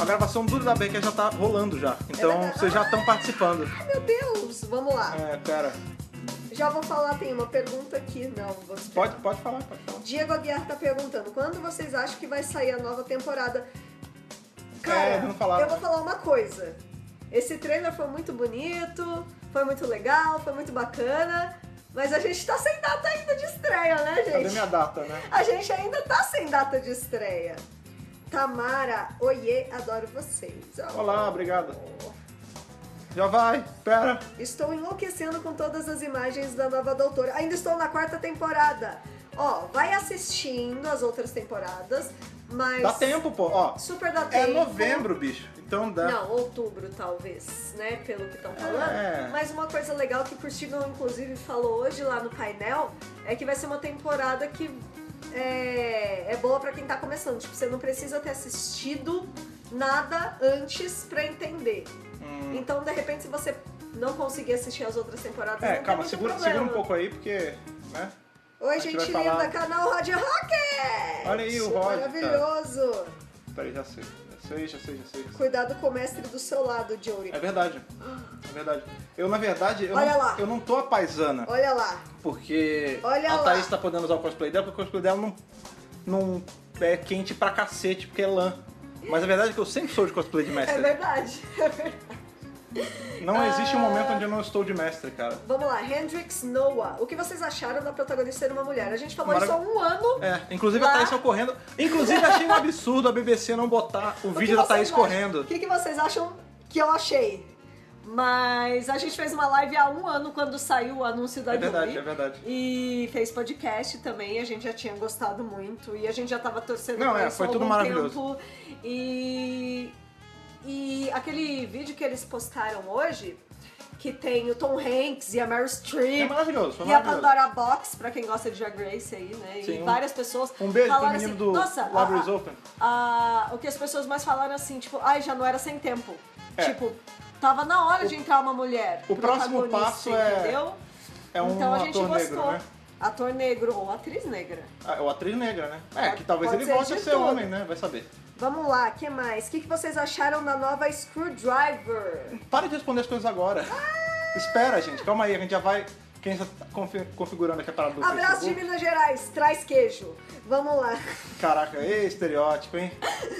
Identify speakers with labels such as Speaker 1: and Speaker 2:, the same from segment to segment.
Speaker 1: a gravação do da Becker já tá rolando já. Então
Speaker 2: verdade.
Speaker 1: vocês já estão participando.
Speaker 2: Meu Deus, vamos lá.
Speaker 1: É, cara,
Speaker 2: Já vou falar, tem uma pergunta aqui. Não, vou esperar.
Speaker 1: pode, pode falar, pode falar.
Speaker 2: Diego Aguiar tá perguntando, quando vocês acham que vai sair a nova temporada?
Speaker 1: É,
Speaker 2: Cara,
Speaker 1: vamos falar.
Speaker 2: eu vou falar uma coisa. Esse trailer foi muito bonito, foi muito legal, foi muito bacana, mas a gente tá sem data ainda de estreia, né, gente?
Speaker 1: Cadê minha data, né?
Speaker 2: A gente ainda tá sem data de estreia. Tamara, oiê, adoro vocês. Ó.
Speaker 1: Olá, obrigado. Já vai, pera.
Speaker 2: Estou enlouquecendo com todas as imagens da nova doutora. Ainda estou na quarta temporada. Ó, vai assistindo as outras temporadas, mas.
Speaker 1: Dá tempo, pô. Ó,
Speaker 2: Super dá
Speaker 1: é
Speaker 2: tempo.
Speaker 1: novembro, bicho. Então dá.
Speaker 2: Não, outubro talvez, né? Pelo que estão falando.
Speaker 1: É.
Speaker 2: Mas uma coisa legal que o Curtigão, inclusive, falou hoje lá no painel é que vai ser uma temporada que é, é boa pra quem tá começando. Tipo, você não precisa ter assistido nada antes pra entender.
Speaker 1: Hum.
Speaker 2: Então, de repente, se você não conseguir assistir as outras temporadas, não
Speaker 1: É,
Speaker 2: tem
Speaker 1: calma,
Speaker 2: muito
Speaker 1: segura,
Speaker 2: problema.
Speaker 1: segura um pouco aí, porque. Né? A
Speaker 2: Oi,
Speaker 1: gente
Speaker 2: gente,
Speaker 1: vai
Speaker 2: linda,
Speaker 1: falar-
Speaker 2: canal Rod Rocket!
Speaker 1: Olha aí o Rod, cara.
Speaker 2: Maravilhoso!
Speaker 1: Peraí, já sei. Já sei, já sei, já sei. já sei.
Speaker 2: Cuidado com o mestre do seu lado, Jory.
Speaker 1: É verdade. É verdade. Eu, na verdade, eu,
Speaker 2: Olha
Speaker 1: não,
Speaker 2: lá.
Speaker 1: eu não tô a paisana,
Speaker 2: Olha lá.
Speaker 1: porque
Speaker 2: Olha
Speaker 1: a
Speaker 2: lá.
Speaker 1: Thaís tá podendo usar o cosplay dela, porque o cosplay dela não, não é quente pra cacete, porque é lã. Mas a verdade é que eu sempre sou de cosplay de
Speaker 2: É
Speaker 1: mestre.
Speaker 2: verdade, Ah. é verdade.
Speaker 1: não existe um momento onde eu não estou de mestre, cara.
Speaker 2: Vamos lá, Hendrix Noah. O que vocês acharam da protagonista ser uma mulher? A gente falou
Speaker 1: Mara-
Speaker 2: isso há um ano.
Speaker 1: É, inclusive
Speaker 2: Lá.
Speaker 1: a Thaís saiu correndo. Inclusive achei um absurdo a BBC não botar o,
Speaker 2: O que
Speaker 1: vídeo da Thaís
Speaker 2: vocês acham-
Speaker 1: correndo.
Speaker 2: O que, que vocês acham que eu achei? Mas a gente fez uma live há um ano quando saiu o anúncio da
Speaker 1: É verdade,
Speaker 2: Yuri.
Speaker 1: é verdade.
Speaker 2: E fez podcast também, a gente já tinha gostado muito e a gente já tava torcendo
Speaker 1: Não,
Speaker 2: pra
Speaker 1: é,
Speaker 2: isso
Speaker 1: foi
Speaker 2: há
Speaker 1: tudo
Speaker 2: algum
Speaker 1: maravilhoso.
Speaker 2: tempo. E e aquele vídeo que eles postaram hoje, que tem o Tom Hanks e a Meryl
Speaker 1: É
Speaker 2: Streep
Speaker 1: maravilhoso, foi
Speaker 2: e a
Speaker 1: maravilhoso.
Speaker 2: Pandora Box, pra quem gosta de Drag Race aí, né?
Speaker 1: Sim,
Speaker 2: e
Speaker 1: um-
Speaker 2: várias pessoas
Speaker 1: Um beijo pro
Speaker 2: falaram
Speaker 1: menino
Speaker 2: assim,
Speaker 1: do
Speaker 2: Nossa,
Speaker 1: Libraries
Speaker 2: a- a-
Speaker 1: Open.
Speaker 2: a- o que as pessoas mais falaram assim, tipo, ai, já não era sem tempo.
Speaker 1: É.
Speaker 2: Tipo, tava na hora de entrar uma mulher.
Speaker 1: o próximo
Speaker 2: protagonista,
Speaker 1: passo é-
Speaker 2: Entendeu?
Speaker 1: É um
Speaker 2: então a gente
Speaker 1: ator
Speaker 2: gostou.
Speaker 1: negro, né?
Speaker 2: Ator negro ou atriz negra.
Speaker 1: Ah, É o atriz negra, né? É, que
Speaker 2: Pode-
Speaker 1: talvez
Speaker 2: pode
Speaker 1: ele
Speaker 2: ser
Speaker 1: volte a
Speaker 2: de
Speaker 1: ser
Speaker 2: tudo.
Speaker 1: homem, né? Vai saber.
Speaker 2: Vamos lá, o que mais? O que, que vocês acharam da nova Screwdriver?
Speaker 1: Para de responder as coisas agora. Espera, gente. Calma aí, a gente já vai... Quem está confi- configurando aqui a parada do
Speaker 2: Abraço de
Speaker 1: Facebook.
Speaker 2: Minas Gerais, traz queijo. Vamos lá.
Speaker 1: Caraca, ei, estereótipo, hein?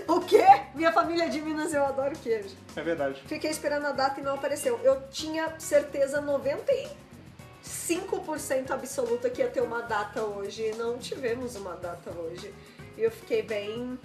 Speaker 2: O quê? Minha família é de Minas, eu adoro queijo.
Speaker 1: É verdade.
Speaker 2: Fiquei esperando a data e não apareceu. Eu tinha certeza 95% absoluta que ia ter uma data hoje. e Não tivemos uma data hoje. E eu fiquei bem.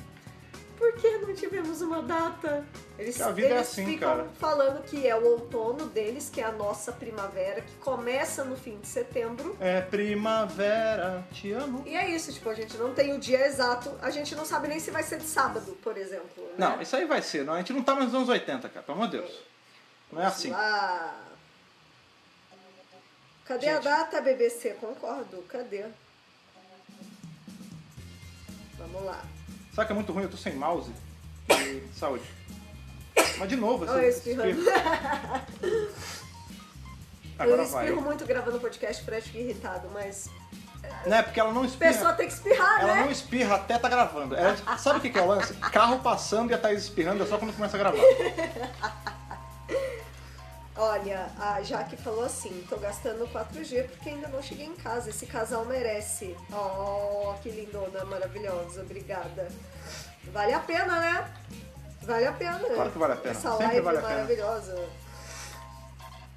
Speaker 2: Por que não tivemos uma data? Eles,
Speaker 1: A vida é
Speaker 2: eles
Speaker 1: assim,
Speaker 2: ficam
Speaker 1: cara.
Speaker 2: falando que é o outono deles, que é a nossa primavera, que começa no fim de setembro.
Speaker 1: É primavera, te amo.
Speaker 2: E é isso, tipo, a gente não tem o dia exato, a gente não sabe nem se vai ser de sábado, por exemplo. né?
Speaker 1: Não, isso aí vai ser. Não, a gente não tá nos anos 80, cara. Pelo amor de Deus. Não é assim.
Speaker 2: Ah. Cadê a
Speaker 1: Gente.
Speaker 2: data, BBC? Concordo, cadê? Vamos lá.
Speaker 1: Sabe que é muito ruim? Eu tô sem mouse. E saúde. Mas de novo,
Speaker 2: Olha eu espirrando. eu
Speaker 1: Agora vai.
Speaker 2: espirro muito gravando podcast pra ficar irritado, mas.
Speaker 1: Né? Porque ela não espirra.
Speaker 2: Pessoa tem que espirrar,
Speaker 1: Ela
Speaker 2: né?
Speaker 1: não espirra até tá gravando. Ela- sabe o que, que é o lance? Carro passando e a Thaís espirrando é só quando começa a gravar.
Speaker 2: Olha, a Jaque falou assim: tô gastando 4G porque ainda não cheguei em casa. Esse casal merece. Oh, que lindona, maravilhosa, obrigada. Vale a pena, né? Vale a pena.
Speaker 1: Claro que vale a pena,
Speaker 2: Essa
Speaker 1: sempre
Speaker 2: live
Speaker 1: vale a pena.
Speaker 2: maravilhosa.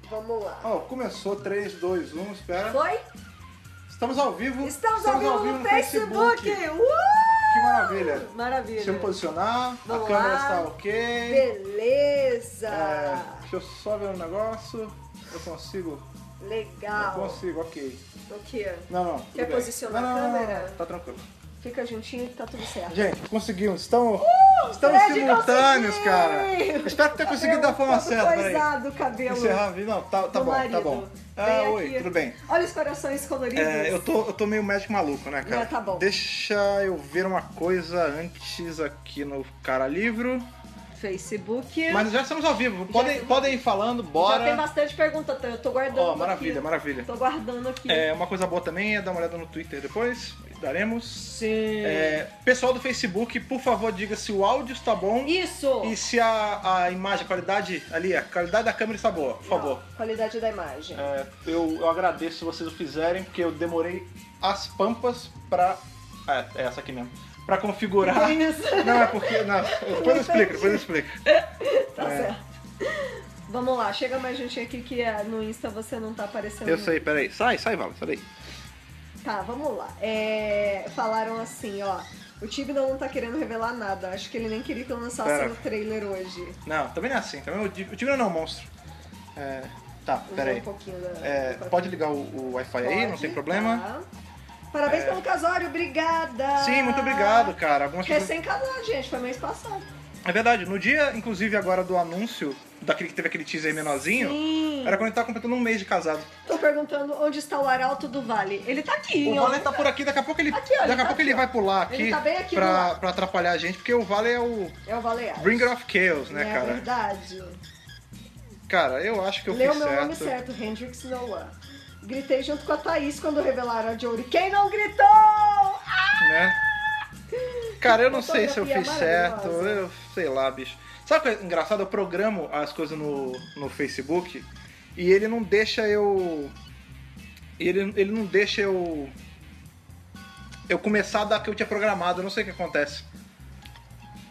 Speaker 2: Vamos lá.
Speaker 1: Ó, começou 3, 2, 1, espera.
Speaker 2: Foi?
Speaker 1: Estamos ao vivo.
Speaker 2: Estamos ao vivo no, Facebook! Uh!
Speaker 1: Que maravilha.
Speaker 2: Maravilha!
Speaker 1: Deixa eu me posicionar.
Speaker 2: Vamos
Speaker 1: a câmera
Speaker 2: lá.
Speaker 1: está ok.
Speaker 2: Beleza!
Speaker 1: É, deixa eu só ver um negócio. Eu consigo. Eu
Speaker 2: Legal!
Speaker 1: consigo, ok.
Speaker 2: O que?
Speaker 1: Não, não. tudo
Speaker 2: Tá. Quer
Speaker 1: bem.
Speaker 2: posicionar
Speaker 1: Não,
Speaker 2: a
Speaker 1: não, não, não,
Speaker 2: câmera?
Speaker 1: não, Tá tranquilo.
Speaker 2: Fica juntinho que tá tudo certo.
Speaker 1: Gente, conseguimos. Estamos, estamos
Speaker 2: Uh, Fred
Speaker 1: simultâneos,
Speaker 2: conseguiu!
Speaker 1: cara. Espero ter conseguido da forma
Speaker 2: Todo
Speaker 1: certa. peraí.
Speaker 2: coisado o cabelo
Speaker 1: Encerrar a vida. Não, tá, tá
Speaker 2: do
Speaker 1: bom,
Speaker 2: marido.
Speaker 1: tá bom.
Speaker 2: Vem
Speaker 1: Ah,
Speaker 2: aqui.
Speaker 1: oi, tudo bem.
Speaker 2: Olha os corações coloridos.
Speaker 1: É, eu, tô, eu tô meio médico maluco, né, cara?
Speaker 2: Não, tá bom.
Speaker 1: Deixa eu ver uma coisa antes aqui no Cara Livro.
Speaker 2: Facebook.
Speaker 1: Mas já estamos ao vivo. Podem,
Speaker 2: estamos
Speaker 1: podem ir falando,
Speaker 2: Já tem
Speaker 1: bora.
Speaker 2: bastante pergunta, tá? eu tô guardando
Speaker 1: Ó,
Speaker 2: aqui.
Speaker 1: maravilha, maravilha.
Speaker 2: Tô guardando aqui.
Speaker 1: É, uma coisa boa também é dar uma olhada no Twitter depois. daremos.
Speaker 3: Sim.
Speaker 1: É, pessoal do Facebook, por favor, diga se o áudio está bom
Speaker 3: Isso!
Speaker 1: e se a, a imagem, a qualidade ali, a qualidade da câmera está boa, por favor.
Speaker 2: Ó, Qualidade da imagem.
Speaker 1: É, eu, eu agradeço se vocês o fizerem, porque eu demorei as pampas pra. Ah, é essa aqui mesmo. Pra configurar. Não, é porque. Não, depois eu explico, depois eu explico. é.
Speaker 2: Tá certo. Vamos lá, chega mais gente aqui que ah, no Insta você não tá aparecendo.
Speaker 1: Eu sei, peraí. Sai, sai, Val, sai daí.
Speaker 2: Tá, vamos lá. É, falaram assim, ó. O Tibidão não tá querendo revelar nada. Acho que ele nem queria que eu lançasse
Speaker 1: Pera.
Speaker 2: no trailer hoje.
Speaker 1: Não, também não é assim. Também o Ti- o Tigre não é um monstro. É, tá,
Speaker 2: Usar
Speaker 1: peraí.
Speaker 2: um pouquinho da.
Speaker 1: É,
Speaker 2: da-
Speaker 1: pode ligar o, o Wi-Fi aí, não
Speaker 2: Pode,
Speaker 1: tem problema. É.
Speaker 2: tá. Parabéns pelo casório, obrigada!
Speaker 1: Sim, muito obrigado, cara. Algumas pessoas-
Speaker 2: Recém casado, gente, foi mês passado.
Speaker 1: É verdade, no dia, inclusive, agora do anúncio, daquele que teve aquele teaser aí menorzinho,
Speaker 2: Sim.
Speaker 1: era quando ele tava completando um mês de casado.
Speaker 2: Tô perguntando onde está o Arauto do Vale. Ele tá aqui,
Speaker 1: O
Speaker 2: ó.
Speaker 1: Vale tá por aqui, daqui a pouco ele,
Speaker 2: Aqui, ó, ele
Speaker 1: daqui a
Speaker 2: tá
Speaker 1: pouco
Speaker 2: aqui,
Speaker 1: ele
Speaker 2: ó.
Speaker 1: vai pular aqui,
Speaker 2: Ele tá bem aqui do
Speaker 1: pra,
Speaker 2: lado.
Speaker 1: pra atrapalhar a gente, porque o Vale é o
Speaker 2: É o Balear.
Speaker 1: Bringer of Chaos, né,
Speaker 2: é
Speaker 1: cara?
Speaker 2: verdade.
Speaker 1: Cara, eu acho que eu
Speaker 2: Leu
Speaker 1: fiz
Speaker 2: meu nome
Speaker 1: certo.
Speaker 2: certo, Hendrix Noah. Gritei junto com a Thaís quando revelaram a Jory. Quem não gritou? Ah!
Speaker 1: né? Cara, eu não sei se eu
Speaker 2: Fotografia
Speaker 1: fiz certo,
Speaker 2: maravilhosa.
Speaker 1: eu sei lá, bicho. Sabe o que é engraçado? Eu programo as coisas no, no Facebook e ele não deixa eu. Ele, ele não deixa eu. Eu começar da que eu tinha programado, eu não sei o que acontece.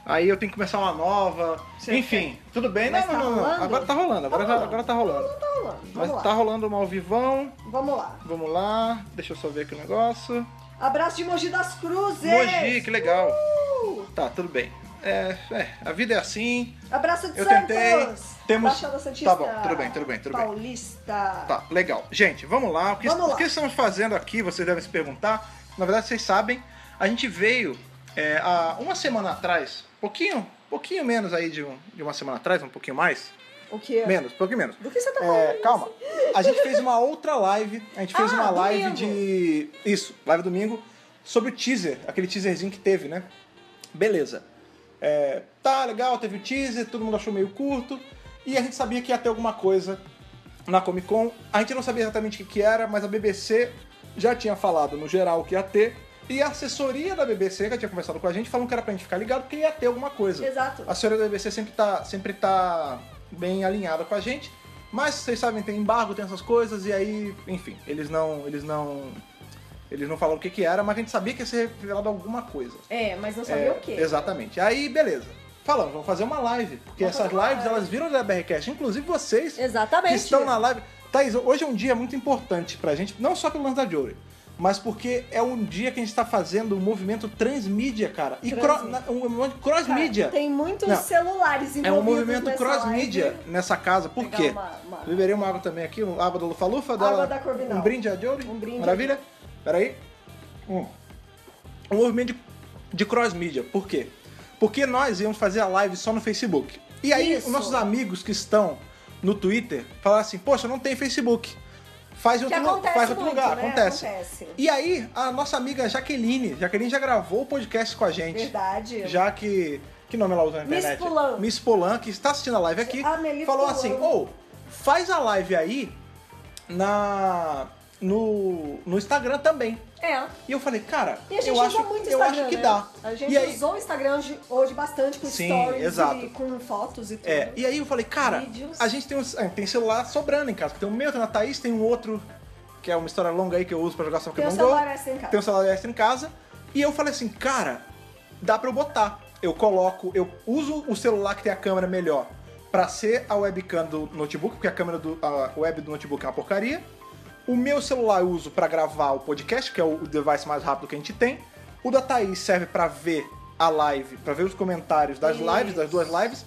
Speaker 1: Aí eu tenho que começar uma nova.
Speaker 2: Você
Speaker 1: Enfim, tudo bem?
Speaker 2: Mas
Speaker 1: não, não,
Speaker 2: tá
Speaker 1: não, não.
Speaker 2: rolando?
Speaker 1: Agora tá rolando, agora tá,
Speaker 2: rolando.
Speaker 1: agora tá rolando.
Speaker 2: Não tá rolando.
Speaker 1: Mas
Speaker 2: Vamos lá.
Speaker 1: tá rolando uma ao vivão.
Speaker 2: Vamos lá.
Speaker 1: Vamos lá, deixa eu só ver aqui o negócio.
Speaker 2: Abraço de Mogi das Cruzes.
Speaker 1: Mogi, que legal.
Speaker 2: Uh!
Speaker 1: Tá, tudo bem. É, é, a vida é assim.
Speaker 2: Abraço de
Speaker 1: Eu
Speaker 2: Santos.
Speaker 1: tentei. Temos-
Speaker 2: Baixada Santista.
Speaker 1: Tá bom, tudo bem, tudo bem, tudo bem.
Speaker 2: Paulista.
Speaker 1: Tá, legal. Gente, vamos lá. O que,
Speaker 2: Vamos lá.
Speaker 1: o que estamos fazendo aqui, vocês devem se perguntar. Na verdade, vocês sabem, a gente veio é, há uma semana atrás, pouquinho, pouquinho menos aí de, um- de uma semana atrás, um pouquinho mais.
Speaker 2: O que?
Speaker 1: Menos, pouquinho menos.
Speaker 2: Do que você tá falando?
Speaker 1: É, calma. A gente fez uma outra live. A gente fez
Speaker 2: Ah,
Speaker 1: uma live
Speaker 2: domingo.
Speaker 1: de. Isso, live domingo. Sobre o teaser, aquele teaserzinho que teve, né? Beleza. É, tá legal, teve o teaser, todo mundo achou meio curto. E a gente sabia que ia ter alguma coisa na Comic Con. A gente não sabia exatamente o que, que era, mas a BBC já tinha falado no geral que ia ter. E a assessoria da BBC, que tinha conversado com a gente, falou que era pra gente ficar ligado porque ia ter alguma coisa.
Speaker 2: Exato.
Speaker 1: A senhora da BBC sempre tá, sempre tá bem alinhada com a gente, mas vocês sabem, tem embargo, tem essas coisas, e aí, enfim, eles não. Eles não. Eles não falaram o que, que era, mas a gente sabia que ia ser revelado alguma coisa.
Speaker 2: É, mas não sabia
Speaker 1: É,
Speaker 2: o quê?
Speaker 1: Exatamente. Aí, beleza. Falamos, vamos fazer uma live. Porque
Speaker 2: Vamos
Speaker 1: essas
Speaker 2: fazer uma
Speaker 1: lives,
Speaker 2: live.
Speaker 1: elas viram da BRCast. Inclusive vocês que
Speaker 2: Exatamente.
Speaker 1: estão na live. Thaís, hoje é um dia muito importante pra gente, não só pelo lance da Jory, mas porque é um dia que a gente tá fazendo um movimento transmídia, cara. E cro-
Speaker 2: Transmídia.
Speaker 1: na- um movimento
Speaker 2: Cara,
Speaker 1: cross-mídia.
Speaker 2: Tem muitos
Speaker 1: Não.
Speaker 2: celulares
Speaker 1: É um
Speaker 2: envolvidos
Speaker 1: movimento
Speaker 2: nessa
Speaker 1: cross-mídia
Speaker 2: live.
Speaker 1: nessa casa, por
Speaker 2: Pegar
Speaker 1: quê?
Speaker 2: uma- uma-
Speaker 1: Beberei uma água também aqui, uma água da Lufa-Lufa.
Speaker 2: Água da Corvinal.
Speaker 1: Um brinde a Jory.
Speaker 2: Um brinde.
Speaker 1: Maravilha? Peraí. Hum. Um movimento de, de cross-mídia, por quê? Porque nós íamos fazer a live só no Facebook. E aí,
Speaker 2: Isso.
Speaker 1: os nossos amigos que estão no Twitter falaram assim: Poxa, não tem Facebook. Faz em
Speaker 2: Que
Speaker 1: outro, lu-
Speaker 2: acontece
Speaker 1: faz em
Speaker 2: muito,
Speaker 1: outro lugar.
Speaker 2: né?
Speaker 1: Acontece.
Speaker 2: Acontece.
Speaker 1: E aí, a nossa amiga Jaqueline, Jaqueline já gravou o podcast com a gente.
Speaker 2: Verdade.
Speaker 1: Já que. Que nome ela usa na
Speaker 2: Miss
Speaker 1: internet?
Speaker 2: Polan.
Speaker 1: Miss Polan, que está assistindo a live aqui,
Speaker 2: A Amelie
Speaker 1: falou
Speaker 2: Polan.
Speaker 1: assim: ou faz a live aí na. No, no Instagram também.
Speaker 2: É.
Speaker 1: E eu falei, cara,
Speaker 2: E a gente
Speaker 1: eu
Speaker 2: usou
Speaker 1: acho,
Speaker 2: muito o
Speaker 1: eu
Speaker 2: Instagram,
Speaker 1: acho que
Speaker 2: né?
Speaker 1: dá.
Speaker 2: A gente
Speaker 1: e aí,
Speaker 2: usou o Instagram hoje, hoje bastante com
Speaker 1: Sim,
Speaker 2: stories
Speaker 1: exato.
Speaker 2: e com fotos e tudo.
Speaker 1: É, e aí eu falei, cara,
Speaker 2: Vídeos.
Speaker 1: a gente tem, uns, é, tem celular sobrando em casa. Tem o meu, tem a Thaís, tem um outro, que é uma história longa aí que eu uso pra jogar só
Speaker 2: Tem
Speaker 1: Pokémon
Speaker 2: um
Speaker 1: Go.
Speaker 2: celular extra em casa.
Speaker 1: Tem um celular extra em casa. E eu falei assim, cara, dá pra eu botar. Eu coloco, eu uso o celular que tem a câmera melhor pra ser a webcam do notebook, porque a câmera do a web do notebook é uma porcaria. O meu celular eu uso pra gravar o podcast, que é o o device mais rápido que a gente tem. O da Thaís serve pra ver a live, pra ver os comentários das lives,
Speaker 2: Isso.
Speaker 1: das duas lives.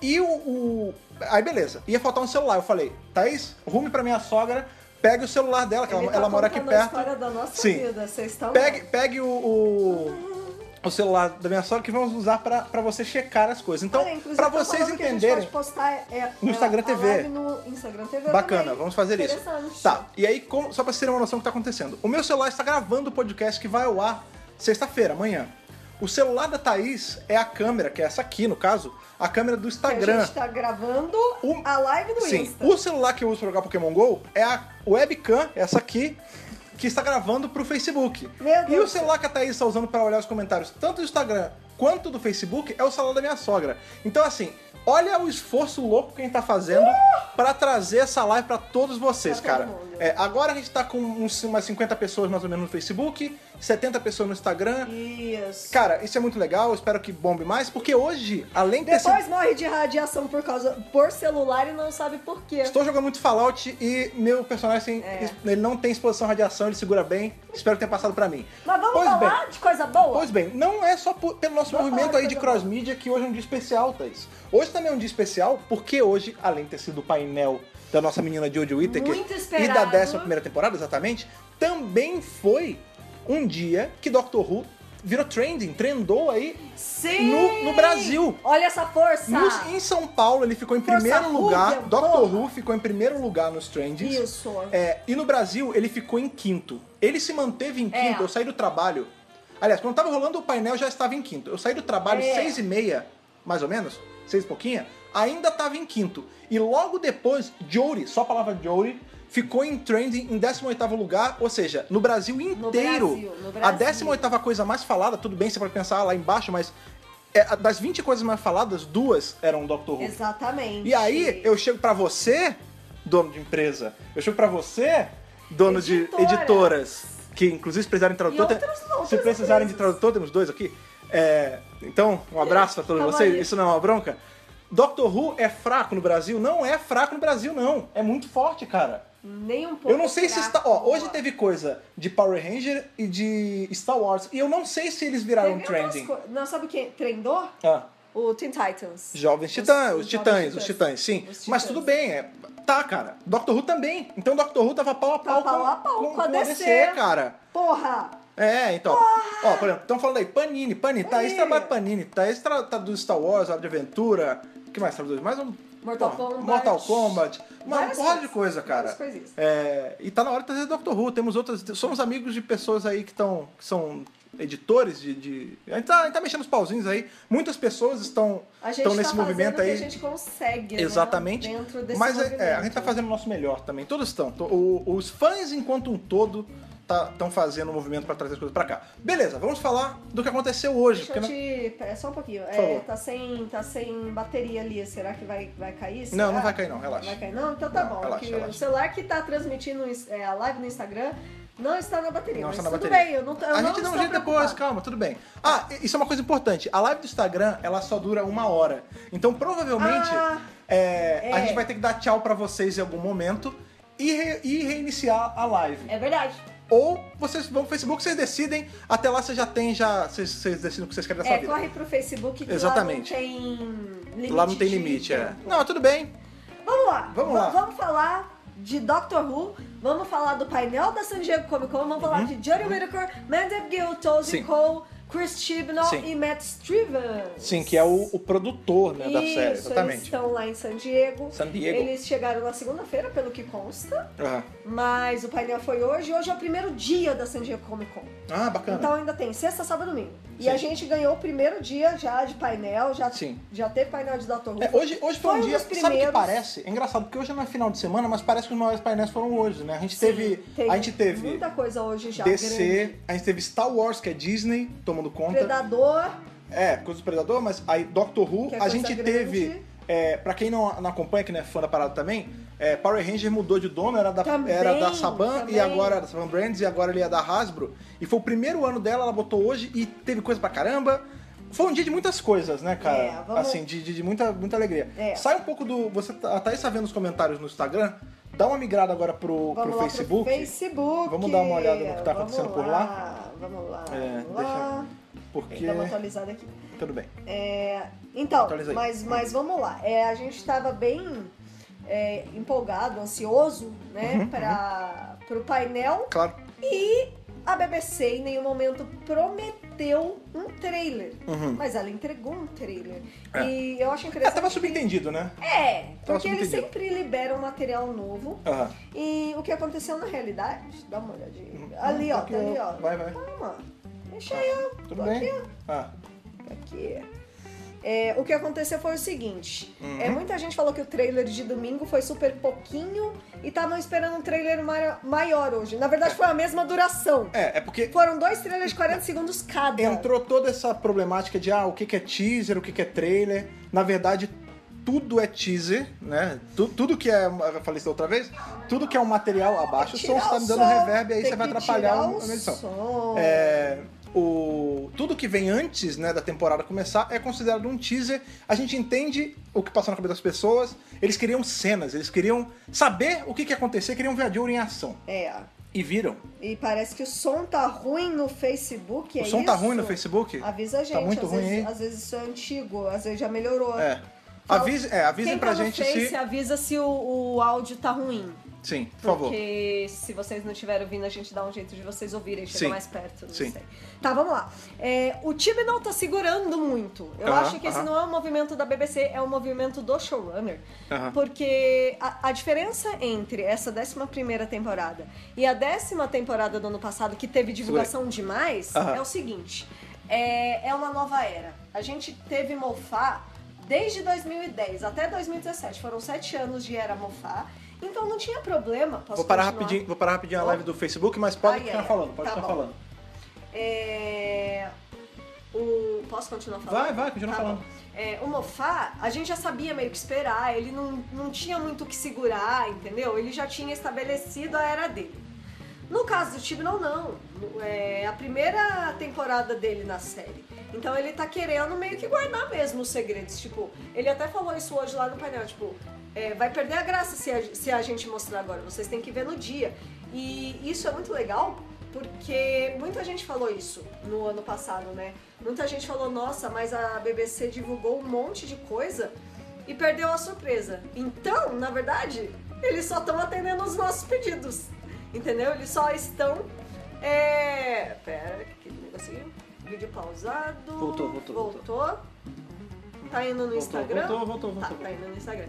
Speaker 1: E o, o- Aí beleza, ia faltar um celular. Eu falei, Thaís, rume pra minha sogra, pegue o celular dela, que
Speaker 2: Ele
Speaker 1: ela,
Speaker 2: tá
Speaker 1: ela mora aqui
Speaker 2: contando a
Speaker 1: perto.
Speaker 2: história da nossa
Speaker 1: Sim.
Speaker 2: vida, vocês estão...
Speaker 1: Pegue, pegue o, o, o celular da minha sogra que vamos usar pra, pra você checar as coisas. Então,
Speaker 2: Olha, inclusive,
Speaker 1: pra
Speaker 2: tão
Speaker 1: vocês
Speaker 2: falando que A gente
Speaker 1: entenderem.
Speaker 2: pode postar é, é,
Speaker 1: no Instagram
Speaker 2: a
Speaker 1: TV.
Speaker 2: live no Instagram TV
Speaker 1: Bacana,
Speaker 2: também.
Speaker 1: vamos fazer isso.
Speaker 2: Interessante.
Speaker 1: Tá, e aí, como- só pra vocês terem uma noção do que tá acontecendo. O meu celular está gravando o podcast que vai ao ar sexta-feira, amanhã. O celular da Thaís é a câmera, que é essa aqui, no caso, a câmera do
Speaker 2: Que
Speaker 1: Instagram.
Speaker 2: A gente tá gravando
Speaker 1: O-
Speaker 2: a live do
Speaker 1: Sim,
Speaker 2: Insta.
Speaker 1: o celular que eu uso pra jogar Pokémon GO é a webcam, essa aqui, que está gravando pro Facebook.
Speaker 2: Meu
Speaker 1: E o
Speaker 2: Deus.
Speaker 1: celular que a Thaís está usando para olhar os comentários, tanto do Instagram quanto do Facebook, é o celular da minha sogra. Então, assim, olha o esforço louco que a gente tá fazendo para trazer essa live para todos vocês,
Speaker 2: Pra todo
Speaker 1: cara.
Speaker 2: mundo.
Speaker 1: É, agora a gente tá com uns- umas 50 pessoas mais ou menos no Facebook, 70 pessoas no Instagram.
Speaker 2: Isso.
Speaker 1: Cara, isso é muito legal, eu espero que bombe mais, porque hoje, além desse.
Speaker 2: Depois morre de radiação por causa por celular e não sabe por quê.
Speaker 1: Estou jogando muito Fallout e meu personagem tem-
Speaker 2: É.
Speaker 1: ele não tem exposição à radiação, ele segura bem. Espero que tenha passado pra mim.
Speaker 2: Mas vamos
Speaker 1: pois
Speaker 2: falar
Speaker 1: bem,
Speaker 2: de coisa boa?
Speaker 1: Pois bem, não é só por- pelo nosso
Speaker 2: Vamos
Speaker 1: movimento
Speaker 2: falar
Speaker 1: aí de
Speaker 2: de coisa
Speaker 1: cross-mídia que hoje é um dia especial, Thaís. Hoje também é um dia especial, porque hoje, além de ter sido o painel da nossa menina Jodie Whittaker
Speaker 2: Muito
Speaker 1: e
Speaker 2: esperado.
Speaker 1: da 11ª temporada, exatamente, também foi um dia que Doctor Who virou trending, trendou aí
Speaker 2: Sim!
Speaker 1: No- no Brasil.
Speaker 2: Olha essa força!
Speaker 1: Nos- em São Paulo, ele ficou em
Speaker 2: Força
Speaker 1: primeiro
Speaker 2: Who,
Speaker 1: lugar.
Speaker 2: meu
Speaker 1: Doctor
Speaker 2: porra.
Speaker 1: Who ficou em primeiro lugar nos trends.
Speaker 2: Isso.
Speaker 1: É, e no Brasil, ele ficou em quinto. Ele se manteve em
Speaker 2: É.
Speaker 1: quinto. Eu saí do trabalho. Aliás, quando tava rolando o painel, já estava em quinto. Eu saí do trabalho
Speaker 2: É.
Speaker 1: seis e meia, mais ou menos, seis e pouquinha, ainda estava em quinto. E logo depois, Jory, só a palavra Jory, ficou em trending em 18º lugar, ou seja, no Brasil inteiro.
Speaker 2: Brasil, no
Speaker 1: A
Speaker 2: Brasil.
Speaker 1: 18ª coisa mais falada, tudo bem, você pode pensar lá embaixo, mas é, das 20 coisas mais faladas, duas eram Doctor Who.
Speaker 2: Exatamente.
Speaker 1: É, E aí eu chego pra você, dono de empresa, eu chego pra você, dono de
Speaker 2: Editoras.
Speaker 1: editoras, que inclusive se precisarem de tradutor,
Speaker 2: E outras-
Speaker 1: tem-
Speaker 2: outras
Speaker 1: se precisarem de
Speaker 2: empresas.
Speaker 1: tradutor, temos dois aqui. É, então, um abraço pra todos
Speaker 2: Tamo
Speaker 1: vocês.
Speaker 2: aí.
Speaker 1: Isso não é uma bronca. Doctor Who é fraco no Brasil? Não é fraco no Brasil, não. É muito forte, cara.
Speaker 2: Nem um pouco.
Speaker 1: Eu não sei se está.
Speaker 2: fraco.
Speaker 1: Ó, hoje teve coisa de Power Ranger e de Star Wars. E eu não sei se eles viraram
Speaker 2: Teve outras
Speaker 1: tá um trending.
Speaker 2: co- Não, sabe o que trendou?
Speaker 1: Ah.
Speaker 2: O Teen Titans.
Speaker 1: Jovens
Speaker 2: Os-
Speaker 1: Titãs, os,
Speaker 2: os Jovens
Speaker 1: Titãs, os
Speaker 2: Titãs.
Speaker 1: Titãs, sim.
Speaker 2: Os
Speaker 1: Mas
Speaker 2: Titãs.
Speaker 1: tudo bem, é- tá, cara. Doctor Who também. Então Doctor Who tava pau a pau,
Speaker 2: Tava
Speaker 1: com,
Speaker 2: pau a pau com a DC.
Speaker 1: cara.
Speaker 2: Porra!
Speaker 1: É, então. Ó, por exemplo, estão falando aí, Panini, Panini, Thaís
Speaker 2: Panini.
Speaker 1: trabalha Panini, Thaís tra- traduz Star Wars, Hora de Aventura. O que mais traduz? Mais um.
Speaker 2: Mortal
Speaker 1: Pô,
Speaker 2: Kombat.
Speaker 1: Mortal Kombat. Uma
Speaker 2: Várias
Speaker 1: porra de
Speaker 2: coisas,
Speaker 1: coisa, cara.
Speaker 2: várias coisinhas.
Speaker 1: É, e tá na hora de trazer Doctor Who. Temos outras. Somos amigos de pessoas aí que, tão, que são editores de. de- A, gente tá, a gente tá mexendo os pauzinhos aí. Muitas pessoas estão,
Speaker 2: A
Speaker 1: estão
Speaker 2: gente tá
Speaker 1: Então, nesse
Speaker 2: fazendo
Speaker 1: movimento
Speaker 2: o que
Speaker 1: aí.
Speaker 2: a gente consegue, né?
Speaker 1: Exatamente.
Speaker 2: Dentro desse
Speaker 1: Mas é,
Speaker 2: movimento.
Speaker 1: é, a gente tá fazendo o nosso melhor também. Todos estão. To- o- Os fãs, enquanto um todo, estão fazendo o movimento para trazer as coisas para cá. Beleza, vamos falar do que aconteceu hoje.
Speaker 2: Deixa
Speaker 1: porque
Speaker 2: eu
Speaker 1: não-
Speaker 2: te... Pera, só um pouquinho. É,
Speaker 1: favor.
Speaker 2: tá, sem, tá sem bateria ali. Será que vai, vai cair?
Speaker 1: não, não
Speaker 2: Será?
Speaker 1: vai cair não, relaxa.
Speaker 2: Vai cair? Não? Então tá
Speaker 1: Não,
Speaker 2: bom.
Speaker 1: relaxa,
Speaker 2: que
Speaker 1: relaxa.
Speaker 2: O celular que tá transmitindo é, a live no Instagram não está na bateria.
Speaker 1: Não
Speaker 2: mas
Speaker 1: está na
Speaker 2: tudo
Speaker 1: bateria.
Speaker 2: bem, eu não tô, eu
Speaker 1: A
Speaker 2: não
Speaker 1: gente dá um
Speaker 2: estou
Speaker 1: jeito
Speaker 2: preocupada.
Speaker 1: depois, calma, tudo bem. Ah, e- isso é uma coisa importante. A live do Instagram, ela só dura uma hora. Então, provavelmente,
Speaker 2: Ah,
Speaker 1: é, a
Speaker 2: é.
Speaker 1: gente vai ter que dar tchau para vocês em algum momento e, re- e reiniciar a live.
Speaker 2: É verdade.
Speaker 1: Ou vocês vão pro Facebook, vocês decidem. Até lá você já tem, já vocês, vocês decidem o que vocês querem da sua
Speaker 2: É,
Speaker 1: vida.
Speaker 2: corre pro Facebook que
Speaker 1: Exatamente.
Speaker 2: lá não tem limite.
Speaker 1: Lá não tem
Speaker 2: de
Speaker 1: limite, é.
Speaker 2: tempo.
Speaker 1: Não, tudo bem.
Speaker 2: Vamos lá.
Speaker 1: Vamos
Speaker 2: Va-
Speaker 1: lá.
Speaker 2: Vamos falar de Doctor Who, vamos falar do painel da San Diego Comic Con, vamos falar de Jodie Whittaker, Mandev Gill, Tozy
Speaker 1: Uhum. Sim.
Speaker 2: Cole, Chris Chibnall
Speaker 1: Sim.
Speaker 2: e Matt Stevens.
Speaker 1: Sim, que é o, o produtor né,
Speaker 2: Isso,
Speaker 1: da série,
Speaker 2: eles
Speaker 1: exatamente.
Speaker 2: estão lá em San Diego.
Speaker 1: San Diego.
Speaker 2: Eles chegaram na segunda-feira, pelo que consta,
Speaker 1: Aham.
Speaker 2: mas o painel foi hoje. Hoje é o primeiro dia da San Diego Comic Con.
Speaker 1: Ah, bacana.
Speaker 2: Então ainda tem sexta, sábado e domingo. E
Speaker 1: Sim.
Speaker 2: a gente ganhou o primeiro dia já de painel, já,
Speaker 1: Sim.
Speaker 2: já teve painel de Doctor Who.
Speaker 1: É, hoje, hoje foi,
Speaker 2: Foi
Speaker 1: um
Speaker 2: um
Speaker 1: dia.
Speaker 2: dos
Speaker 1: Sabe o que
Speaker 2: primeiros.
Speaker 1: parece? É engraçado, porque hoje não é final de semana, mas parece que os maiores painéis foram hoje, né? A gente teve. A gente teve
Speaker 2: muita coisa hoje já.
Speaker 1: DC,
Speaker 2: grande.
Speaker 1: a gente teve Star Wars, que é Disney, tomando conta.
Speaker 2: Predador.
Speaker 1: É, coisa do Predador, mas aí Doctor Who,
Speaker 2: Que é
Speaker 1: a
Speaker 2: coisa
Speaker 1: gente
Speaker 2: grande.
Speaker 1: teve. É, pra quem não, não acompanha, que não é fã da parada também, é, Power Ranger mudou de dono, era da,
Speaker 2: Também,
Speaker 1: era da Saban e
Speaker 2: também.
Speaker 1: agora da Saban Brands e agora ele é da Hasbro. E foi o primeiro ano dela, ela botou hoje e teve coisa pra caramba. Foi um dia de muitas coisas, né, cara?
Speaker 2: É, vamos-
Speaker 1: Assim, de, de, de muita, muita alegria.
Speaker 2: É.
Speaker 1: Sai um pouco do. Você tá, a Thaís tá vendo os comentários no Instagram? Dá uma migrada agora pro,
Speaker 2: Vamos
Speaker 1: pro
Speaker 2: lá
Speaker 1: Facebook.
Speaker 2: pro Facebook.
Speaker 1: Vamos dar uma olhada no que tá
Speaker 2: Vamos
Speaker 1: acontecendo por lá.
Speaker 2: Vamos lá.
Speaker 1: É,
Speaker 2: vamos lá.
Speaker 1: Porque.
Speaker 2: Dá uma atualizada aqui.
Speaker 1: Tudo bem.
Speaker 2: É, então,
Speaker 1: Atualiza aí.
Speaker 2: mas, mas vamos lá. É, a gente estava bem é, empolgado, ansioso, né,
Speaker 1: Uhum,
Speaker 2: para o painel.
Speaker 1: Claro.
Speaker 2: E a BBC em nenhum momento prometeu um trailer.
Speaker 1: Uhum.
Speaker 2: Mas ela entregou um trailer.
Speaker 1: É.
Speaker 2: E eu acho
Speaker 1: É,
Speaker 2: interessante.
Speaker 1: tava subentendido, né?
Speaker 2: É,
Speaker 1: Tava
Speaker 2: porque
Speaker 1: subentendido.
Speaker 2: eles sempre liberam material novo.
Speaker 1: Aham.
Speaker 2: E o que aconteceu na realidade, dá uma olhadinha.
Speaker 1: Hum,
Speaker 2: Ali, ó,
Speaker 1: aqui,
Speaker 2: tá ali,
Speaker 1: ó.
Speaker 2: ó.
Speaker 1: Vai, vai.
Speaker 2: Calma. Deixa eu.
Speaker 1: Tudo
Speaker 2: Tô
Speaker 1: bem?
Speaker 2: aqui, ó.
Speaker 1: Ah,
Speaker 2: Aqui.
Speaker 4: É, o que aconteceu foi o seguinte:
Speaker 1: Uhum.
Speaker 4: é, muita gente falou que o trailer de domingo foi super pouquinho e estavam esperando um trailer ma- maior hoje. Na verdade, foi a mesma duração.
Speaker 1: É, é porque
Speaker 4: Foram dois trailers de 40 segundos cada.
Speaker 1: entrou toda essa problemática de ah, o que que é teaser, o que que é trailer. Na verdade, tudo é teaser, né? Tu- tudo que é. Eu falei isso outra vez, tudo que é um material abaixo, o som
Speaker 4: Tirar
Speaker 1: está me dando
Speaker 4: som,
Speaker 1: reverb, aí
Speaker 4: tem
Speaker 1: você vai
Speaker 4: que
Speaker 1: atrapalhar
Speaker 4: tirar
Speaker 1: a
Speaker 4: o
Speaker 1: minha edição.
Speaker 4: som.
Speaker 1: É, o, tudo que vem antes né, da temporada começar é considerado um teaser. A gente entende o que passou na cabeça das pessoas. Eles queriam cenas, eles queriam saber o que, que ia acontecer, queriam ver a Jory em ação.
Speaker 4: É.
Speaker 1: E viram.
Speaker 4: E parece que o som tá ruim no Facebook, é
Speaker 1: o som tá
Speaker 4: isso?
Speaker 1: ruim no Facebook?
Speaker 4: Avisa a gente.
Speaker 1: Tá muito
Speaker 4: às,
Speaker 1: ruim
Speaker 4: vezes,
Speaker 1: aí.
Speaker 4: às vezes isso é antigo, às vezes já melhorou.
Speaker 1: É. Avise, é, avisem
Speaker 2: Quem
Speaker 1: pra
Speaker 2: tá no
Speaker 1: gente
Speaker 2: Face,
Speaker 1: se.
Speaker 2: avisa se o, o áudio tá ruim.
Speaker 1: Sim, por favor.
Speaker 2: Porque se vocês não estiverem ouvindo, a gente dá um jeito de vocês ouvirem, chega
Speaker 1: Sim.
Speaker 2: mais perto, não
Speaker 1: Sim.
Speaker 2: sei. Tá, vamos lá. É, o time não tá segurando muito. Eu
Speaker 1: Aham,
Speaker 2: acho que esse
Speaker 1: aham.
Speaker 2: não é um movimento da BBC, é um movimento do showrunner.
Speaker 1: Aham.
Speaker 2: Porque a, a diferença entre essa 11 primeira temporada e a décima temporada do ano passado, que teve divulgação demais,
Speaker 1: Aham.
Speaker 2: é o seguinte. É, é uma nova era. A gente teve Mofá desde 2010 até 2017. Foram sete anos de era Mofá. Então não tinha problema. Posso
Speaker 1: Vou parar,
Speaker 2: continuar?
Speaker 1: rapidinho, vou parar rapidinho a
Speaker 2: Ó.
Speaker 1: live do Facebook, mas pode
Speaker 2: Ai,
Speaker 1: continuar
Speaker 2: ai, ai.
Speaker 1: falando, pode
Speaker 2: Tá
Speaker 1: continuar
Speaker 2: bom.
Speaker 1: falando.
Speaker 2: É, O... Posso continuar falando?
Speaker 1: Vai, vai, continua falando.
Speaker 2: bom. É, o Mofá, a gente já sabia meio que esperar, ele não, não tinha muito o que segurar, entendeu? Ele já tinha estabelecido a era dele. No caso do Tibnon, não. No- É a primeira temporada dele na série. Então ele tá querendo meio que guardar mesmo os segredos. Tipo, ele até falou isso hoje lá no painel, tipo, é, vai perder a graça se a, se a gente mostrar agora. Vocês têm que ver no dia. E isso é muito legal porque muita gente falou isso no ano passado, né? Muita gente falou, nossa, mas a BBC divulgou um monte de coisa e perdeu a surpresa. Então, na verdade, eles só estão atendendo os nossos pedidos. Entendeu? Eles só estão. É. Pera, que negocinho. Vídeo pausado.
Speaker 1: Voltou, voltou,
Speaker 2: Voltou. Tá indo no
Speaker 1: Voltou,
Speaker 2: Instagram?
Speaker 1: voltou, voltou,
Speaker 2: Tá,
Speaker 1: voltou.
Speaker 2: tá indo no Instagram.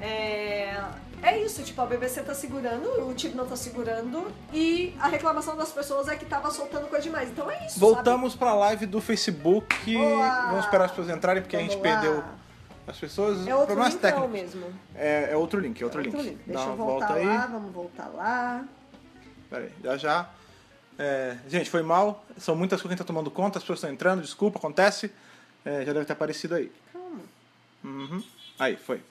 Speaker 2: É, é isso, tipo, a BBC tá segurando, o Tib não tá segurando, e a reclamação das pessoas é que tava soltando coisa demais. Então é isso.
Speaker 1: Voltamos pra live do Facebook.
Speaker 2: Boa!
Speaker 1: Vamos esperar as pessoas entrarem, porque a gente
Speaker 2: Vamos lá.
Speaker 1: perdeu as pessoas.
Speaker 2: Sabe? É outro
Speaker 1: problemas
Speaker 2: linkão
Speaker 1: técnicos.
Speaker 2: mesmo.
Speaker 1: É, é outro link, é outro,
Speaker 2: Outro
Speaker 1: link.
Speaker 2: link.
Speaker 1: Dá
Speaker 2: Deixa
Speaker 1: uma
Speaker 2: eu voltar
Speaker 1: volta aí.
Speaker 2: lá, vamos voltar lá.
Speaker 1: Peraí, já já. É, gente, foi mal. São muitas coisas que a gente tá tomando conta, as pessoas estão entrando, desculpa, acontece. É, já deve ter aparecido aí.
Speaker 2: Calma.
Speaker 1: Uhum. Aí, foi.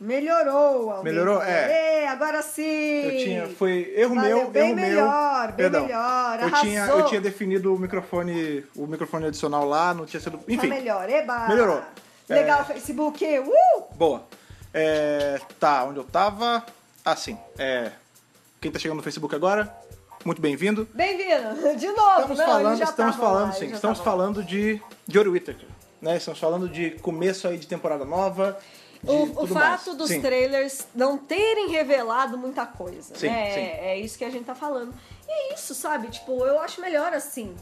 Speaker 2: Melhorou, alguém
Speaker 1: Melhorou?
Speaker 2: falou.
Speaker 1: É.
Speaker 2: Ê, agora sim!
Speaker 1: Eu tinha. Foi erro
Speaker 2: Valeu,
Speaker 1: meu,
Speaker 2: bem
Speaker 1: erro
Speaker 2: melhor,
Speaker 1: meu.
Speaker 2: bem
Speaker 1: Perdão.
Speaker 2: melhor,
Speaker 1: Eu tinha, eu
Speaker 2: arrasou.
Speaker 1: tinha definido o microfone, o microfone adicional lá, não tinha sido.
Speaker 2: Tá
Speaker 1: Enfim.
Speaker 2: melhor, eba!
Speaker 1: Melhorou.
Speaker 2: Legal,
Speaker 1: É.
Speaker 2: Facebook, uh!
Speaker 1: Boa. É, tá, onde eu tava? Ah, sim. É, quem tá chegando no Facebook agora, muito bem-vindo.
Speaker 2: Bem-vindo! De novo,
Speaker 1: Estamos
Speaker 2: não, eles
Speaker 1: falando,
Speaker 2: já
Speaker 1: estamos
Speaker 2: estavam
Speaker 1: falando,
Speaker 2: lá,
Speaker 1: sim,
Speaker 2: eles já
Speaker 1: estamos
Speaker 2: estavam lá.
Speaker 1: falando de Jory Whittaker, né? Estamos falando de começo aí de temporada nova. de
Speaker 2: O, o
Speaker 1: tudo
Speaker 2: fato
Speaker 1: mais.
Speaker 2: dos
Speaker 1: Sim.
Speaker 2: trailers não terem revelado muita coisa,
Speaker 1: Sim,
Speaker 2: né?
Speaker 1: sim.
Speaker 2: É isso que a gente tá falando. E é isso, sabe? Tipo, eu acho melhor assim.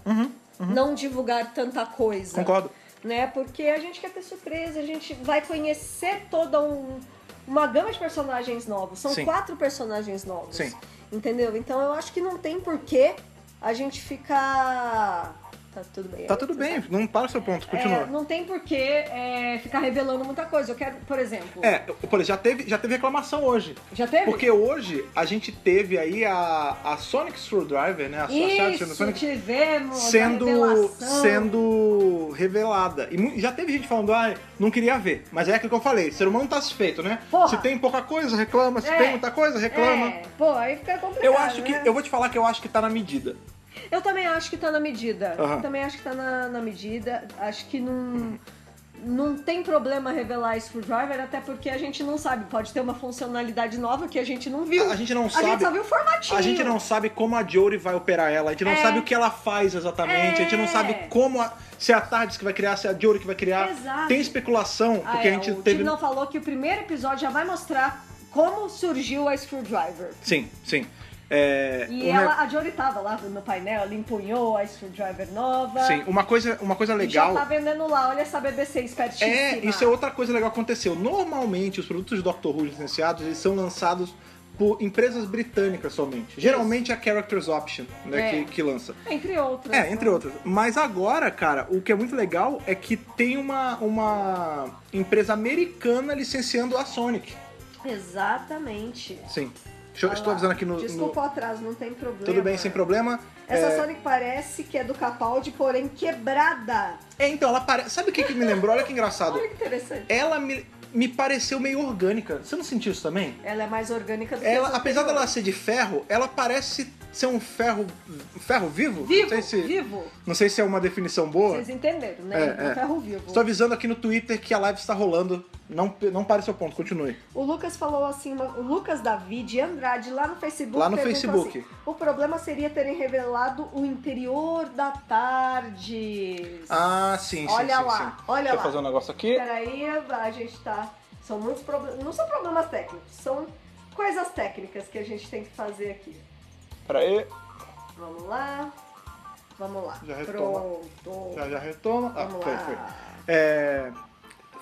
Speaker 2: Não divulgar tanta coisa.
Speaker 1: Uhum, Concordo.
Speaker 2: Né? Porque a gente quer ter surpresa, a gente vai conhecer toda um- uma gama de personagens novos. São
Speaker 1: Sim.
Speaker 2: quatro personagens novos.
Speaker 1: Sim.
Speaker 2: Entendeu? Então eu acho que não tem porquê a gente ficar. Tá tudo bem.
Speaker 1: Tá
Speaker 2: aí,
Speaker 1: tudo
Speaker 2: você
Speaker 1: bem,
Speaker 2: sabe.
Speaker 1: não para o seu ponto,
Speaker 2: É,
Speaker 1: continua.
Speaker 2: não tem porquê é, ficar revelando muita coisa. Eu quero, por exemplo.
Speaker 1: É, eu- por exemplo, já teve, já teve reclamação hoje.
Speaker 2: Já teve?
Speaker 1: Porque hoje a gente teve aí a, a Sonic Screwdriver, né? A, a chave do
Speaker 2: Isso,
Speaker 1: Sonic
Speaker 2: tivemos
Speaker 1: sendo,
Speaker 2: a revelação.
Speaker 1: sendo revelada. E mu- já teve gente falando, ah, não queria ver. Mas é aquilo que eu falei, ser humano tá satisfeito, né?
Speaker 2: Porra.
Speaker 1: Se tem pouca coisa, reclama. Se
Speaker 2: É.
Speaker 1: tem muita coisa, reclama.
Speaker 2: É, pô, aí fica complicado,
Speaker 1: Eu acho que.
Speaker 2: né?
Speaker 1: Eu vou te falar que eu acho que tá na medida.
Speaker 2: Eu também acho que tá na medida.
Speaker 1: Aham.
Speaker 2: Também acho que tá na, na medida. Acho que não... Não tem problema revelar isso pro driver, até porque a gente não sabe. Pode ter uma funcionalidade nova que a gente não viu.
Speaker 1: A gente não
Speaker 2: A gente um
Speaker 1: sabe-
Speaker 2: só viu o formatinho.
Speaker 1: A gente não sabe como a Jory vai operar ela, a gente não
Speaker 2: É.
Speaker 1: sabe o que ela faz exatamente, a gente não
Speaker 2: É.
Speaker 1: sabe como. A, se é a Tardes que vai criar, se é a Jory que vai criar.
Speaker 2: Exato.
Speaker 1: Tem especulação,
Speaker 2: Ah,
Speaker 1: porque
Speaker 2: é,
Speaker 1: a gente
Speaker 2: o
Speaker 1: teve.
Speaker 2: Tibnon falou que o primeiro episódio já vai mostrar como surgiu a Screwdriver.
Speaker 1: Sim, sim. É,
Speaker 2: E
Speaker 1: um
Speaker 2: ela, a Jory tava lá no painel, ela empunhou a Screwdriver nova.
Speaker 1: ne- Sim, uma coisa, uma coisa
Speaker 2: E
Speaker 1: legal.
Speaker 2: Já tá vendendo lá, olha essa BBC espertíssima.
Speaker 1: É, isso é outra coisa legal que aconteceu. Normalmente, os produtos de Doctor Who licenciados, eles são lançados por empresas britânicas somente. Geralmente é a Characters Option né,
Speaker 5: É.
Speaker 1: que, que lança.
Speaker 2: Ah,
Speaker 5: Entre outras.
Speaker 1: É, entre
Speaker 5: né?
Speaker 1: outras. Mas agora, cara, o que é muito legal é que tem uma, uma empresa americana licenciando a Sonic.
Speaker 2: Exatamente.
Speaker 1: Sim. Deixa eu-
Speaker 2: Vai
Speaker 1: estou
Speaker 2: lá.
Speaker 1: avisando aqui no. no-
Speaker 2: Desculpa né, o atraso, não tem problema.
Speaker 1: Tudo bem, sem problema.
Speaker 2: Essa
Speaker 1: É,
Speaker 2: Sonic parece que é do Capaldi, porém quebrada.
Speaker 1: é, então, ela parece. Sabe o que, que me lembrou? Olha que engraçado.
Speaker 2: Olha que interessante.
Speaker 1: Ela me, me pareceu meio orgânica. Você não sentiu isso também?
Speaker 2: Ela é mais orgânica do que
Speaker 1: Ela,
Speaker 2: as
Speaker 1: apesar
Speaker 2: anteriores.
Speaker 1: dela ser de ferro, ela parece ser um ferro. ferro vivo?
Speaker 5: Vivo,
Speaker 1: não, sei se,
Speaker 5: vivo.
Speaker 1: não sei se é uma definição boa.
Speaker 5: Vocês entenderam, né?
Speaker 1: É, é.
Speaker 5: Um Ferro vivo.
Speaker 1: Estou avisando aqui no Twitter que a live está rolando. Não, não pare seu ponto, continue.
Speaker 2: O Lucas falou assim, uma- o Lucas David Andrade lá no Facebook.
Speaker 1: Lá no
Speaker 2: perguntou
Speaker 1: Facebook.
Speaker 2: assim, o problema seria terem revelado o interior da tarde.
Speaker 1: Ah, sim, sim.
Speaker 2: olha
Speaker 1: sim,
Speaker 2: lá,
Speaker 1: sim.
Speaker 2: olha
Speaker 1: Deixa
Speaker 2: lá.
Speaker 1: eu fazer um negócio aqui.
Speaker 2: Peraí, a gente tá. São muitos problemas. Não são problemas técnicos, são coisas técnicas que a gente tem que fazer aqui.
Speaker 1: Peraí,
Speaker 2: Vamos lá. Vamos lá.
Speaker 1: Já retoma.
Speaker 2: Pronto.
Speaker 1: já, já retoma. Ah,
Speaker 2: Vamos
Speaker 1: foi,
Speaker 2: lá.
Speaker 1: foi. É,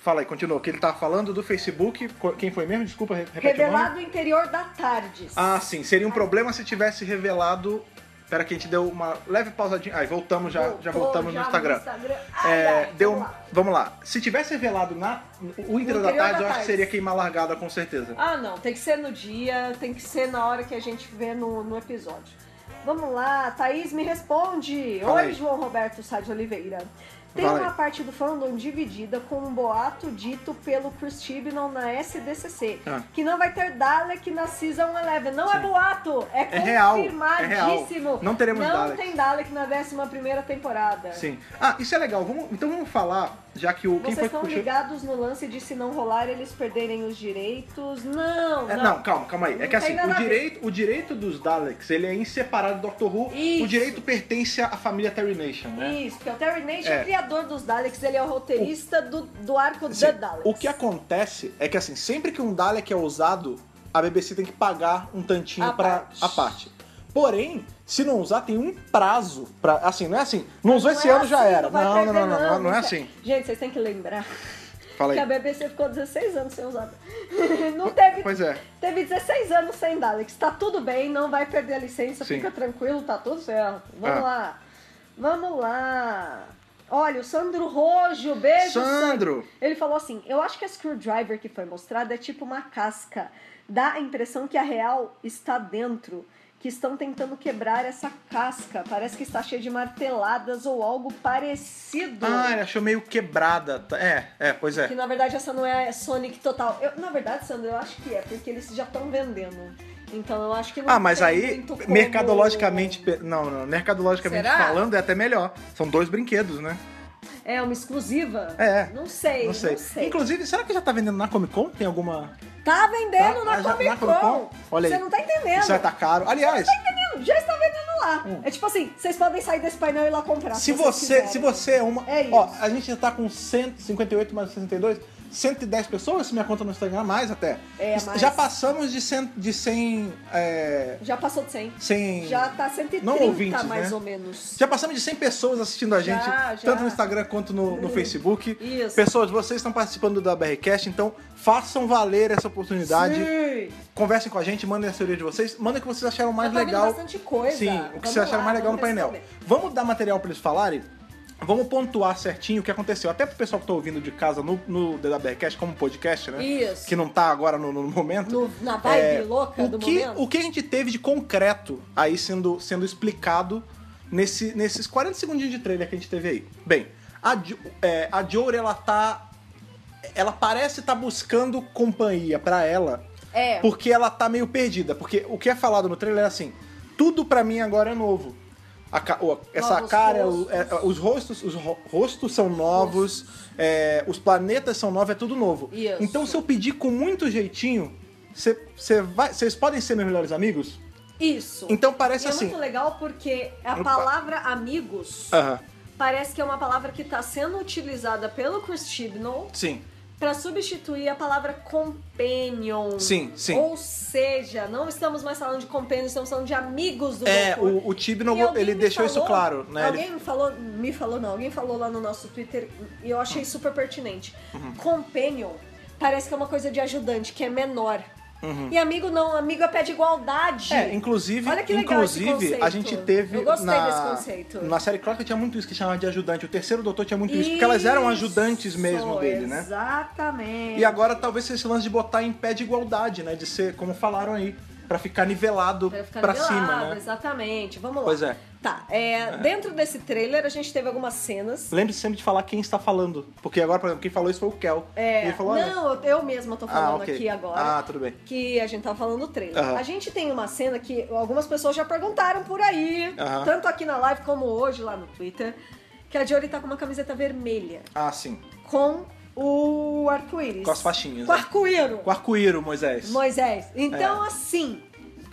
Speaker 1: Fala aí, continua. Que ele tá falando do Facebook. Co- Quem foi mesmo? Desculpa, re- repete o nome.
Speaker 2: Revelado o interior da tarde.
Speaker 1: Ah, sim. Seria um problema se tivesse revelado. Pera que a gente deu uma leve pausadinha. Aí, voltamos já, já voltamos no Instagram.
Speaker 2: Ai,
Speaker 1: É,
Speaker 2: ai,
Speaker 1: deu,
Speaker 2: vamos lá.
Speaker 1: vamos lá. Se tivesse revelado na, o interior da tarde,
Speaker 2: interior da
Speaker 1: eu acho que
Speaker 2: tarde.
Speaker 1: seria queimar largada, com certeza.
Speaker 5: Ah, não. Tem que ser no dia, tem que ser na hora que a gente vê no, no episódio.
Speaker 2: Vamos lá, Thaís me responde.
Speaker 1: Fala aí.
Speaker 2: Oi, João Roberto Sá de Oliveira. Tem
Speaker 1: Fala
Speaker 2: uma
Speaker 1: aí.
Speaker 2: parte do fandom dividida com um boato dito pelo Chris Chibnall na SDCC,
Speaker 1: Ah.
Speaker 2: que não vai ter Dalek na Season 11. Não é
Speaker 1: Sim.
Speaker 2: boato, é,
Speaker 1: É real, é
Speaker 2: confirmadíssimo.
Speaker 1: real. Não teremos Dalek.
Speaker 2: tem Dalek na 11ª temporada.
Speaker 1: Sim. Ah, isso é legal. Vamos, então vamos falar, já que o. foi
Speaker 2: Vocês
Speaker 1: que
Speaker 2: estão
Speaker 1: puxou-
Speaker 2: ligados no lance de se não rolar eles perderem os direitos? Não,
Speaker 1: É,
Speaker 2: não.
Speaker 1: não, calma, calma aí.
Speaker 2: Não
Speaker 1: é que
Speaker 2: tem
Speaker 1: assim,
Speaker 2: nada
Speaker 1: o
Speaker 2: a ver.
Speaker 1: direito, o direito dos Daleks, ele é inseparável do Doctor Who. O
Speaker 2: Isso.
Speaker 1: direito pertence à família Terry Nation, né?
Speaker 2: Isso, porque o Terry Nation
Speaker 1: É.
Speaker 2: é. criador dos Daleks, ele é o roteirista do, do arco
Speaker 1: Assim,
Speaker 2: The Daleks.
Speaker 1: o que acontece é que assim, sempre que um Dalek é usado, a BBC tem que pagar um tantinho
Speaker 2: A
Speaker 1: para
Speaker 2: parte.
Speaker 1: a parte. Porém, se não usar, tem um prazo pra. Assim, não é assim. Não usou
Speaker 2: Não
Speaker 1: esse
Speaker 2: é
Speaker 1: ano já
Speaker 2: assim,
Speaker 1: era.
Speaker 2: vai
Speaker 1: Não, não,
Speaker 2: perder,
Speaker 1: não, não, não, não é
Speaker 2: isso
Speaker 1: assim.
Speaker 2: Gente, vocês têm que lembrar
Speaker 1: Fala
Speaker 2: que a
Speaker 1: aí.
Speaker 2: BBC ficou 16 anos sem usar. Não teve,
Speaker 1: Pois é.
Speaker 2: teve 16 anos sem Daleks. Tá tudo bem, não vai perder a licença,
Speaker 1: Sim.
Speaker 2: fica tranquilo, tá tudo certo. Vamos
Speaker 1: Ah.
Speaker 2: lá. Vamos lá. Olha, o Sandro Rojo, beijo,
Speaker 1: Sandro!
Speaker 2: Ele falou assim: Eu acho que a screwdriver que foi mostrada é tipo uma casca. Dá a impressão que a real está dentro. Que estão tentando quebrar essa casca. Parece que está cheia de marteladas ou algo parecido.
Speaker 1: Ah, ele achou meio quebrada. Tá- É, é, pois
Speaker 2: Que
Speaker 1: é.
Speaker 2: na verdade essa não é Sonic total. Eu, na verdade, Sandra, eu acho que é, porque eles já estão vendendo. Então eu acho que não
Speaker 1: Ah, mas
Speaker 2: tem
Speaker 1: aí,
Speaker 2: muito como-
Speaker 1: mercadologicamente. pe- Não, não, mercadologicamente
Speaker 5: Será?
Speaker 1: falando, é até melhor. São dois brinquedos, né?
Speaker 2: É uma exclusiva?
Speaker 1: É.
Speaker 2: Não sei,
Speaker 1: Não sei. Inclusive, será que já tá vendendo na Comic Con? Tem alguma.
Speaker 2: Tá vendendo
Speaker 1: Tá-
Speaker 2: na,
Speaker 1: ah, já-
Speaker 2: Comic
Speaker 1: na
Speaker 2: Con.
Speaker 1: Comic Con? Olha
Speaker 2: Você
Speaker 1: aí.
Speaker 2: não tá entendendo.
Speaker 1: Isso vai tá caro. Aliás,
Speaker 2: Entendeu? Já está vendendo lá. É tipo assim, vocês podem sair desse painel e ir lá comprar.
Speaker 1: se
Speaker 2: vocês
Speaker 1: você, se
Speaker 2: quiserem.
Speaker 1: você é uma.
Speaker 2: É
Speaker 1: Ó,
Speaker 2: isso.
Speaker 1: a gente já tá com 158 mais 62. 110 pessoas, se minha conta no Instagram, mais até.
Speaker 2: É, mais.
Speaker 1: Já passamos de 100. De 100, é,
Speaker 2: Já passou de 100.
Speaker 1: 100
Speaker 2: Já tá 130
Speaker 1: Não ouvintes,
Speaker 2: mais
Speaker 1: né?
Speaker 2: ou menos.
Speaker 1: Já passamos de 100 pessoas assistindo a gente,
Speaker 2: Já, já. Hum.
Speaker 1: tanto no Instagram quanto no, no Facebook.
Speaker 2: Isso.
Speaker 1: Pessoas, vocês estão participando da BRCast, então façam valer essa oportunidade.
Speaker 2: Sim.
Speaker 1: Conversem com a gente, mandem a teoria de vocês, mandem o que vocês acharam mais
Speaker 2: tá vindo
Speaker 1: legal.
Speaker 2: bastante coisa.
Speaker 1: Sim, o que
Speaker 2: é, Vamos
Speaker 1: vocês acharam
Speaker 2: lá,
Speaker 1: mais legal no
Speaker 2: vamos
Speaker 1: painel.
Speaker 2: responder.
Speaker 1: Vamos dar material pra eles falarem? Vamos pontuar certinho o que aconteceu. Até pro pessoal que tá ouvindo de casa no, no DWCast, como podcast, né?
Speaker 2: Isso.
Speaker 1: Que não tá agora no, no momento.
Speaker 2: No- na vibe
Speaker 1: É,
Speaker 2: louca
Speaker 1: o
Speaker 2: do
Speaker 1: que,
Speaker 2: momento.
Speaker 1: O que a gente teve de concreto aí sendo, sendo explicado nesse, nesses 40 segundinhos de trailer que a gente teve aí? Bem, a, Jo- é, a Jory, ela tá... Ela parece estar buscando companhia pra ela.
Speaker 2: É.
Speaker 1: Porque ela tá meio perdida. Porque o que é falado no trailer é assim, tudo pra mim agora é novo. A ca- o- essa
Speaker 2: Novos
Speaker 1: cara, o-
Speaker 2: rostos.
Speaker 1: é, os rostos, os ro- rostos são novos, é, os planetas são novos, é tudo novo.
Speaker 2: Isso.
Speaker 1: Então se eu pedir com muito jeitinho, cê- cê vai- vocês podem ser meus melhores amigos?
Speaker 2: Isso.
Speaker 1: Então parece
Speaker 2: E é
Speaker 1: assim.
Speaker 2: muito legal porque a
Speaker 1: Opa. Ah.
Speaker 2: palavra amigos
Speaker 1: Aham,
Speaker 2: parece que é uma palavra que está sendo utilizada pelo Chris Chibnall
Speaker 1: sim.
Speaker 2: para substituir a palavra companion.
Speaker 1: Sim, sim.
Speaker 2: Ou seja, não estamos mais falando de companion, estamos falando de amigos do
Speaker 1: É,
Speaker 2: doutor.
Speaker 1: o, o Tibno,
Speaker 2: E alguém
Speaker 1: ele
Speaker 2: me
Speaker 1: deixou isso
Speaker 2: falou-
Speaker 1: claro, né? Ele-
Speaker 2: Alguém me falou, me falou não, alguém falou lá no nosso Twitter e
Speaker 1: Uhum.
Speaker 2: eu achei super pertinente. Companion parece que é uma coisa de ajudante, que é menor. E amigo não, amigo é pé de igualdade.
Speaker 1: Uhum. É, inclusive,
Speaker 2: Olha que legal esse
Speaker 1: inclusive
Speaker 2: conceito.
Speaker 1: a gente teve
Speaker 2: Eu gostei
Speaker 1: na,
Speaker 2: desse conceito.
Speaker 1: na série Clássica tinha muito isso que chamava de ajudante. O terceiro doutor tinha muito isso, porque elas eram ajudantes
Speaker 2: Isso,
Speaker 1: mesmo dele, né?
Speaker 2: Exatamente.
Speaker 1: E agora talvez seja esse lance de botar em pé de igualdade, né? De ser, como falaram aí, pra ficar nivelado
Speaker 2: Pra ficar
Speaker 1: pra
Speaker 2: nivelado, assim.
Speaker 1: cima, né?
Speaker 2: Exatamente. Vamos lá.
Speaker 1: Pois é.
Speaker 2: Tá. é, Dentro desse trailer a gente teve algumas cenas.
Speaker 1: Lembre-se sempre de falar quem está falando. Porque agora, por exemplo, quem falou isso foi o Kel.
Speaker 2: É,
Speaker 1: e ele falou, olha,
Speaker 2: não, eu, eu mesma tô
Speaker 1: ah,
Speaker 2: falando
Speaker 1: ok.
Speaker 2: aqui agora.
Speaker 1: Ah, tudo bem.
Speaker 2: Que a gente tava falando do trailer.
Speaker 1: Aham.
Speaker 2: A gente tem uma cena que algumas pessoas já perguntaram por aí,
Speaker 1: Aham.
Speaker 2: tanto aqui na live como hoje lá no Twitter, que a Jory tá com uma camiseta vermelha
Speaker 1: Ah, sim.
Speaker 2: com o arco-íris.
Speaker 1: Com as faixinhas,
Speaker 2: Com
Speaker 1: né?
Speaker 2: arco-íro.
Speaker 1: O arco-íro, Moisés.
Speaker 2: Moisés. Então,
Speaker 1: É.
Speaker 2: assim,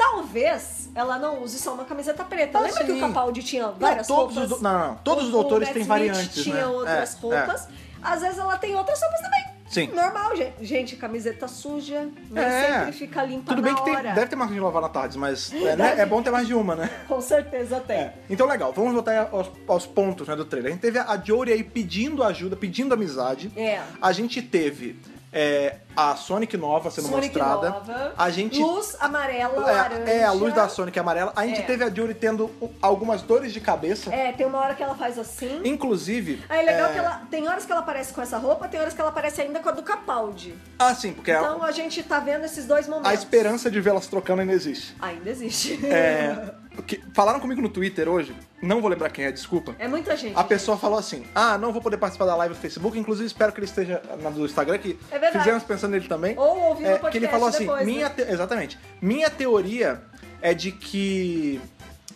Speaker 2: talvez ela não use só uma camiseta preta.
Speaker 1: Ah,
Speaker 2: Lembra
Speaker 1: sim.
Speaker 2: que o Capaldi tinha
Speaker 1: Não,
Speaker 2: várias
Speaker 1: todos
Speaker 2: roupas?
Speaker 1: os, do- não, não, todos os
Speaker 2: O-
Speaker 1: doutores
Speaker 2: o Matt
Speaker 1: têm
Speaker 2: Smith
Speaker 1: variantes,
Speaker 2: tinha
Speaker 1: né?
Speaker 2: outras
Speaker 1: É,
Speaker 2: roupas. Às vezes ela tem outras roupas também.
Speaker 1: Sim.
Speaker 2: Normal, gente. Gente, camiseta suja, nem
Speaker 1: É.
Speaker 2: sempre fica
Speaker 1: Tudo
Speaker 2: limpa tá na
Speaker 1: bem que tem-
Speaker 2: hora.
Speaker 1: deve ter marca de lavar na tarde, mas é, né, é bom ter mais de uma, né?
Speaker 2: Com certeza tem.
Speaker 1: É. Então, legal, vamos voltar aos, aos pontos né, do trailer. A gente teve a Jory aí pedindo ajuda, pedindo amizade.
Speaker 2: É.
Speaker 1: A gente teve é, a Sonic nova sendo
Speaker 2: Sonic
Speaker 1: mostrada.
Speaker 2: nova,
Speaker 1: A gente.
Speaker 2: Luz amarela, laranja.
Speaker 1: é, é, a luz da Sonic amarela. A gente
Speaker 2: É.
Speaker 1: teve a Jory tendo o- algumas dores de cabeça.
Speaker 2: É, tem uma hora que ela faz assim.
Speaker 1: Inclusive.
Speaker 2: Aí é legal
Speaker 1: é,
Speaker 2: que ela. Tem horas que ela aparece com essa roupa, tem horas que ela aparece ainda com a do Capaldi.
Speaker 1: Ah, sim, porque a-
Speaker 2: Então a gente tá vendo esses dois momentos.
Speaker 1: a esperança de vê-las trocando ainda existe.
Speaker 2: Ainda existe.
Speaker 1: É, que- falaram comigo no Twitter hoje, não vou lembrar quem é, desculpa.
Speaker 2: É muita gente.
Speaker 1: A pessoa falou assim: Ah, não vou poder participar da live do Facebook, inclusive espero que ele esteja na do Instagram, que
Speaker 2: É verdade.
Speaker 1: fizemos pensando nele também.
Speaker 2: Ou ouvindo o
Speaker 1: Que ele
Speaker 2: podcast
Speaker 1: falou assim:
Speaker 2: depois,
Speaker 1: minha
Speaker 2: né?
Speaker 1: te- Exatamente. Minha teoria é de que.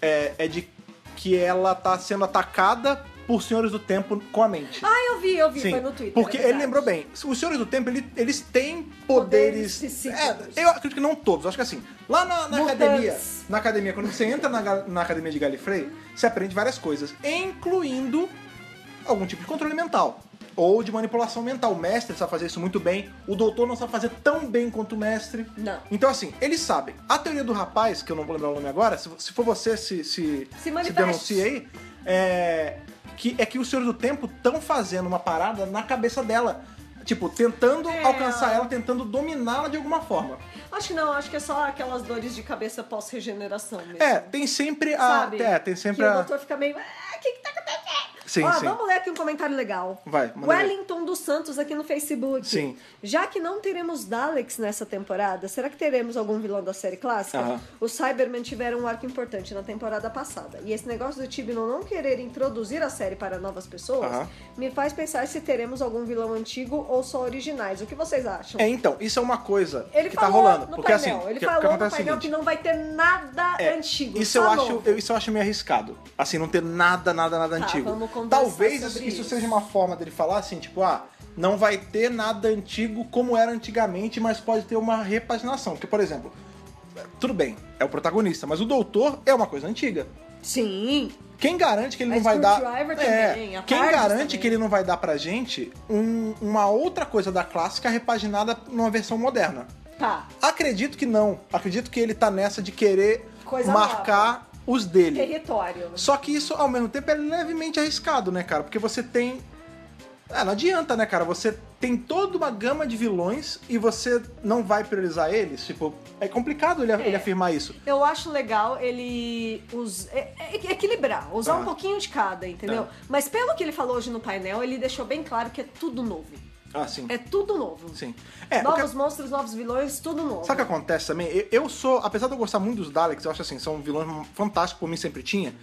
Speaker 1: É, é de que ela tá sendo atacada por senhores do tempo com a mente.
Speaker 2: Ah, eu vi, eu vi, foi no Twitter.
Speaker 1: Porque
Speaker 2: é
Speaker 1: ele
Speaker 2: verdade.
Speaker 1: lembrou bem, os Senhores do Tempo, ele- eles têm
Speaker 2: Poderes
Speaker 1: poderes.
Speaker 2: psíquicos.
Speaker 1: é, eu acredito que não todos, acho que assim. Lá na, na
Speaker 2: Mutantes.
Speaker 1: academia, na academia, quando você entra na, ga- na academia de Galifrey, você aprende várias coisas, incluindo algum tipo de controle mental. Ou de manipulação mental. O mestre sabe fazer isso muito bem, o doutor não sabe fazer tão bem quanto o mestre.
Speaker 2: Não.
Speaker 1: Então, assim, eles sabem. A teoria do rapaz, que eu não vou lembrar o nome agora, se, se for você, se, se,
Speaker 2: manifeste.
Speaker 1: denuncia aí, é que, é que os senhores do tempo estão fazendo uma parada na cabeça dela. Tipo, tentando
Speaker 2: É.
Speaker 1: alcançar ela, tentando dominá-la de alguma forma.
Speaker 2: Acho que não, acho que é só aquelas dores de cabeça pós-regeneração mesmo.
Speaker 1: É, tem sempre a.
Speaker 2: Sabe?
Speaker 1: É, tem sempre
Speaker 2: que
Speaker 1: a.
Speaker 2: o doutor fica meio. Ah, o que, que tá acontecendo?
Speaker 1: Sim,
Speaker 2: Ó,
Speaker 1: sim.
Speaker 2: vamos ler aqui um comentário legal.
Speaker 1: Vai, manda ver.
Speaker 2: Wellington dos Santos aqui no Facebook.
Speaker 1: Sim.
Speaker 2: Já que não teremos Daleks nessa temporada, será que teremos algum vilão da série clássica?
Speaker 1: Aham.
Speaker 2: Os Cybermen tiveram um arco importante na temporada passada. E esse negócio do Tibnon não querer introduzir a série para novas pessoas
Speaker 1: Aham.
Speaker 2: me faz pensar se teremos algum vilão antigo ou só originais. O que vocês acham?
Speaker 1: É, então, isso é uma coisa
Speaker 2: Ele
Speaker 1: que tá
Speaker 2: falou
Speaker 1: rolando.
Speaker 2: no
Speaker 1: porque
Speaker 2: painel,
Speaker 1: assim,
Speaker 2: ele
Speaker 1: que- que
Speaker 2: falou no
Speaker 1: acontece é o
Speaker 2: painel que
Speaker 1: seguinte,
Speaker 2: não vai ter nada
Speaker 1: É,
Speaker 2: antigo. Tá
Speaker 1: Isso
Speaker 2: só
Speaker 1: eu, acho,
Speaker 2: novo.
Speaker 1: eu- isso eu acho meio arriscado. Assim, não ter nada, nada, nada
Speaker 2: Tá,
Speaker 1: antigo.
Speaker 2: vamos conversar
Speaker 1: Talvez
Speaker 2: sobre
Speaker 1: isso,
Speaker 2: isso.
Speaker 1: seja uma forma dele falar assim, tipo, ah, não vai ter nada antigo como era antigamente, mas pode ter uma repaginação. Porque, por exemplo, tudo bem, é o protagonista, mas o doutor é uma coisa antiga.
Speaker 2: Sim.
Speaker 1: Quem garante que ele
Speaker 2: A
Speaker 1: não vai dar. É,
Speaker 2: Screwdriver também, a
Speaker 1: quem
Speaker 2: TARDIS
Speaker 1: garante
Speaker 2: também.
Speaker 1: que ele não vai dar pra gente um- uma outra coisa da clássica repaginada numa versão moderna?
Speaker 2: Tá.
Speaker 1: Acredito que não. Acredito que ele tá nessa de querer
Speaker 2: Coisa
Speaker 1: marcar os dele.
Speaker 2: Território.
Speaker 1: Só que isso, ao mesmo tempo, é levemente arriscado, né, cara? Porque você tem. Ah, não adianta, né, cara? Você tem toda uma gama de vilões e você não vai priorizar eles. Tipo, é complicado ele, ele afirmar isso.
Speaker 2: Eu acho legal ele us- é- é- é equilibrar, usar
Speaker 1: Tá.
Speaker 2: um pouquinho de cada, entendeu?
Speaker 1: Tá.
Speaker 2: Mas pelo que ele falou hoje no painel, ele deixou bem claro que é tudo novo.
Speaker 1: Ah, sim.
Speaker 2: É tudo novo.
Speaker 1: Sim. É, o que-
Speaker 2: novos monstros, novos vilões, tudo novo.
Speaker 1: Sabe o que acontece também? Eu, eu sou, apesar de eu gostar muito dos Daleks, eu acho assim, são vilões fantásticos, por mim sempre tinha.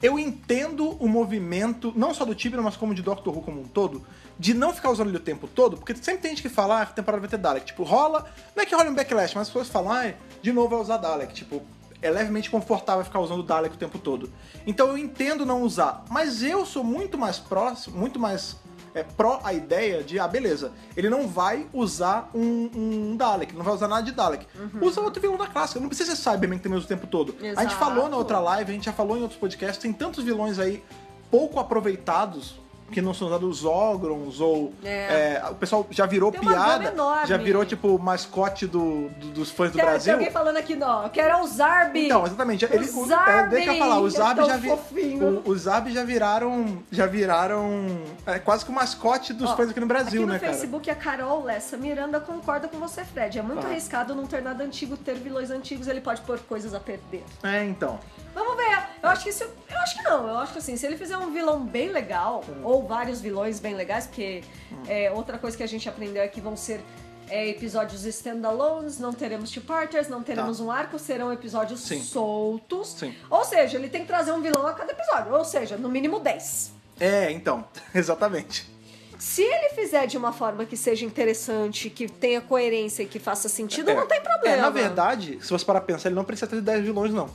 Speaker 1: Eu entendo o movimento, não só do Tiberian, mas como de Doctor Who como um todo, de não ficar usando ele o tempo todo, porque sempre tem gente que fala, ah, a temporada vai ter Dalek. Tipo, rola. Não é que rola um backlash, mas as pessoas falam, ah, de novo vai usar Dalek. Tipo, é levemente confortável ficar usando o Dalek o tempo todo. Então eu entendo não usar, mas eu sou muito mais próximo, muito mais é pró a ideia de, ah, beleza, ele não vai usar um, um Dalek, não vai usar nada de Dalek. Usa outro vilão da clássica, não precisa ser Cyberman que tem o mesmo tempo todo. A gente
Speaker 2: Uhum. Exato.
Speaker 1: falou na outra live, a gente já falou em outros podcasts, tem tantos vilões aí pouco aproveitados que não são usados os Ogrons, ou
Speaker 2: É.
Speaker 1: é, o pessoal já virou
Speaker 2: Tem uma
Speaker 1: piada,
Speaker 2: gama enorme.
Speaker 1: já virou tipo mascote do, do- dos fãs é do
Speaker 2: Tem- Tem
Speaker 1: Brasil.
Speaker 2: alguém falando aqui, não. Eu quero é os Arby.
Speaker 1: Então, exatamente, ele,
Speaker 2: Os
Speaker 1: o- é, deixa eu falar, os
Speaker 2: Arby,
Speaker 1: Arb
Speaker 2: tão
Speaker 1: já vi-
Speaker 2: fofinho.
Speaker 1: o- os Arb já viraram, já viraram é, quase que o mascote dos
Speaker 2: Ó,
Speaker 1: fãs aqui no Brasil,
Speaker 2: Aqui no
Speaker 1: né, cara?
Speaker 2: Facebook, a Carol Lessa Miranda concorda com você, Fred. É muito
Speaker 1: Tá.
Speaker 2: arriscado não ter nada antigo, ter vilões antigos, ele pode pôr coisas a perder.
Speaker 1: É, então.
Speaker 2: Vamos ver. Eu acho que isso. Eu acho que não. Eu acho que assim, se ele fizer um vilão bem legal, ou vários vilões bem legais, porque é, outra coisa que a gente aprendeu é que vão ser é, episódios standalones, não teremos two-parters, não teremos um arco, serão episódios
Speaker 1: Tá. Sim.
Speaker 2: soltos.
Speaker 1: Sim.
Speaker 2: Ou seja, ele tem que trazer um vilão a cada episódio. Ou seja, no mínimo 10.
Speaker 1: É, então, exatamente.
Speaker 2: Se ele fizer de uma forma que seja interessante, que tenha coerência e que faça sentido,
Speaker 1: É.
Speaker 2: não tem problema.
Speaker 1: É, na verdade, se você parar pra pensar, ele não precisa ter 10 vilões, não.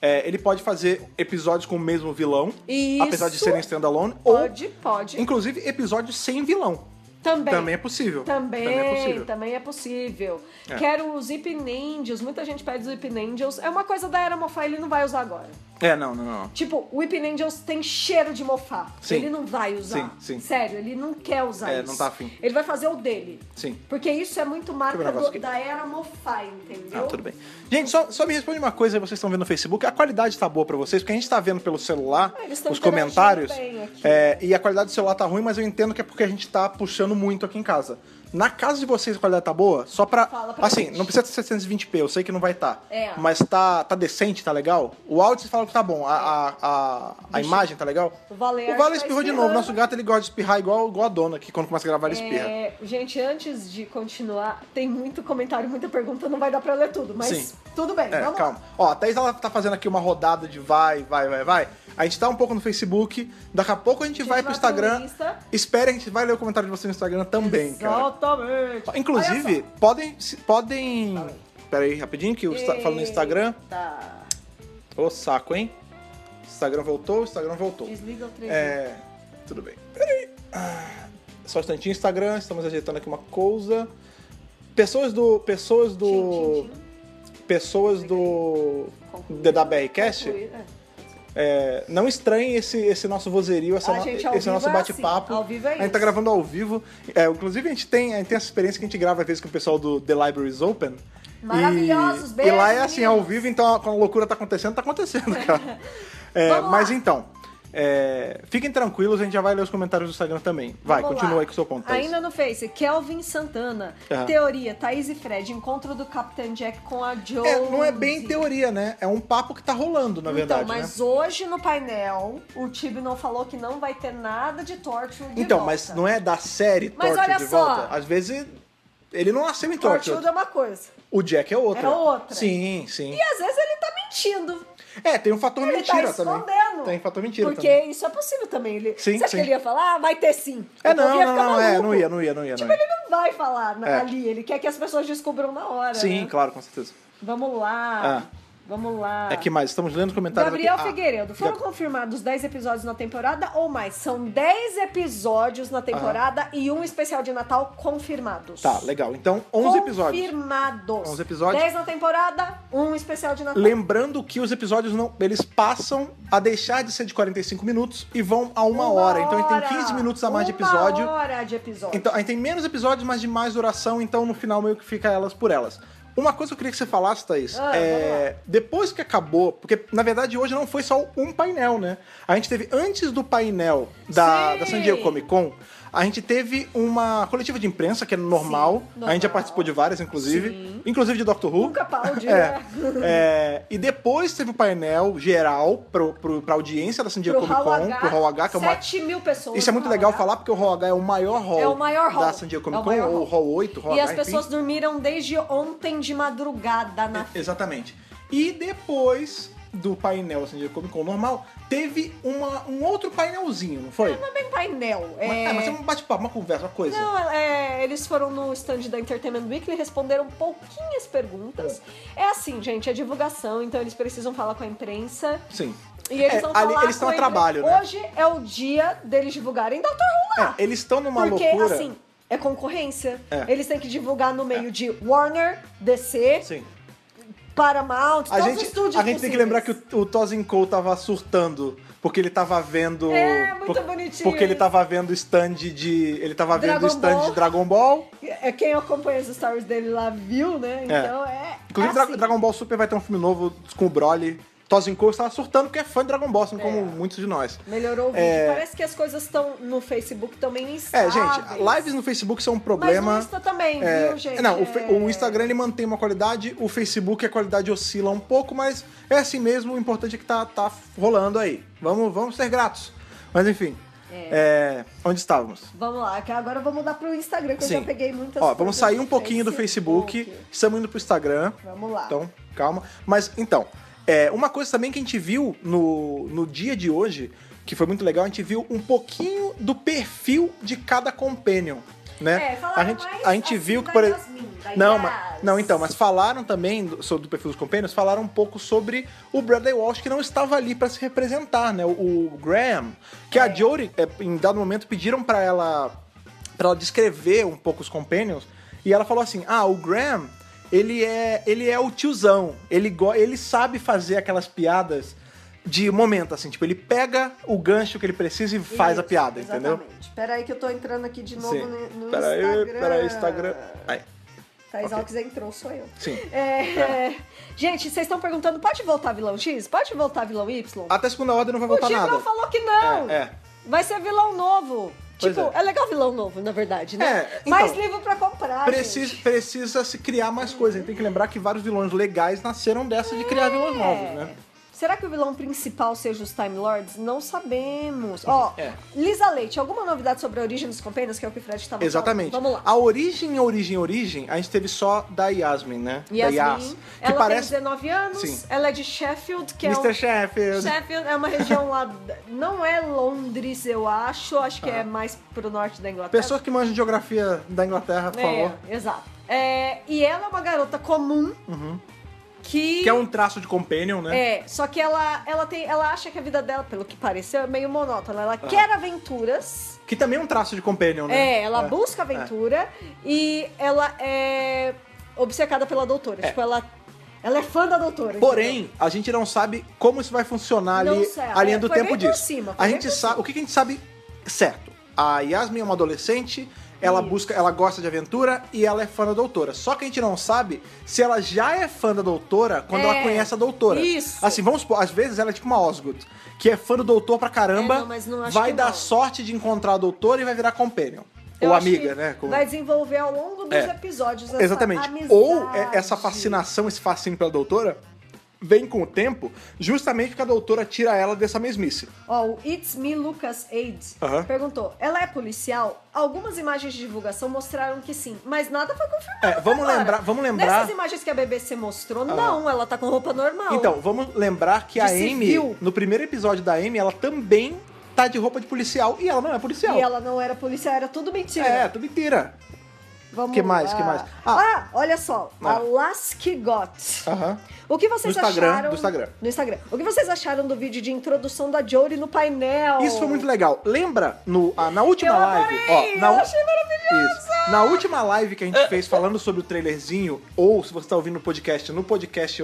Speaker 1: É, ele pode fazer episódios com o mesmo vilão,
Speaker 2: Isso.
Speaker 1: apesar de serem standalone, ou
Speaker 2: Pode, pode.
Speaker 1: inclusive episódios sem vilão.
Speaker 2: Também.
Speaker 1: Também é possível.
Speaker 2: Também,
Speaker 1: Também é possível.
Speaker 2: também é possível.
Speaker 1: É.
Speaker 2: Quero os Zip Angels, muita gente pede os Zip Angels. É uma coisa da era mofar, ele não vai usar agora.
Speaker 1: É, não, não, não.
Speaker 2: Tipo, o Whip Angels tem cheiro de mofar.
Speaker 1: Sim.
Speaker 2: Ele não vai usar.
Speaker 1: Sim, sim.
Speaker 2: Sério, ele não quer usar
Speaker 1: É,
Speaker 2: isso.
Speaker 1: não tá afim.
Speaker 2: Ele vai fazer o dele.
Speaker 1: Sim.
Speaker 2: Porque isso é
Speaker 1: Deixa
Speaker 2: muito
Speaker 1: eu ver
Speaker 2: marca
Speaker 1: um negócio
Speaker 2: do-
Speaker 1: aqui.
Speaker 2: da era mofar, entendeu?
Speaker 1: Ah, tudo bem. Gente, só, só me responde uma coisa aí, vocês estão vendo no Facebook. A qualidade tá boa pra vocês, porque a gente tá vendo pelo celular
Speaker 2: Ah, eles estão
Speaker 1: os comentários.
Speaker 2: interagindo bem aqui.
Speaker 1: é, e a qualidade do celular tá ruim, mas eu entendo que é porque a gente tá puxando muito aqui em casa. Na casa de vocês a qualidade tá boa? Só pra.
Speaker 2: Fala pra
Speaker 1: assim,
Speaker 2: gente.
Speaker 1: não precisa ser 720p, eu sei que não vai tá.
Speaker 2: É.
Speaker 1: Mas tá, tá decente, tá legal? O áudio vocês falam que tá bom. A, a, a, a imagem tá legal?
Speaker 2: O Valer
Speaker 1: o Vale
Speaker 2: tá
Speaker 1: espirrou de
Speaker 2: espirrando.
Speaker 1: novo. Nosso gato ele gosta de espirrar igual, igual a dona, que quando começa a gravar ele espirra.
Speaker 2: É, gente, antes de continuar, tem muito comentário, muita pergunta, não vai dar pra ler tudo, mas
Speaker 1: Sim.
Speaker 2: tudo bem,
Speaker 1: É,
Speaker 2: vamos lá.
Speaker 1: calma. Ó, a Thaís ela tá fazendo aqui uma rodada de vai, vai, vai, vai. A gente tá um pouco no Facebook, daqui a pouco a gente,
Speaker 2: gente
Speaker 1: vai pro
Speaker 2: vai pro
Speaker 1: Instagram.
Speaker 2: Insta.
Speaker 1: Espere, a gente vai ler o comentário de vocês no Instagram também, cara.
Speaker 2: Exatamente.
Speaker 1: Inclusive, podem. se- podem... Pera aí, rapidinho, que eu está falando no Instagram.
Speaker 2: Tá.
Speaker 1: Ô, saco, hein? Instagram voltou, Instagram voltou.
Speaker 2: Desliga o 3
Speaker 1: É. Tudo bem. Peraí. Ah, Só um instantinho, Instagram, estamos ajeitando aqui uma coisa. Pessoas do. Pessoas do. Pessoas do.
Speaker 2: Concluir.
Speaker 1: Da BRCast, é, não estranhem esse, esse nosso vozerio, essa
Speaker 2: A
Speaker 1: no-
Speaker 2: gente ao
Speaker 1: esse
Speaker 2: vivo
Speaker 1: nosso
Speaker 2: é
Speaker 1: bate-papo.
Speaker 2: assim, ao vivo é
Speaker 1: a gente tá
Speaker 2: isso.
Speaker 1: gravando ao vivo. É, inclusive, a gente, tem, a gente tem essa experiência que a gente grava às vezes com o pessoal do The Libraries Open. E-
Speaker 2: Maravilhosos,
Speaker 1: E
Speaker 2: beijos,
Speaker 1: lá é assim,
Speaker 2: meninos.
Speaker 1: ao vivo, então quando a loucura tá acontecendo, tá acontecendo, cara. É,
Speaker 2: Vamos lá.
Speaker 1: mas então, é, fiquem tranquilos, a gente já vai ler os comentários do Instagram também. Vai,
Speaker 2: Vamos
Speaker 1: continua
Speaker 2: lá.
Speaker 1: aí com o seu ponto. Thaís.
Speaker 2: Ainda no Face, Kelvin Santana.
Speaker 1: Aham.
Speaker 2: Teoria, Thaís e Fred, encontro do Capitão Jack com a Joe.
Speaker 1: É, não é bem teoria, né? É um papo que tá rolando, na verdade.
Speaker 2: Então, mas
Speaker 1: né?
Speaker 2: hoje no painel, o Tibi não falou que não vai ter nada de Torture de
Speaker 1: Então,
Speaker 2: volta.
Speaker 1: mas não é da série
Speaker 2: Mas
Speaker 1: Torture
Speaker 2: olha
Speaker 1: de
Speaker 2: só.
Speaker 1: volta. Às vezes ele não nasceu em Torture.
Speaker 2: Torture é uma coisa.
Speaker 1: O Jack é outra.
Speaker 2: É outra.
Speaker 1: Sim, sim.
Speaker 2: E às vezes ele tá mentindo.
Speaker 1: É, tem um fator
Speaker 2: Ele tá
Speaker 1: mentira
Speaker 2: escondendo.
Speaker 1: também. Tem um fator mentira
Speaker 2: Porque
Speaker 1: também.
Speaker 2: isso é possível também. Ele,
Speaker 1: Sim,
Speaker 2: você acha
Speaker 1: sim.
Speaker 2: que ele ia falar? Ah, vai ter sim.
Speaker 1: É,
Speaker 2: O povo
Speaker 1: não,
Speaker 2: ia
Speaker 1: não,
Speaker 2: ficar
Speaker 1: não, é,
Speaker 2: maluco.
Speaker 1: não ia, não ia, não ia.
Speaker 2: Tipo,
Speaker 1: não ia.
Speaker 2: ele não vai falar na-
Speaker 1: É.
Speaker 2: ali. Ele quer que as pessoas descubram na hora.
Speaker 1: Sim,
Speaker 2: né?
Speaker 1: claro, com certeza.
Speaker 2: Vamos lá.
Speaker 1: Ah.
Speaker 2: Vamos lá.
Speaker 1: É que mais, estamos lendo comentários
Speaker 2: Gabriel
Speaker 1: aqui. Ah,
Speaker 2: Figueiredo, foram
Speaker 1: Gab-
Speaker 2: confirmados 10 episódios na temporada ou mais? São 10 episódios na temporada e um especial de Natal confirmados.
Speaker 1: Tá, legal. Então, 11 episódios.
Speaker 2: Confirmados.
Speaker 1: 11 episódios.
Speaker 2: 10 na temporada, um especial de Natal.
Speaker 1: Lembrando que os episódios não, eles passam a deixar de ser de 45 minutos e vão a uma, hora. Então, a gente tem 15 minutos a mais de
Speaker 2: Uma
Speaker 1: episódio.
Speaker 2: hora de episódio.
Speaker 1: Então, aí tem menos episódios, mas de mais duração, então no final meio que fica elas por elas. Uma coisa que eu queria que você falasse, Thaís,
Speaker 2: Ah,
Speaker 1: é, depois que acabou, porque na verdade hoje não foi só um painel, né? A gente teve, antes do painel da,
Speaker 2: Sim.
Speaker 1: da San Diego Comic Con, a gente teve uma coletiva de imprensa, que é normal,
Speaker 2: normal.
Speaker 1: a gente já participou de várias, inclusive,
Speaker 2: Sim.
Speaker 1: inclusive de Doctor Who.
Speaker 2: Nunca pau de...
Speaker 1: É, é, e depois teve o painel geral pro, pro, pra audiência da San Diego
Speaker 2: pro
Speaker 1: Comic
Speaker 2: Hall
Speaker 1: Con,
Speaker 2: H,
Speaker 1: pro Hall H, que é uma,
Speaker 2: 7 mil pessoas.
Speaker 1: isso é muito
Speaker 2: no
Speaker 1: legal
Speaker 2: Hall H.
Speaker 1: falar, porque o Hall H é o maior hall,
Speaker 2: É o maior hall.
Speaker 1: da San Diego Comic
Speaker 2: É o
Speaker 1: Con,
Speaker 2: maior
Speaker 1: ou
Speaker 2: hall.
Speaker 1: Hall 8, Hall
Speaker 2: E
Speaker 1: H,
Speaker 2: as
Speaker 1: enfim.
Speaker 2: pessoas dormiram desde ontem de madrugada na
Speaker 1: Exatamente. E depois do painel da San Diego Comic Con normal, teve uma, um outro painelzinho, não foi?
Speaker 2: Não é bem painel.
Speaker 1: Mas-
Speaker 2: É...
Speaker 1: é, mas é um bate-papo, uma conversa, uma coisa.
Speaker 2: Não, é, eles foram no stand da Entertainment Weekly, responderam pouquinhas perguntas. É assim, gente, é divulgação, então eles precisam falar com a imprensa.
Speaker 1: Sim.
Speaker 2: E eles
Speaker 1: É,
Speaker 2: vão
Speaker 1: ali-
Speaker 2: falar
Speaker 1: eles estão
Speaker 2: com
Speaker 1: a trabalho, né?
Speaker 2: Hoje é o dia deles divulgarem Dr. Who lá.
Speaker 1: É, eles estão numa
Speaker 2: Porque,
Speaker 1: loucura.
Speaker 2: assim, é concorrência.
Speaker 1: É.
Speaker 2: Eles têm que divulgar no meio de Warner, DC,
Speaker 1: Sim.
Speaker 2: Paramount,
Speaker 1: A
Speaker 2: todos os
Speaker 1: gente,
Speaker 2: estúdios
Speaker 1: a gente tem que
Speaker 2: possíveis.
Speaker 1: lembrar que o, o Tozin Cole tava surtando, porque ele tava vendo.
Speaker 2: É, muito
Speaker 1: por-
Speaker 2: bonitinho.
Speaker 1: Porque ele tava vendo stand de. Ele tava vendo
Speaker 2: Dragon
Speaker 1: stand
Speaker 2: Ball.
Speaker 1: de Dragon Ball.
Speaker 2: É, Quem acompanha os stories dele lá viu, né? Então é.
Speaker 1: Inclusive,
Speaker 2: é
Speaker 1: Dra-
Speaker 2: assim.
Speaker 1: Dragon Ball Super vai ter um filme novo com o Broly. Tozin Cole estava surtando porque é fã de Dragon Ball, assim como muitos de nós.
Speaker 2: Melhorou o vídeo. Parece que as coisas estão no Facebook também nem
Speaker 1: É,
Speaker 2: estáveis.
Speaker 1: gente, lives no Facebook são um
Speaker 2: Ah, Mas
Speaker 1: problema.
Speaker 2: no Insta também,
Speaker 1: É,
Speaker 2: viu, gente?
Speaker 1: Não, o,
Speaker 2: É.
Speaker 1: fe- o Instagram ele mantém uma qualidade, o Facebook a qualidade oscila um pouco, mas é assim mesmo, o importante é que tá, tá rolando aí. Vamos, vamos ser gratos. Mas enfim, é, onde estávamos?
Speaker 2: Vamos lá, que agora eu vou mudar pro Instagram, que eu já peguei muitas
Speaker 1: Ó,
Speaker 2: coisas
Speaker 1: vamos sair
Speaker 2: do
Speaker 1: um pouquinho do Facebook, estamos indo pro Instagram.
Speaker 2: Vamos lá.
Speaker 1: Então, calma. Mas então, é, uma coisa também que a gente viu no, no dia de hoje, que foi muito legal, a gente viu um pouquinho do perfil de cada companion. Né?
Speaker 2: É, falaram
Speaker 1: a gente,
Speaker 2: mais
Speaker 1: a gente
Speaker 2: assim
Speaker 1: viu
Speaker 2: da
Speaker 1: que, por exemplo.
Speaker 2: Yasmin, da
Speaker 1: Não,
Speaker 2: Yas.
Speaker 1: mas- não, então, mas falaram também do, sobre do perfil dos companions, falaram um pouco sobre o Bradley Walsh, que não estava ali para se representar, né? O, o Graham, que a Jory, é, em dado momento, pediram para ela para ela descrever um pouco os companions, e ela falou assim: "Ah, o Graham, ele é ele é o tiozão. Ele go- ele sabe fazer aquelas piadas de momento assim, tipo, ele pega o gancho que ele precisa e faz a
Speaker 2: Isso,
Speaker 1: piada, entendeu?
Speaker 2: Exatamente. Peraí que eu tô entrando aqui de novo no, no
Speaker 1: Peraí,
Speaker 2: Instagram.
Speaker 1: peraí, Instagram. Aí,
Speaker 2: Thais
Speaker 1: Ok.
Speaker 2: Alves entrou, sou eu.
Speaker 1: sim.
Speaker 2: É, Gente, vocês estão perguntando, pode voltar vilão X? Pode voltar vilão Y?
Speaker 1: Até segunda ordem não vai
Speaker 2: o
Speaker 1: voltar
Speaker 2: Tigrão
Speaker 1: nada.
Speaker 2: falou que não.
Speaker 1: É, é.
Speaker 2: Vai ser vilão novo.
Speaker 1: Pois
Speaker 2: tipo,
Speaker 1: é.
Speaker 2: é. legal vilão novo, na verdade, né?
Speaker 1: É, então,
Speaker 2: Mais livro pra comprar.
Speaker 1: Precisa, precisa se criar mais coisas. A gente tem que lembrar que vários vilões legais nasceram dessa de criar vilões
Speaker 2: gente.
Speaker 1: novos,
Speaker 2: É.
Speaker 1: né?
Speaker 2: Será que o vilão principal seja os Time Lords? Não sabemos. Ó,
Speaker 1: É.
Speaker 2: Lisa Leite, alguma novidade sobre a origem dos Companions, que é o que o Fred tava
Speaker 1: Exatamente.
Speaker 2: falando? Vamos lá.
Speaker 1: A origem, origem, origem, a gente teve só da Yasmin, né?
Speaker 2: Yasmin,
Speaker 1: da Yas. Que
Speaker 2: ela
Speaker 1: parece.
Speaker 2: tem 19 anos,
Speaker 1: Sim.
Speaker 2: ela é de Sheffield, que é
Speaker 1: Mr.
Speaker 2: um...
Speaker 1: Sheffield.
Speaker 2: Sheffield é uma região lá, da- não é Londres, eu acho, acho que é mais pro norte da Inglaterra.
Speaker 1: Ah. Pessoas que manjam de geografia da Inglaterra, por
Speaker 2: é,
Speaker 1: favor.
Speaker 2: exato. É, e ela é uma garota comum que.
Speaker 1: Uhum. Que é um traço de companion, né?
Speaker 2: É, só que ela, ela, tem, ela acha que a vida dela, pelo que pareceu, é meio monótona. Ela quer aventuras.
Speaker 1: Que também é um traço de companion, né?
Speaker 2: É, ela busca aventura e ela é obcecada pela doutora. Tipo, ela, ela é fã da doutora.
Speaker 1: É. Porém, a gente não sabe como isso vai funcionar
Speaker 2: Não
Speaker 1: ali,
Speaker 2: sei,
Speaker 1: a linha
Speaker 2: é,
Speaker 1: do
Speaker 2: foi
Speaker 1: tempo
Speaker 2: bem por
Speaker 1: disso.
Speaker 2: cima, foi
Speaker 1: a
Speaker 2: bem
Speaker 1: gente
Speaker 2: por
Speaker 1: sabe, o que que a gente sabe certo? A Yasmin é uma adolescente, ela busca, ela gosta de aventura e ela é fã da doutora. Só que a gente não sabe se ela já é fã da doutora quando
Speaker 2: É,
Speaker 1: ela conhece a doutora.
Speaker 2: isso.
Speaker 1: Assim, vamos supor, às vezes ela é tipo uma Osgood, que é fã do doutor pra caramba,
Speaker 2: É, não, mas não acho
Speaker 1: vai
Speaker 2: que
Speaker 1: dar
Speaker 2: não.
Speaker 1: sorte de encontrar a doutora e vai virar companion.
Speaker 2: Eu
Speaker 1: Ou
Speaker 2: acho
Speaker 1: amiga,
Speaker 2: que
Speaker 1: né? Como-
Speaker 2: Vai desenvolver ao longo dos
Speaker 1: É.
Speaker 2: episódios. Essa
Speaker 1: Exatamente.
Speaker 2: amizade.
Speaker 1: Ou é- essa fascinação, esse fascínio pela doutora, vem com o tempo, justamente porque a doutora tira ela dessa mesmice.
Speaker 2: Ó, o It's Me Lucas AIDS
Speaker 1: Aham.
Speaker 2: perguntou: ela é policial? Algumas imagens de divulgação mostraram que sim, mas nada foi confirmado.
Speaker 1: É,
Speaker 2: até
Speaker 1: vamos
Speaker 2: agora.
Speaker 1: lembrar- vamos lembrar-
Speaker 2: Nessas imagens que a BBC mostrou, não, ela tá com roupa normal.
Speaker 1: Então, vamos lembrar que a
Speaker 2: De
Speaker 1: Amy,
Speaker 2: civil.
Speaker 1: no primeiro episódio da Amy, ela também tá de roupa de policial e ela não é policial.
Speaker 2: E ela não era policial, era tudo mentira.
Speaker 1: É, tudo mentira.
Speaker 2: Vamos
Speaker 1: que mais,
Speaker 2: lá.
Speaker 1: que mais?
Speaker 2: Ah,
Speaker 1: Ah.
Speaker 2: olha só,
Speaker 1: Ah.
Speaker 2: a Lasky Got.
Speaker 1: Aham.
Speaker 2: O que vocês
Speaker 1: Do Instagram,
Speaker 2: acharam...
Speaker 1: do Instagram.
Speaker 2: No Instagram. O que vocês acharam do vídeo de introdução da Jory no painel?
Speaker 1: Isso foi muito legal. Lembra no, a- na última
Speaker 2: Eu
Speaker 1: live?
Speaker 2: adorei,
Speaker 1: na,
Speaker 2: eu
Speaker 1: u-
Speaker 2: achei maravilhoso.
Speaker 1: Isso. Na última live que a gente fez falando sobre o trailerzinho, ou se você tá ouvindo o podcast, no podcast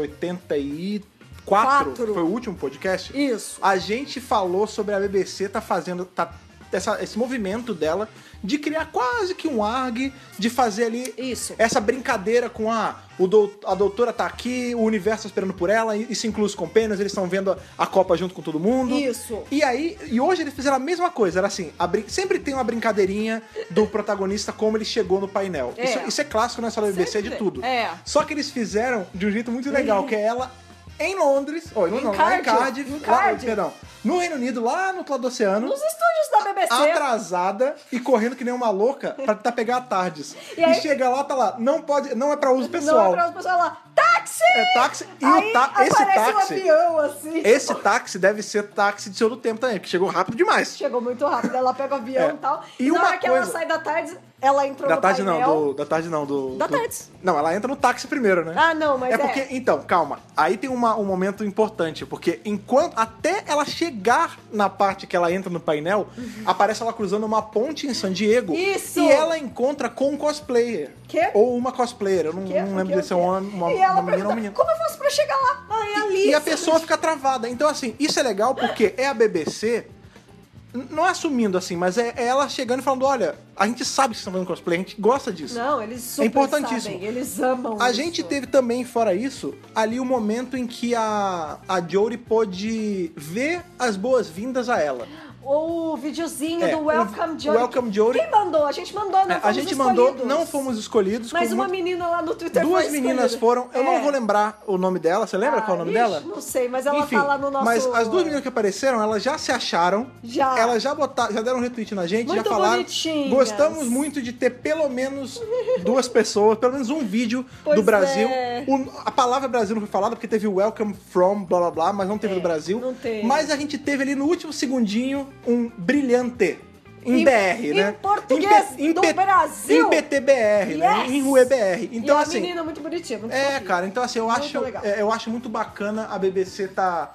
Speaker 1: 84,
Speaker 2: Quatro.
Speaker 1: foi o último podcast.
Speaker 2: Isso.
Speaker 1: A gente falou sobre a BBC tá fazendo tá, essa- esse movimento dela de criar quase que um ARG, de fazer ali
Speaker 2: Isso.
Speaker 1: essa brincadeira com a, o dou- a doutora tá aqui, o universo tá esperando por ela, e- isso inclui os companheiros, eles estão vendo a, a Copa junto com todo mundo.
Speaker 2: Isso.
Speaker 1: E aí, e hoje eles fizeram a mesma coisa, era assim, a brin- sempre tem uma brincadeirinha do protagonista como ele chegou no painel.
Speaker 2: É.
Speaker 1: Isso, isso é clássico não é só da BBC, é de
Speaker 2: Sempre.
Speaker 1: tudo.
Speaker 2: É.
Speaker 1: Só que eles fizeram de um jeito muito legal, que é ela em Londres, ou em Londres, não, lá em
Speaker 2: Cardiff,
Speaker 1: Cardiff,
Speaker 2: em
Speaker 1: lá-
Speaker 2: Cardiff.
Speaker 1: perdão, no Reino Unido, lá no outro lado do oceano,
Speaker 2: Nos estúdios da BBC.
Speaker 1: atrasada e correndo que nem uma louca pra tentar pegar a tardes.
Speaker 2: E
Speaker 1: E,
Speaker 2: aí-
Speaker 1: chega lá, tá lá, não pode, não é pra uso
Speaker 2: Não
Speaker 1: pessoal.
Speaker 2: é pra pessoas lá, táxi!
Speaker 1: É táxi e
Speaker 2: Aí
Speaker 1: o tá, esse
Speaker 2: aparece
Speaker 1: táxi.
Speaker 2: um avião, assim.
Speaker 1: esse táxi deve ser táxi de seu do tempo também, porque chegou rápido demais.
Speaker 2: Chegou muito rápido, ela pega o avião
Speaker 1: É.
Speaker 2: e tal. E,
Speaker 1: E
Speaker 2: na
Speaker 1: uma
Speaker 2: hora que ela
Speaker 1: coisa-
Speaker 2: sai da tarde, Ela entrou
Speaker 1: Da
Speaker 2: no
Speaker 1: tarde
Speaker 2: painel.
Speaker 1: não, do, da tarde não, do.
Speaker 2: Da
Speaker 1: do-
Speaker 2: tarde.
Speaker 1: Não, ela entra no táxi primeiro, né?
Speaker 2: Ah, não, mas
Speaker 1: é
Speaker 2: é.
Speaker 1: porque, então, calma. Aí tem uma- um momento importante, porque enquanto até ela chegar na parte que ela entra no painel, aparece ela cruzando uma ponte em San Diego
Speaker 2: Uhum. Isso!
Speaker 1: e ela encontra com um cosplayer.
Speaker 2: Quê?
Speaker 1: Ou uma cosplayer, eu não,
Speaker 2: Que-
Speaker 1: não
Speaker 2: que-
Speaker 1: lembro se é
Speaker 2: que-
Speaker 1: uma, uma,
Speaker 2: e ela
Speaker 1: uma menina ou um
Speaker 2: pergunta,
Speaker 1: menino.
Speaker 2: Como eu faço pra chegar lá? Ah, é ali.
Speaker 1: E a pessoa fica travada. Então, assim, isso é legal porque é a BBC. n- Não é assumindo assim, mas é, é ela chegando e falando: olha, a gente sabe que vocês estão fazendo cosplay, a gente gosta disso.
Speaker 2: Não, eles super
Speaker 1: É importantíssimo.
Speaker 2: sabem, eles amam
Speaker 1: A
Speaker 2: isso.
Speaker 1: gente teve também, fora isso, ali o momento em que a, a Jory pôde ver as boas-vindas a ela.
Speaker 2: O videozinho
Speaker 1: É,
Speaker 2: do
Speaker 1: o-
Speaker 2: Welcome Johnny.
Speaker 1: Welcome Johnny.
Speaker 2: Quem mandou? A gente mandou, não
Speaker 1: É, a
Speaker 2: fomos
Speaker 1: gente
Speaker 2: escolhidos.
Speaker 1: mandou, não fomos escolhidos.
Speaker 2: Mas
Speaker 1: com
Speaker 2: uma
Speaker 1: muito-
Speaker 2: menina lá no Twitter foi
Speaker 1: Duas
Speaker 2: escolhida.
Speaker 1: meninas foram, eu
Speaker 2: É.
Speaker 1: não vou lembrar o nome dela, você lembra
Speaker 2: Ah,
Speaker 1: qual é o nome
Speaker 2: ixi,
Speaker 1: dela?
Speaker 2: Não sei, mas ela
Speaker 1: Enfim,
Speaker 2: tá lá no nosso...
Speaker 1: Mas as duas meninas que apareceram, elas já se acharam.
Speaker 2: Já.
Speaker 1: Elas já botaram, já deram um retweet na gente, já
Speaker 2: Muito
Speaker 1: falaram.
Speaker 2: bonitinhas.
Speaker 1: Gostamos muito de ter pelo menos duas pessoas, pelo menos um vídeo
Speaker 2: Pois
Speaker 1: do Brasil.
Speaker 2: é.
Speaker 1: O- a palavra Brasil não foi falada porque teve o welcome from, blá blá blá, mas não teve
Speaker 2: É,
Speaker 1: do Brasil.
Speaker 2: não teve.
Speaker 1: Mas a gente teve ali no último segundinho um brilhante. Em,
Speaker 2: Em-
Speaker 1: BR,
Speaker 2: em
Speaker 1: né?
Speaker 2: português
Speaker 1: P-
Speaker 2: do
Speaker 1: P-
Speaker 2: Brasil.
Speaker 1: Em PTBR, né?
Speaker 2: Yes.
Speaker 1: Em RueBR.
Speaker 2: E
Speaker 1: Então,
Speaker 2: a
Speaker 1: assim.
Speaker 2: menina muito bonitinha, muito
Speaker 1: É,
Speaker 2: fofinha.
Speaker 1: cara, então assim, eu
Speaker 2: Muito
Speaker 1: acho,
Speaker 2: legal.
Speaker 1: é, eu acho muito bacana a BBC tá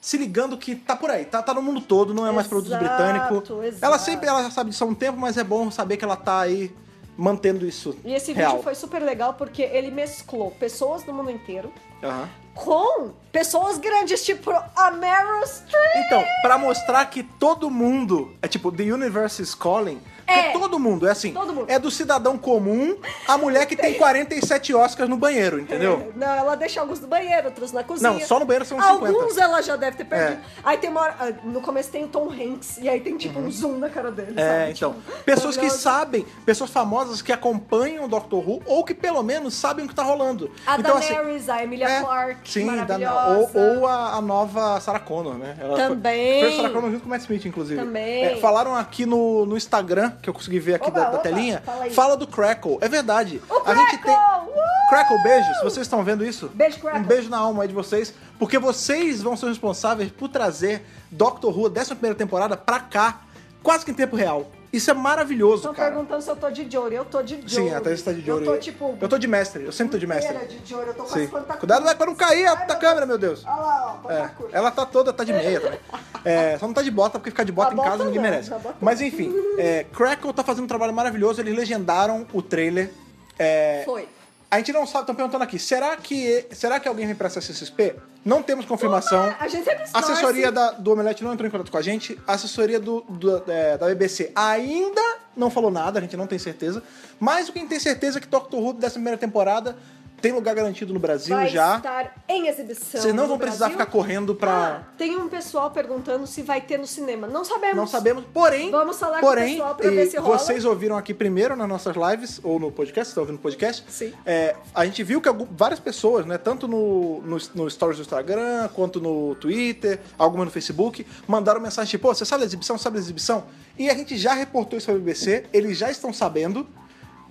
Speaker 1: se ligando que tá por aí, tá, tá no mundo todo, não é mais produto
Speaker 2: Exato,
Speaker 1: britânico.
Speaker 2: exato.
Speaker 1: Ela sempre ela já sabe disso há um tempo, mas é bom saber que ela tá aí mantendo isso.
Speaker 2: E esse
Speaker 1: real.
Speaker 2: vídeo foi super legal porque ele mesclou pessoas do mundo inteiro
Speaker 1: Aham.
Speaker 2: com pessoas grandes, tipo a Meryl Streep.
Speaker 1: Então, pra mostrar que todo mundo é tipo The Universe is Calling,
Speaker 2: É.
Speaker 1: porque todo mundo é assim,
Speaker 2: Todo mundo.
Speaker 1: é do cidadão comum à mulher que tem 47 Oscars no banheiro, entendeu?
Speaker 2: Não, ela deixa alguns no banheiro, outros na cozinha.
Speaker 1: Não, só no banheiro são 50.
Speaker 2: Alguns ela já deve ter perdido.
Speaker 1: É.
Speaker 2: Aí tem uma hora, ah, no começo tem o Tom Hanks, e aí tem tipo um zoom na cara dele,
Speaker 1: É,
Speaker 2: sabe?
Speaker 1: então.
Speaker 2: Tipo,
Speaker 1: Pessoas que
Speaker 2: maravilhoso.
Speaker 1: sabem, pessoas famosas que acompanham o Doctor Who ou que pelo menos sabem o que tá rolando.
Speaker 2: A
Speaker 1: então, assim,
Speaker 2: Daenerys, a Emilia
Speaker 1: é,
Speaker 2: Clarke,
Speaker 1: sim, da- ou,
Speaker 2: maravilhosa.
Speaker 1: ou a, a nova Sarah Connor, né? Ela foi-
Speaker 2: Também.
Speaker 1: Foi a Sarah Connor junto com o Matt Smith, inclusive.
Speaker 2: Também.
Speaker 1: É, falaram aqui no, no Instagram, que eu consegui ver aqui
Speaker 2: Oba,
Speaker 1: da, da
Speaker 2: oba,
Speaker 1: telinha.
Speaker 2: fala aí.
Speaker 1: do Crackle. É verdade.
Speaker 2: O
Speaker 1: a gente tem.
Speaker 2: Crackle! Uh!
Speaker 1: Crackle, beijo. Se vocês estão vendo isso,
Speaker 2: Beijo, Crackle.
Speaker 1: um beijo na alma aí de vocês, porque vocês vão ser responsáveis por trazer Doctor Who, a 11 temporada, pra cá, quase que em tempo real. Isso é maravilhoso,
Speaker 2: Estão
Speaker 1: cara.
Speaker 2: perguntando se eu tô de Jory. Eu tô de Jory.
Speaker 1: Sim, a Thaís tá de Jory.
Speaker 2: Eu tô tipo.
Speaker 1: Eu tô de mestre, eu sempre tô de mestre.
Speaker 2: inteira de Jory, eu tô
Speaker 1: Sim.
Speaker 2: quase fantástica.
Speaker 1: Cuidado vai pra não cair a
Speaker 2: Ai,
Speaker 1: tua
Speaker 2: meu
Speaker 1: câmera, meu Deus.
Speaker 2: Olha lá, ó, pode
Speaker 1: É,
Speaker 2: dar curto.
Speaker 1: ela tá toda, tá de meia também. É, só não tá de bota, porque ficar de bota
Speaker 2: A
Speaker 1: em
Speaker 2: bota
Speaker 1: casa ninguém
Speaker 2: não,
Speaker 1: merece.
Speaker 2: a bota
Speaker 1: Mas enfim, é, Crackle tá fazendo um trabalho maravilhoso, eles legendaram o trailer. É,
Speaker 2: Foi.
Speaker 1: a gente não sabe, estão perguntando aqui, será que, será que alguém vem pra CCXP? Não temos confirmação.
Speaker 2: A gente sempre
Speaker 1: A
Speaker 2: torce.
Speaker 1: assessoria da- do Omelete não entrou em contato com a gente. A assessoria do- do- é, da BBC ainda não falou nada, a gente não tem certeza. Mas o que a gente tem certeza é que Doctor Who dessa primeira temporada tem lugar garantido no Brasil
Speaker 2: vai
Speaker 1: já.
Speaker 2: estar em exibição.
Speaker 1: Vocês não
Speaker 2: no
Speaker 1: vão precisar
Speaker 2: Brasil.
Speaker 1: ficar correndo pra.
Speaker 2: Ah, tem um pessoal perguntando se vai ter no cinema. Não sabemos.
Speaker 1: Não sabemos, porém.
Speaker 2: Vamos falar com o
Speaker 1: porém,
Speaker 2: pessoal pra
Speaker 1: e
Speaker 2: ver se rola.
Speaker 1: Vocês ouviram aqui primeiro nas nossas lives, ou no podcast, estão ouvindo no podcast.
Speaker 2: Sim.
Speaker 1: É, a gente viu que algum- várias pessoas, né? Tanto no, no, no stories do Instagram, quanto no Twitter, algumas no Facebook, mandaram mensagem tipo, "Pô, você sabe da exibição, sabe da exibição? E a gente já reportou isso pra BBC, eles já estão sabendo.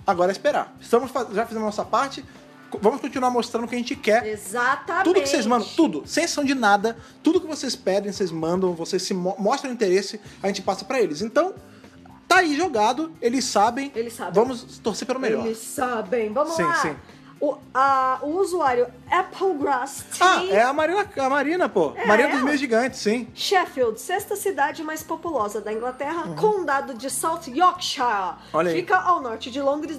Speaker 1: Agora é esperar. Estamos, faz- já fizemos a nossa parte. co- Vamos continuar mostrando o que a gente quer.
Speaker 2: Exatamente.
Speaker 1: Tudo que vocês mandam, é tudo, sem exceção de nada, tudo que vocês pedem, vocês mandam, vocês se mo- mostram interesse, a gente passa pra eles. Então, tá aí jogado, eles sabem.
Speaker 2: Eles sabem.
Speaker 1: Vamos torcer pelo melhor.
Speaker 2: Eles sabem. Vamos
Speaker 1: Sim,
Speaker 2: lá.
Speaker 1: sim.
Speaker 2: O, a- o usuário Applegrass T.
Speaker 1: Ah, é a Marina, a Marina pô.
Speaker 2: É
Speaker 1: Marina dos
Speaker 2: ela.
Speaker 1: Meios Gigantes, sim.
Speaker 2: Sheffield, sexta cidade mais populosa da Inglaterra, condado de South Yorkshire.
Speaker 1: Uhum. Olha aí.
Speaker 2: Fica ao norte de Londres,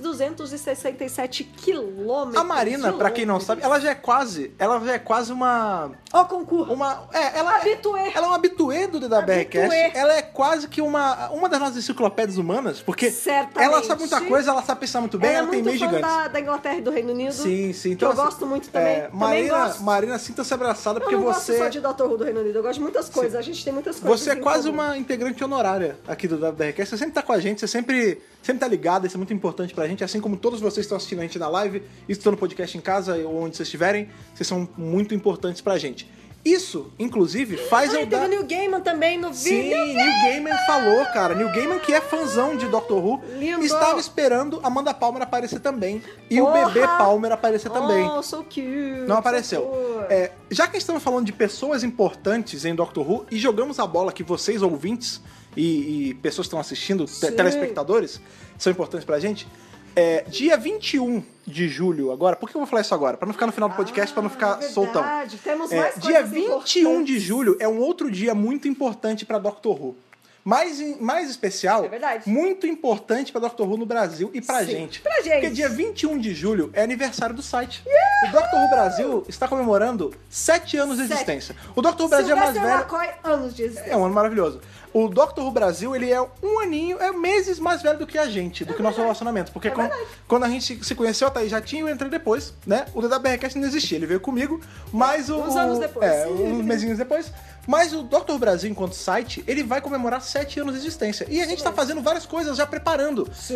Speaker 2: 267 quilômetros.
Speaker 1: A Marina,
Speaker 2: de
Speaker 1: pra quem não
Speaker 2: Londres.
Speaker 1: sabe, ela já é quase, ela já é quase uma
Speaker 2: Ó, concurso.
Speaker 1: uma, é, ela
Speaker 2: Habitué.
Speaker 1: Ela é uma habituê do DWRcast.
Speaker 2: Habitué.
Speaker 1: Ela é quase que uma uma das nossas enciclopédias humanas, porque
Speaker 2: Certamente.
Speaker 1: ela sabe muita coisa, ela sabe pensar muito bem,
Speaker 2: Ela
Speaker 1: ela,
Speaker 2: é
Speaker 1: tem
Speaker 2: muito
Speaker 1: meios
Speaker 2: fã
Speaker 1: gigantes.
Speaker 2: da, da Inglaterra e do Reino Unido.
Speaker 1: Sim, sim.
Speaker 2: que
Speaker 1: Então,
Speaker 2: eu
Speaker 1: assim,
Speaker 2: gosto muito também.
Speaker 1: é,
Speaker 2: Também
Speaker 1: Marina,
Speaker 2: gosto.
Speaker 1: Marina, sinta-se abraçada
Speaker 2: eu
Speaker 1: porque
Speaker 2: não
Speaker 1: você.
Speaker 2: gosto só de Dr. Who do Reino Unido, eu gosto de muitas coisas. A gente tem muitas coisas.
Speaker 1: Você é
Speaker 2: em
Speaker 1: quase
Speaker 2: comum.
Speaker 1: uma integrante honorária aqui do WDRcast. Você sempre tá com a gente, você sempre, sempre tá ligada, isso é muito importante pra gente. Assim como todos vocês que estão assistindo a gente na live, estão no podcast em casa ou onde vocês estiverem, vocês são muito importantes pra gente. Isso, inclusive, faz
Speaker 2: Ah,
Speaker 1: eu
Speaker 2: e teve
Speaker 1: dar...
Speaker 2: o Neil Gaiman também no
Speaker 1: Sim,
Speaker 2: vídeo.
Speaker 1: Neil Gaiman falou, cara. Neil Gaiman, que é fãzão de Doctor Who,
Speaker 2: Lindo.
Speaker 1: estava esperando Amanda Palmer aparecer também. E o
Speaker 2: Porra!
Speaker 1: bebê Palmer aparecer também.
Speaker 2: Oh, so cute.
Speaker 1: Não
Speaker 2: so
Speaker 1: apareceu.
Speaker 2: cute.
Speaker 1: É, já que estamos falando de pessoas importantes em Doctor Who e jogamos a bola que vocês, ouvintes, e, e pessoas que estão assistindo, te- telespectadores, são importantes pra gente. É, dia 21 de julho agora, por que eu vou falar isso agora? Pra não ficar no final do podcast, é pra não ficar soltão.
Speaker 2: Ah, é Verdade, temos
Speaker 1: É,
Speaker 2: mais
Speaker 1: dia
Speaker 2: coisas
Speaker 1: 21
Speaker 2: importantes.
Speaker 1: de julho é um outro dia muito importante pra Doctor Who. Mais, em- mais especial,
Speaker 2: É verdade.
Speaker 1: muito importante pra Doctor Who no Brasil e pra
Speaker 2: Sim,
Speaker 1: gente.
Speaker 2: pra gente.
Speaker 1: Porque dia 21 de julho é aniversário do site. O Doctor Who Brasil está comemorando 7 anos de
Speaker 2: Sete.
Speaker 1: existência. O Doctor Who Brasil é mais
Speaker 2: Sylvester
Speaker 1: velho.
Speaker 2: McCoy, anos de existência.
Speaker 1: É um ano maravilhoso. O Doctor Who Brasil, ele é um aninho, é meses mais velho do que a gente, do
Speaker 2: É
Speaker 1: que o nosso relacionamento. Porque quan- quando, a gente se conheceu, a Thaís já tinha, eu entrei depois, né? O DWRcast não existia, ele veio comigo, mas o...
Speaker 2: Uns anos depois.
Speaker 1: É, uns mesinhos depois. Mas o Doctor Who Brasil, enquanto site, ele vai comemorar sete anos de existência. E a gente tá fazendo várias coisas, já preparando.
Speaker 2: Sim.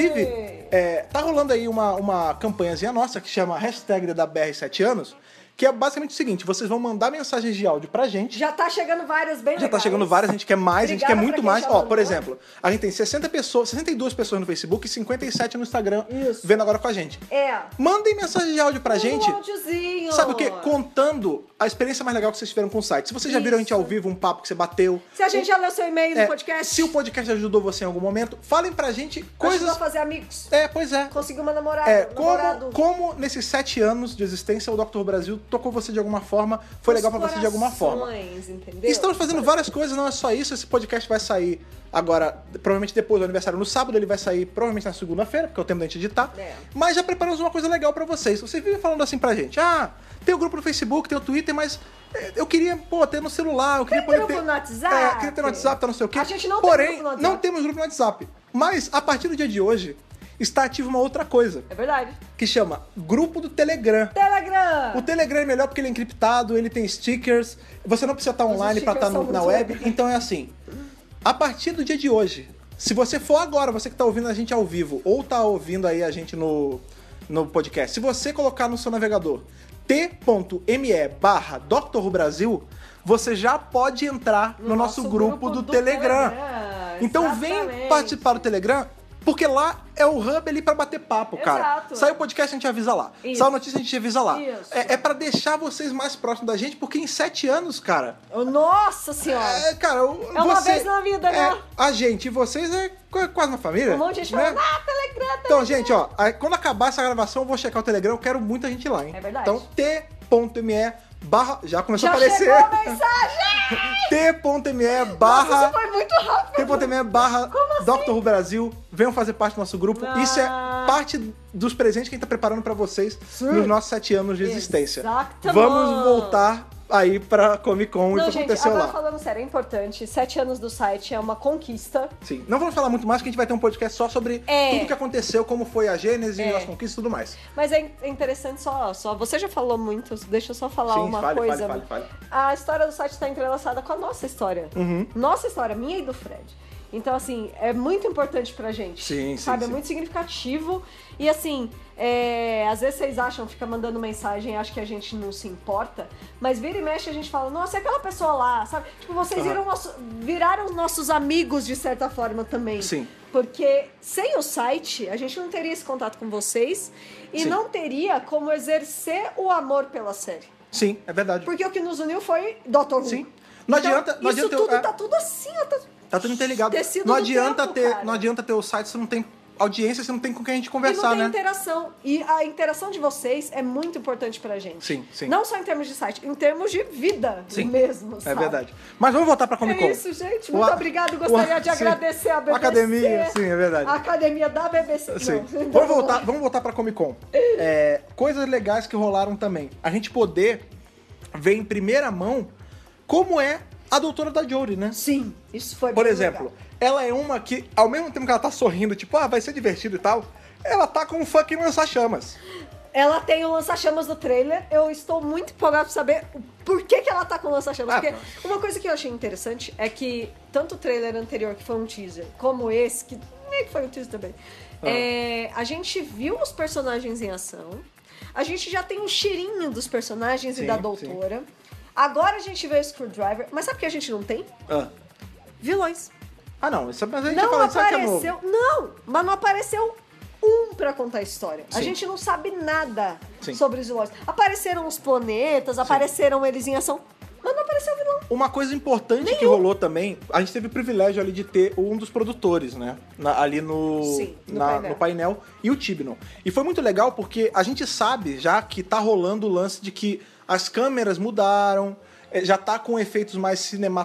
Speaker 1: Inclusive, é, tá rolando aí uma, uma campanhazinha nossa que chama hashtag DWR7 anos, que é basicamente o seguinte, vocês vão mandar mensagens de áudio pra gente,
Speaker 2: Já tá chegando várias bem
Speaker 1: já tá
Speaker 2: legais.
Speaker 1: chegando várias, a gente quer mais, a gente
Speaker 2: Obrigada
Speaker 1: quer
Speaker 2: pra
Speaker 1: muito
Speaker 2: quem
Speaker 1: mais.
Speaker 2: já
Speaker 1: Ó,
Speaker 2: mandou.
Speaker 1: por exemplo, a gente tem 60 pessoas, 62 pessoas no Facebook e 57 no Instagram
Speaker 2: Isso.
Speaker 1: vendo agora com a gente.
Speaker 2: É.
Speaker 1: Mandem mensagem de áudio pra gente.
Speaker 2: Um áudiozinho.
Speaker 1: Sabe o quê? Contando a experiência mais legal que vocês tiveram com o site. Se vocês já viram a gente
Speaker 2: Isso.
Speaker 1: ao vivo, um papo que você bateu.
Speaker 2: Se a gente já leu seu e-mail
Speaker 1: É,
Speaker 2: no podcast,
Speaker 1: Se o podcast ajudou você em algum momento, falem pra gente
Speaker 2: coisas... a
Speaker 1: coisas.
Speaker 2: fazer amigos.
Speaker 1: É, pois é.
Speaker 2: Conseguiu uma namorada, um
Speaker 1: É,
Speaker 2: namorado.
Speaker 1: como, como nesses sete anos de existência, o Dr. Brasil tocou você de alguma forma, foi legal pra você de alguma forma.
Speaker 2: Corações, Entendeu?
Speaker 1: Estamos fazendo várias coisas, não é só isso. Esse podcast vai sair agora, provavelmente depois do aniversário no sábado, ele vai sair provavelmente na segunda-feira, porque é o tempo da gente editar.
Speaker 2: É.
Speaker 1: Mas já preparamos uma coisa legal pra vocês. Você vive falando assim pra gente: ah, tem o grupo no Facebook, tem o Twitter, mas é, eu queria, pô, ter no celular, eu queria
Speaker 2: Tem
Speaker 1: poder
Speaker 2: grupo
Speaker 1: ter.
Speaker 2: no WhatsApp.
Speaker 1: É, queria ter no WhatsApp, tá não sei o quê.
Speaker 2: A gente não tem
Speaker 1: Porém,
Speaker 2: grupo no WhatsApp.
Speaker 1: não temos grupo no WhatsApp. Mas a partir do dia de hoje, está ativa uma outra coisa,
Speaker 2: É verdade.
Speaker 1: que chama Grupo do Telegram.
Speaker 2: Telegram.
Speaker 1: O Telegram é melhor porque ele é encriptado, ele tem stickers. Você não precisa estar online pra
Speaker 2: stickers
Speaker 1: estar no-
Speaker 2: são
Speaker 1: na
Speaker 2: muito
Speaker 1: web. Então é assim. A partir do dia de hoje, se você for agora, você que tá ouvindo a gente ao vivo, ou tá ouvindo aí a gente no, no podcast, se você colocar no seu navegador t.me barra Dr. Who Brasil, você já pode entrar no, nosso, grupo, do, Telegram. Então vem
Speaker 2: exatamente.
Speaker 1: participar do Telegram, porque lá é o hub ali pra bater papo, cara.
Speaker 2: Exato.
Speaker 1: Sai o podcast, a gente avisa lá.
Speaker 2: Isso.
Speaker 1: Sai a notícia, a gente avisa lá.
Speaker 2: Isso.
Speaker 1: É, é pra deixar vocês mais próximos da gente, porque em sete anos, cara...
Speaker 2: Oh, Nossa senhora.
Speaker 1: É, cara, o-
Speaker 2: É uma
Speaker 1: você-
Speaker 2: vez na vida, né?
Speaker 1: é, a gente e vocês é qu- quase uma família.
Speaker 2: Um monte de gente
Speaker 1: né?
Speaker 2: falando, ah, Telegram,
Speaker 1: Então, gente, ó, aí, quando acabar essa gravação, eu vou checar o Telegram, eu quero muita gente lá, hein?
Speaker 2: É verdade.
Speaker 1: Então, t.me barra... Já começou
Speaker 2: Já
Speaker 1: a aparecer.
Speaker 2: chegou a mensagem!
Speaker 1: t.me
Speaker 2: Nossa,
Speaker 1: barra...
Speaker 2: isso foi muito rápido.
Speaker 1: Tempo.me
Speaker 2: assim?
Speaker 1: barra Dr. Who Brasil. Venham fazer parte do nosso grupo.
Speaker 2: Não.
Speaker 1: Isso é parte dos presentes que a gente tá preparando pra vocês nos nossos sete anos de existência.
Speaker 2: Exatamente.
Speaker 1: Vamos voltar aí pra Comic Con e o
Speaker 2: Não,
Speaker 1: que
Speaker 2: gente,
Speaker 1: aconteceu
Speaker 2: agora
Speaker 1: lá.
Speaker 2: falando sério, é importante. Sete anos do site é uma conquista.
Speaker 1: Sim. Não vamos falar muito mais, que a gente vai ter um podcast só sobre
Speaker 2: É.
Speaker 1: tudo que aconteceu, como foi a Gênese,
Speaker 2: É.
Speaker 1: as conquistas e tudo mais.
Speaker 2: Mas é in- é interessante só, só. Você já falou muito, deixa eu só falar
Speaker 1: Sim,
Speaker 2: uma
Speaker 1: fale,
Speaker 2: coisa. né?
Speaker 1: fale, fale, fale.
Speaker 2: A história do site está entrelaçada com a nossa história.
Speaker 1: Uhum.
Speaker 2: Nossa história, minha e do Fred. Então, assim, é muito importante pra gente.
Speaker 1: Sim, sim,
Speaker 2: Sabe?
Speaker 1: sim.
Speaker 2: É muito significativo. E assim, é, às vezes vocês acham, fica mandando mensagem, acha que a gente não se importa. Mas vira e mexe, a gente fala, nossa, é aquela pessoa lá, sabe? Tipo, vocês
Speaker 1: Aham.
Speaker 2: viram nosso- viraram nossos amigos de certa forma também.
Speaker 1: Sim.
Speaker 2: Porque sem o site, a gente não teria esse contato com vocês e
Speaker 1: Sim.
Speaker 2: não teria como exercer o amor pela série.
Speaker 1: Sim, é verdade.
Speaker 2: Porque o que nos uniu foi Dr. Who.
Speaker 1: Sim. Não
Speaker 2: Então,
Speaker 1: adianta- não
Speaker 2: isso
Speaker 1: adianta eu-
Speaker 2: tudo
Speaker 1: é.
Speaker 2: tá tudo assim, ó, tá...
Speaker 1: Tá tudo interligado.
Speaker 2: Tecido
Speaker 1: Não
Speaker 2: do
Speaker 1: adianta,
Speaker 2: tempo,
Speaker 1: ter,
Speaker 2: cara.
Speaker 1: não adianta ter o site se não tem audiência, se não tem com quem a gente
Speaker 2: E não
Speaker 1: conversar,
Speaker 2: tem
Speaker 1: né?
Speaker 2: interação. E a interação de vocês é muito importante pra gente.
Speaker 1: Sim, sim.
Speaker 2: Não só em termos de site, em termos de vida
Speaker 1: Sim.
Speaker 2: mesmo,
Speaker 1: É
Speaker 2: sabe?
Speaker 1: verdade. Mas vamos voltar pra Comic Con.
Speaker 2: É isso, gente. Muito
Speaker 1: O-
Speaker 2: obrigado. Gostaria
Speaker 1: o-
Speaker 2: de
Speaker 1: sim.
Speaker 2: agradecer a BBC.
Speaker 1: Academia, sim, é verdade.
Speaker 2: A academia da BBC. Não.
Speaker 1: Sim. Vamos voltar, vamos voltar pra Comic Con. É, coisas legais que rolaram também. A gente poder ver em primeira mão como é a doutora da Jory, né?
Speaker 2: Sim, isso foi
Speaker 1: Por
Speaker 2: bem
Speaker 1: exemplo,
Speaker 2: legal.
Speaker 1: ela é uma que, ao mesmo tempo que ela tá sorrindo, tipo, ah, vai ser divertido e tal, ela tá com um fucking lança-chamas.
Speaker 2: Ela tem o lança-chamas no trailer. Eu estou muito empolgada pra saber o- por que, que ela tá com o lança-chamas.
Speaker 1: Ah,
Speaker 2: Porque uma coisa que eu achei interessante é que tanto o trailer anterior, que foi um teaser, como esse, que meio que foi um teaser também,
Speaker 1: Ah.
Speaker 2: é, a gente viu os personagens em ação. A gente já tem um cheirinho dos personagens
Speaker 1: Sim,
Speaker 2: e da
Speaker 1: sim.
Speaker 2: doutora. Agora a gente vê o Screwdriver. Mas sabe o que a gente não tem?
Speaker 1: Ah.
Speaker 2: Vilões.
Speaker 1: Ah, não, isso, mas a gente
Speaker 2: Não
Speaker 1: fala, isso aqui é novo.
Speaker 2: apareceu. Não, mas não apareceu um pra contar a história. A
Speaker 1: Sim.
Speaker 2: gente não sabe nada
Speaker 1: Sim.
Speaker 2: sobre os vilões. Apareceram os planetas, apareceram eles em ação. Mas não apareceu vilão.
Speaker 1: Uma coisa importante que rolou também, a gente teve o privilégio ali de ter um dos produtores, né? Na- ali no,
Speaker 2: Sim, no
Speaker 1: na-
Speaker 2: painel.
Speaker 1: no painel e o Tibnon. E foi muito legal porque a gente sabe já que tá rolando o lance de que as câmeras mudaram, eh, já tá com efeitos mais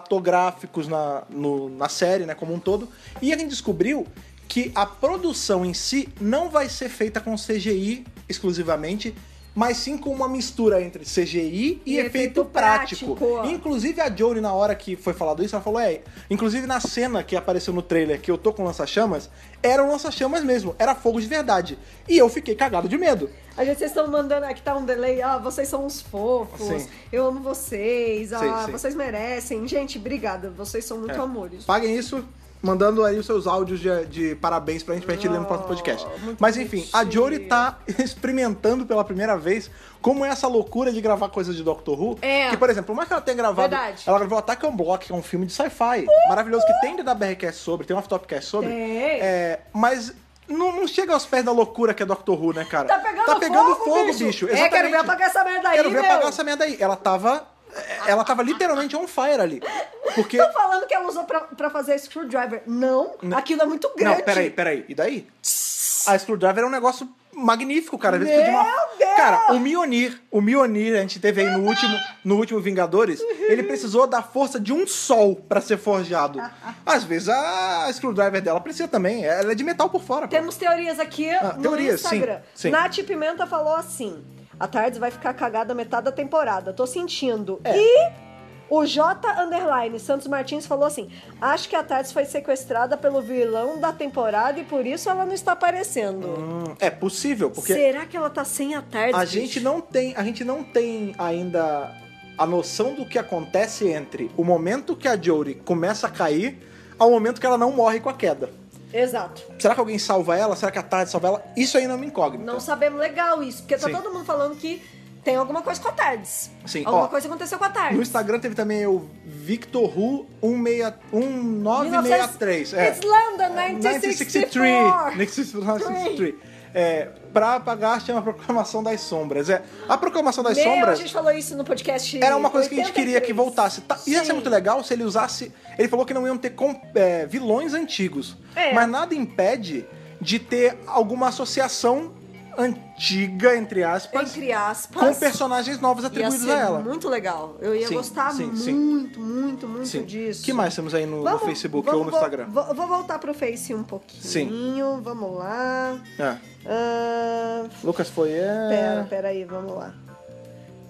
Speaker 1: cinematográficos na, no- na série, né? Como um todo. E a gente descobriu que a produção em si não vai ser feita com CGI exclusivamente, mas sim com uma mistura entre CGI e,
Speaker 2: E
Speaker 1: efeito,
Speaker 2: efeito
Speaker 1: prático.
Speaker 2: prático.
Speaker 1: Inclusive a Jory, na hora que foi falado isso, ela falou: é, inclusive na cena que apareceu no trailer que eu tô com lança-chamas, era um lança-chamas mesmo, era fogo de verdade. E eu fiquei cagado de medo.
Speaker 2: A gente, vocês estão mandando aqui, tá um delay. Ah, vocês são uns fofos.
Speaker 1: Sim.
Speaker 2: Eu amo vocês. Ah,
Speaker 1: Sim, sim.
Speaker 2: vocês merecem. Gente, obrigada. Vocês são muito
Speaker 1: É.
Speaker 2: amores.
Speaker 1: Paguem isso, mandando aí os seus áudios de, de parabéns pra gente, pra gente ler no próximo podcast.
Speaker 2: Ah, muito
Speaker 1: Mas enfim, a
Speaker 2: bonitinho.
Speaker 1: Jory tá experimentando pela primeira vez como é essa loucura de gravar coisas de Doctor Who.
Speaker 2: É.
Speaker 1: Que, por exemplo, por mais que ela tenha gravado.
Speaker 2: Verdade.
Speaker 1: Ela gravou Attack on Block, que é um filme de sci-fi maravilhoso, que tem da BRCast sobre, tem um off-topcast sobre.
Speaker 2: Tem.
Speaker 1: É, mas. Não, não chega aos pés da loucura que é Doctor Who, né, cara?
Speaker 2: Tá pegando,
Speaker 1: fogo, bicho.
Speaker 2: É, quero ver
Speaker 1: exatamente.
Speaker 2: apagar essa merda aí,
Speaker 1: Quero ver
Speaker 2: meu.
Speaker 1: apagar essa merda aí. Ela tava. é, Ela tava literalmente on fire ali. Porque.
Speaker 2: Estão falando que ela usou pra, pra fazer screwdriver. Não,
Speaker 1: Não.
Speaker 2: aquilo é muito grande.
Speaker 1: Não, peraí, peraí. E daí? A screwdriver é um negócio magnífico, cara. Às vezes
Speaker 2: Meu
Speaker 1: precisa de uma...
Speaker 2: Deus!
Speaker 1: Cara, o Mionir, o Mionir, a gente teve aí no último, no último Vingadores,
Speaker 2: Uhum.
Speaker 1: ele precisou da força de um sol pra ser forjado. Às vezes a screwdriver dela precisa também. Ela é de metal por fora. pô.
Speaker 2: Temos teorias aqui
Speaker 1: Ah,
Speaker 2: no
Speaker 1: teorias,
Speaker 2: Instagram.
Speaker 1: sim, sim.
Speaker 2: Nath Pimenta falou assim: a tarde vai ficar cagada metade da temporada. Tô sentindo.
Speaker 1: É.
Speaker 2: E o J Underline Santos Martins falou assim: acho que a Tardes foi sequestrada pelo vilão da temporada e por isso ela não está aparecendo.
Speaker 1: Hum, é possível, porque
Speaker 2: Será que ela tá sem a Tardes?
Speaker 1: a gente não tem, a gente não tem ainda a noção do que acontece entre o momento que a Jory começa a cair ao momento que ela não morre com a queda.
Speaker 2: Exato.
Speaker 1: Será que alguém salva ela? Será que a Tarde salva ela? Isso ainda é uma incógnita.
Speaker 2: Não sabemos legal isso, porque tá
Speaker 1: Sim.
Speaker 2: todo mundo falando que tem alguma coisa com a Tardes.
Speaker 1: Sim,
Speaker 2: Alguma
Speaker 1: ó,
Speaker 2: coisa aconteceu com a Tardes.
Speaker 1: No Instagram teve também o Victor Hu 16- 1963. É.
Speaker 2: It's London 1963.
Speaker 1: 1963. É, pra apagar chama Proclamação das Sombras. É, a Proclamação das
Speaker 2: Meu,
Speaker 1: Sombras
Speaker 2: a gente falou isso no podcast.
Speaker 1: era uma coisa que a gente queria que
Speaker 2: 83.
Speaker 1: voltasse. Tá, ia
Speaker 2: Sim.
Speaker 1: ser muito legal se ele usasse. Ele falou que não iam ter com- é, vilões antigos.
Speaker 2: É.
Speaker 1: Mas nada impede de ter alguma associação antiga, entre aspas,
Speaker 2: Entre aspas.
Speaker 1: com personagens novos
Speaker 2: ia
Speaker 1: atribuídos
Speaker 2: ser
Speaker 1: a ela.
Speaker 2: muito legal. Eu ia
Speaker 1: Sim,
Speaker 2: gostar
Speaker 1: sim,
Speaker 2: muito,
Speaker 1: sim.
Speaker 2: muito, muito
Speaker 1: Sim.
Speaker 2: disso.
Speaker 1: que mais temos aí no, no
Speaker 2: Vamos-
Speaker 1: Facebook
Speaker 2: vamos
Speaker 1: ou no
Speaker 2: vo-
Speaker 1: Instagram?
Speaker 2: Vou, vou voltar pro Face um pouquinho. Vamos lá.
Speaker 1: É.
Speaker 2: Ah,
Speaker 1: Lucas foi. É...
Speaker 2: pera, pera aí, vamos lá.